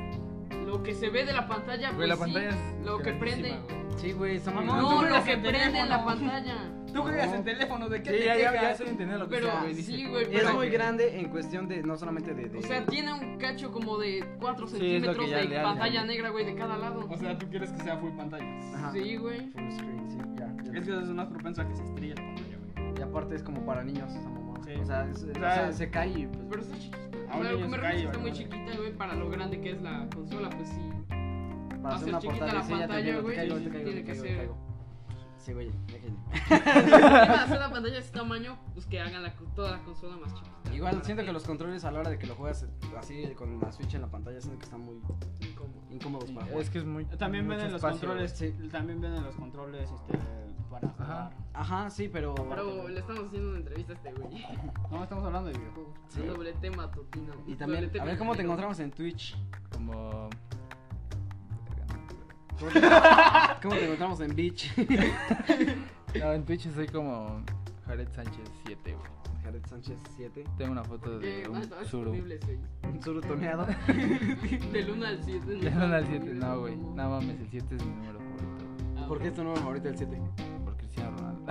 [SPEAKER 2] Lo que se ve de la pantalla,
[SPEAKER 5] Güey, la
[SPEAKER 2] pues sí,
[SPEAKER 5] pantalla es.
[SPEAKER 2] lo que prende.
[SPEAKER 5] grandísima, güey.
[SPEAKER 1] Sí, güey, está
[SPEAKER 4] muy
[SPEAKER 1] muy
[SPEAKER 4] No, grande.
[SPEAKER 2] No,
[SPEAKER 4] tú
[SPEAKER 2] lo
[SPEAKER 4] juegas
[SPEAKER 2] que
[SPEAKER 4] en
[SPEAKER 2] prende en la
[SPEAKER 4] teléfono.
[SPEAKER 2] pantalla.
[SPEAKER 4] Tú juegas en teléfono, ¿de qué
[SPEAKER 5] Sí,
[SPEAKER 4] te
[SPEAKER 5] ya, ya, ya
[SPEAKER 4] quejas?
[SPEAKER 5] estoy entendiendo lo que
[SPEAKER 2] Pero
[SPEAKER 5] sea, güey, dice.
[SPEAKER 2] sí, güey.
[SPEAKER 1] Es
[SPEAKER 2] pero-
[SPEAKER 1] muy grande en cuestión de. No solamente de. de-
[SPEAKER 2] O sea, tiene un cacho como de 4
[SPEAKER 5] Sí, es lo que
[SPEAKER 2] centímetros
[SPEAKER 5] ya
[SPEAKER 2] de
[SPEAKER 5] le hacen.
[SPEAKER 2] pantalla negra, güey, de cada lado.
[SPEAKER 4] O sea, tú quieres que sea full pantalla.
[SPEAKER 1] Ajá.
[SPEAKER 2] Sí, güey.
[SPEAKER 1] Full screen, sí, ya. ya.
[SPEAKER 4] Es que es más propenso a que se estrelle la pantalla, güey.
[SPEAKER 1] Y aparte es como para niños esa mamá.
[SPEAKER 4] Sí.
[SPEAKER 1] O sea, es- o
[SPEAKER 4] sea,
[SPEAKER 1] sea, se cae y pues.
[SPEAKER 2] Pero está chiquita.
[SPEAKER 5] Ah,
[SPEAKER 4] A un
[SPEAKER 2] O sea, lo que
[SPEAKER 4] niño
[SPEAKER 2] me
[SPEAKER 4] se
[SPEAKER 2] refiero es que
[SPEAKER 4] cae,
[SPEAKER 2] está muy
[SPEAKER 4] vale.
[SPEAKER 2] chiquita, güey, para lo grande que es la consola, pues sí.
[SPEAKER 1] Para hacer
[SPEAKER 2] Va
[SPEAKER 1] una
[SPEAKER 2] a ser chiquita
[SPEAKER 1] portátil.
[SPEAKER 2] la
[SPEAKER 1] Sí, ya te
[SPEAKER 2] pantalla,
[SPEAKER 1] digo, te
[SPEAKER 2] güey,
[SPEAKER 1] caigo,
[SPEAKER 2] sí,
[SPEAKER 1] te caigo,
[SPEAKER 2] tiene
[SPEAKER 1] te
[SPEAKER 2] que
[SPEAKER 1] caigo, te
[SPEAKER 2] ser.
[SPEAKER 1] caigo. Sí, güey, déjenme.
[SPEAKER 2] Si van a hacer la pantalla de ese tamaño, pues que hagan la, toda la consola más chiquita.
[SPEAKER 1] Igual siento que los controles a la hora de que lo juegas así con la Switch en la pantalla siento que están muy
[SPEAKER 2] Incómodo.
[SPEAKER 1] incómodos para jugar.
[SPEAKER 5] Es que es muy.
[SPEAKER 4] También
[SPEAKER 5] mucho
[SPEAKER 4] venden los
[SPEAKER 5] espacio,
[SPEAKER 4] controles,
[SPEAKER 1] güey.
[SPEAKER 4] también venden los controles este, para
[SPEAKER 5] Ajá.
[SPEAKER 4] jugar.
[SPEAKER 1] Ajá, sí, pero.
[SPEAKER 2] Pero le estamos haciendo una entrevista a este güey.
[SPEAKER 4] No, estamos hablando de videojuegos.
[SPEAKER 1] Sí.
[SPEAKER 2] Doble tema, Totino.
[SPEAKER 1] Y también, a ver cómo te encontramos en Twitch.
[SPEAKER 5] güey. Como.
[SPEAKER 1] ¿Cómo te, cómo te encontramos en Beach?
[SPEAKER 5] No, en Twitch soy como. Jared Sánchez 7, güey.
[SPEAKER 1] Jared Sánchez 7.
[SPEAKER 5] Tengo una
[SPEAKER 2] Eh,
[SPEAKER 5] foto de
[SPEAKER 2] ah,
[SPEAKER 5] un suru.
[SPEAKER 1] Un suru toneado.
[SPEAKER 2] Del 1 al 7.
[SPEAKER 5] Ya no era el 7, no, güey. No mames, el 7 es mi número favorito. güey,
[SPEAKER 2] Ah,
[SPEAKER 1] ¿Por qué es tu número favorito el 7?
[SPEAKER 5] Por Cristiano Ronaldo.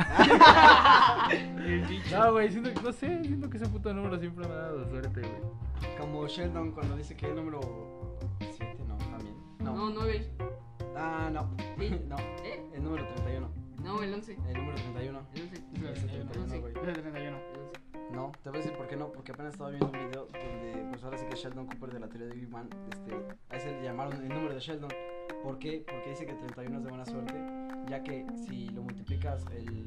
[SPEAKER 5] No, güey, siento que. No sé, siento que ese puto número siempre me ha dado suerte, güey.
[SPEAKER 1] Como Sheldon cuando dice que el número 7, no, también. No.
[SPEAKER 2] No, 9.
[SPEAKER 1] Ah, no.
[SPEAKER 2] Sí.
[SPEAKER 1] No.
[SPEAKER 2] ¿Eh?
[SPEAKER 1] El número 31.
[SPEAKER 2] No, el 11.
[SPEAKER 1] El número 31.
[SPEAKER 2] El 11.
[SPEAKER 4] Es el
[SPEAKER 1] Ese
[SPEAKER 4] 31,
[SPEAKER 1] 31, güey.
[SPEAKER 4] Es el 31.
[SPEAKER 1] No, te voy a decir por qué no, porque apenas estaba viendo un video donde, pues ahora sí que Sheldon Cooper de la teoría de Big Bang, este, a ese le llamaron el número de Sheldon. ¿Por qué? Porque dice que 31 es de buena suerte, ya que si lo multiplicas el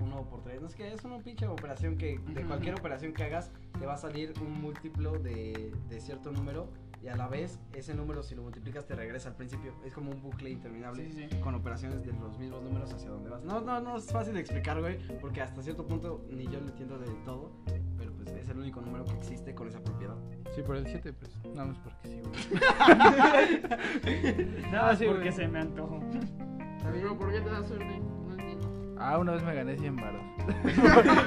[SPEAKER 1] 1 por 3, no es que es una pinche operación que de
[SPEAKER 4] Ujú.
[SPEAKER 1] cualquier operación que hagas te va a salir un múltiplo de, de cierto número y a la vez ese número si lo multiplicas te regresa al principio. Es como un bucle interminable
[SPEAKER 4] Sí, sí, Ah,
[SPEAKER 1] con operaciones de los mismos números hacia dónde vas. No, no, no es fácil de explicar, güey, porque hasta cierto punto ni yo lo entiendo de todo, pero pues es el único número que existe con esa propiedad.
[SPEAKER 5] Sí, por el 7, pues. Nada más porque sí, güey.
[SPEAKER 4] sí.
[SPEAKER 5] Nada más
[SPEAKER 4] porque
[SPEAKER 5] güey.
[SPEAKER 4] se me antojó.
[SPEAKER 2] Pero ¿por qué te da suerte? No entiendo.
[SPEAKER 5] Ah, una vez me gané 100 baros.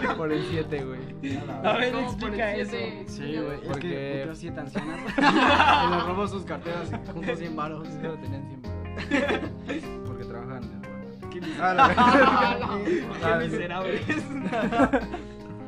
[SPEAKER 5] por el 7, güey.
[SPEAKER 4] A ver,
[SPEAKER 2] ¿Cómo por
[SPEAKER 4] explica
[SPEAKER 2] el
[SPEAKER 4] eso.
[SPEAKER 2] siete?
[SPEAKER 1] Sí, güey, es
[SPEAKER 5] Porque-
[SPEAKER 1] que puteó siete ancianas y les robó sus carteras y juntos 100 varos.
[SPEAKER 5] Solo tenían 100 baros. Porque trabajaban en el Walmart.
[SPEAKER 4] Qué
[SPEAKER 5] Ah, la-
[SPEAKER 2] Ah, la-
[SPEAKER 5] Ah,
[SPEAKER 4] Qué
[SPEAKER 5] sí.
[SPEAKER 4] miserable.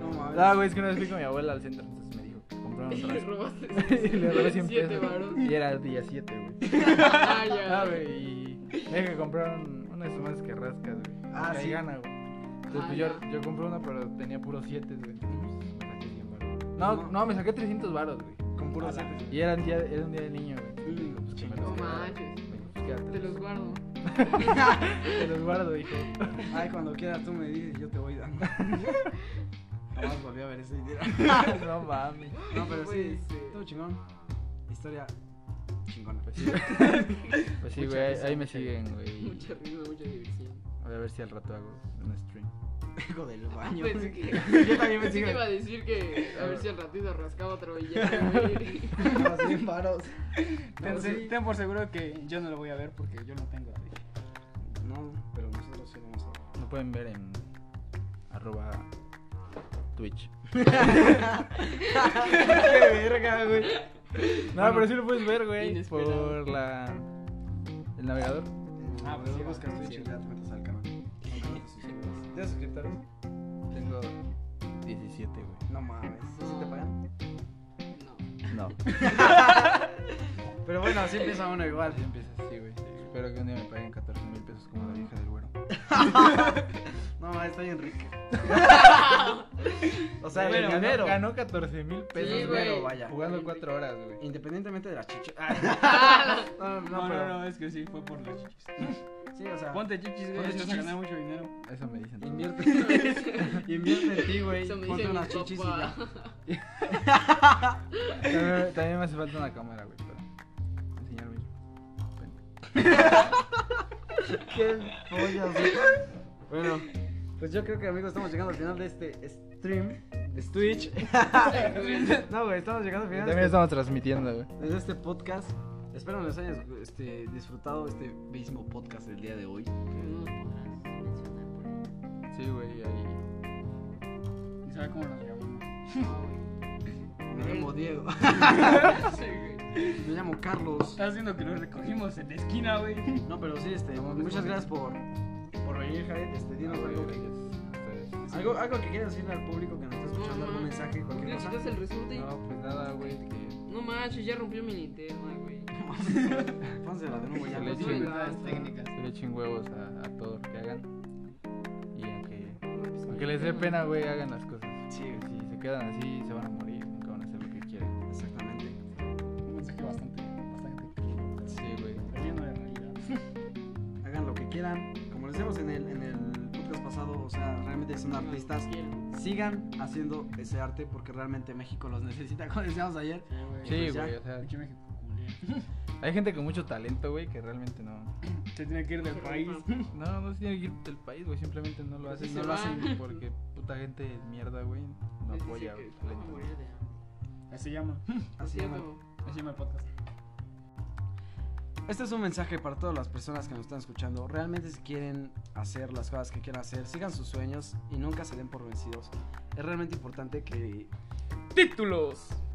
[SPEAKER 1] No mames.
[SPEAKER 5] Ah, güey, es que una vez fui con mi abuela al centro, entonces me dijo que comprara
[SPEAKER 2] Y
[SPEAKER 5] un
[SPEAKER 2] le
[SPEAKER 5] frasco.
[SPEAKER 2] robaste
[SPEAKER 5] Y le robé 100
[SPEAKER 2] siete
[SPEAKER 5] pesos.
[SPEAKER 2] varos.
[SPEAKER 5] Y era el día 7, güey.
[SPEAKER 2] Ah,
[SPEAKER 5] Ah,
[SPEAKER 2] ya.
[SPEAKER 5] güey, y me dijo que comprar un- una de sus más que rascas, güey.
[SPEAKER 1] Ah,
[SPEAKER 5] que ahí
[SPEAKER 1] sí.
[SPEAKER 5] gana, güey. Entonces,
[SPEAKER 2] Ah,
[SPEAKER 5] pues, yo,
[SPEAKER 2] ya.
[SPEAKER 5] yo compré una, pero tenía puros 7, güey. Entonces, me saqué 100 varos. No,
[SPEAKER 1] No.
[SPEAKER 5] no, me saqué 300 baros, güey.
[SPEAKER 1] Con puros
[SPEAKER 4] Ala.
[SPEAKER 1] 7.
[SPEAKER 5] Y era, un día, era un día de niño, güey. Y digo, pues que me los
[SPEAKER 2] No
[SPEAKER 5] quedara.
[SPEAKER 2] manches.
[SPEAKER 5] Me dijo, pues, quédatelos.
[SPEAKER 2] Te los guardo.
[SPEAKER 5] Te los guardo, hijo.
[SPEAKER 1] Ay, cuando quieras tú me dices, yo te voy dando. Jamás volví a ver ese video.
[SPEAKER 5] no mames.
[SPEAKER 1] No, pero sí,
[SPEAKER 2] Pues, eh.
[SPEAKER 1] todo chingón. Historia chingona.
[SPEAKER 5] Pues sí, pues sí,
[SPEAKER 1] Mucha
[SPEAKER 5] güey, ahí,
[SPEAKER 1] risa,
[SPEAKER 5] ahí me
[SPEAKER 1] mucha
[SPEAKER 5] siguen, güey.
[SPEAKER 2] Mucha rima, mucha diversión.
[SPEAKER 5] Voy a ver si al rato hago un stream.
[SPEAKER 1] Hijo del baño.
[SPEAKER 2] Pensé que-
[SPEAKER 1] Yo también me
[SPEAKER 2] Pensé
[SPEAKER 1] sigo.
[SPEAKER 2] que iba a decir que a ver si al ratito rascaba otro y ya, güey.
[SPEAKER 1] Los bien varos.
[SPEAKER 4] Ten,
[SPEAKER 1] No, sí.
[SPEAKER 4] ten por seguro que yo no lo voy a ver porque yo no tengo. güey.
[SPEAKER 1] No, pero nosotros sí lo vamos a
[SPEAKER 5] Lo pueden ver en arroba Twitch.
[SPEAKER 1] ver. ¡Qué verga, güey!
[SPEAKER 5] No, pero sí lo puedes ver, güey.
[SPEAKER 2] Inesperado.
[SPEAKER 5] Por la... El navegador.
[SPEAKER 1] Ah,
[SPEAKER 4] Ah,
[SPEAKER 1] pero
[SPEAKER 4] pues
[SPEAKER 1] sí,
[SPEAKER 4] sí,
[SPEAKER 1] Ah, buscas
[SPEAKER 4] sí,
[SPEAKER 1] Twitch y
[SPEAKER 4] sí.
[SPEAKER 1] ya te metes al
[SPEAKER 4] ¿Tienes suscriptores?
[SPEAKER 5] Tengo 17, güey.
[SPEAKER 1] No mames, ¿eso sí te pagan?
[SPEAKER 2] No.
[SPEAKER 5] No.
[SPEAKER 1] Pero bueno, así empieza uno igual.
[SPEAKER 5] Así empieza así, güey. Espero que un día me paguen 14 mil pesos como la vieja del güero.
[SPEAKER 1] No, mames, está bien rico. o sea,
[SPEAKER 5] Güey,
[SPEAKER 1] el
[SPEAKER 5] ganó-
[SPEAKER 1] dinero.
[SPEAKER 5] Ganó 14 mil pesos,
[SPEAKER 2] Sí,
[SPEAKER 5] güey.
[SPEAKER 1] dinero, vaya.
[SPEAKER 5] Jugando 4 horas, güey.
[SPEAKER 1] Independientemente de la chicha. no, no,
[SPEAKER 4] No,
[SPEAKER 1] pero-
[SPEAKER 4] no, no, es que sí, fue por las chichis.
[SPEAKER 1] Sí, o sea,
[SPEAKER 4] Ponte chichis, güey.
[SPEAKER 1] Ponte
[SPEAKER 4] Estás
[SPEAKER 1] chichis.
[SPEAKER 4] ganando mucho dinero.
[SPEAKER 5] Eso me dicen.
[SPEAKER 1] invierte, invierte en ti, güey.
[SPEAKER 2] Eso me
[SPEAKER 1] Ponte
[SPEAKER 2] dice mi
[SPEAKER 1] unas chichis y
[SPEAKER 2] papá.
[SPEAKER 1] ya.
[SPEAKER 5] También, también me hace falta una cámara, güey, para enseñarme. Ven.
[SPEAKER 1] Qué pollas, güey. Bueno, pues yo creo que, amigos, estamos llegando al final de este stream. De Twitch. no, güey, estamos llegando al final. de este
[SPEAKER 5] También estamos transmitiendo, güey.
[SPEAKER 1] desde este podcast. Espero les hayan este, disfrutado este bellísimo podcast del día de hoy.
[SPEAKER 2] No podrás mencionar por ahí.
[SPEAKER 5] Sí, güey, ahí.
[SPEAKER 4] ¿Y sabe cómo nos llamamos?
[SPEAKER 1] Me llamo Diego.
[SPEAKER 4] Sí, güey.
[SPEAKER 1] Me llamo Carlos.
[SPEAKER 4] Estás viendo que nos recogimos en la esquina, güey.
[SPEAKER 1] No, pero sí, este,
[SPEAKER 5] No, no,
[SPEAKER 1] muchas
[SPEAKER 5] no.
[SPEAKER 1] gracias por, por venir, Jared. Este, dinos
[SPEAKER 5] Ah, güey,
[SPEAKER 1] algo, que-
[SPEAKER 5] gracias a ustedes.
[SPEAKER 1] algo, algo que quieras decirle al público que nos está escuchando, algún mensaje,
[SPEAKER 2] ¿Por qué
[SPEAKER 1] cualquier
[SPEAKER 2] le
[SPEAKER 1] cosa.
[SPEAKER 2] quitas el resorte? No,
[SPEAKER 5] No, pues nada, güey, que
[SPEAKER 2] manches, ya rompió mi linterna, güey.
[SPEAKER 1] Pónsela de nuevo ya.
[SPEAKER 5] Se
[SPEAKER 1] güey.
[SPEAKER 2] Los
[SPEAKER 5] le echen,
[SPEAKER 2] nuevas técnicas.
[SPEAKER 5] se le echen huevos a, a todo lo que hagan. Y aunque, aunque les dé pena, güey, hagan las cosas.
[SPEAKER 1] Sí,
[SPEAKER 5] Que Si se quedan así, se van a morir. Nunca van a hacer lo que quieren.
[SPEAKER 1] exactamente.
[SPEAKER 4] Un mensaje bastante, bastante crítico.
[SPEAKER 5] Sí, güey.
[SPEAKER 4] Saliendo de realidad.
[SPEAKER 1] Hagan lo que quieran. Como les decíamos en el, en el podcast pasado, o sea, realmente son artistas. Sigan haciendo ese arte porque realmente México los necesita, como decíamos ayer.
[SPEAKER 5] Sí,
[SPEAKER 1] ya.
[SPEAKER 5] güey, o sea,
[SPEAKER 4] Pinche México, culero.
[SPEAKER 5] hay gente con mucho talento, güey, que realmente no.
[SPEAKER 4] Se tiene que ir del país.
[SPEAKER 5] No, no se tiene que ir del país, güey. Simplemente no lo
[SPEAKER 2] Pues sí
[SPEAKER 5] hacen.
[SPEAKER 2] se
[SPEAKER 5] No lo
[SPEAKER 2] va.
[SPEAKER 5] hacen porque puta gente de mierda, güey. No
[SPEAKER 2] Les dice
[SPEAKER 5] apoya,
[SPEAKER 2] que
[SPEAKER 5] güey.
[SPEAKER 2] van a
[SPEAKER 5] talento.
[SPEAKER 2] morir de hambre.
[SPEAKER 4] Así llama.
[SPEAKER 1] Así
[SPEAKER 2] Cierto.
[SPEAKER 1] llama.
[SPEAKER 4] Así llama el podcast.
[SPEAKER 1] Este es un mensaje para todas las personas que nos están escuchando. Realmente si quieren hacer las cosas que quieran hacer, sigan sus sueños y nunca se den por vencidos. Es realmente importante que
[SPEAKER 2] Títulos.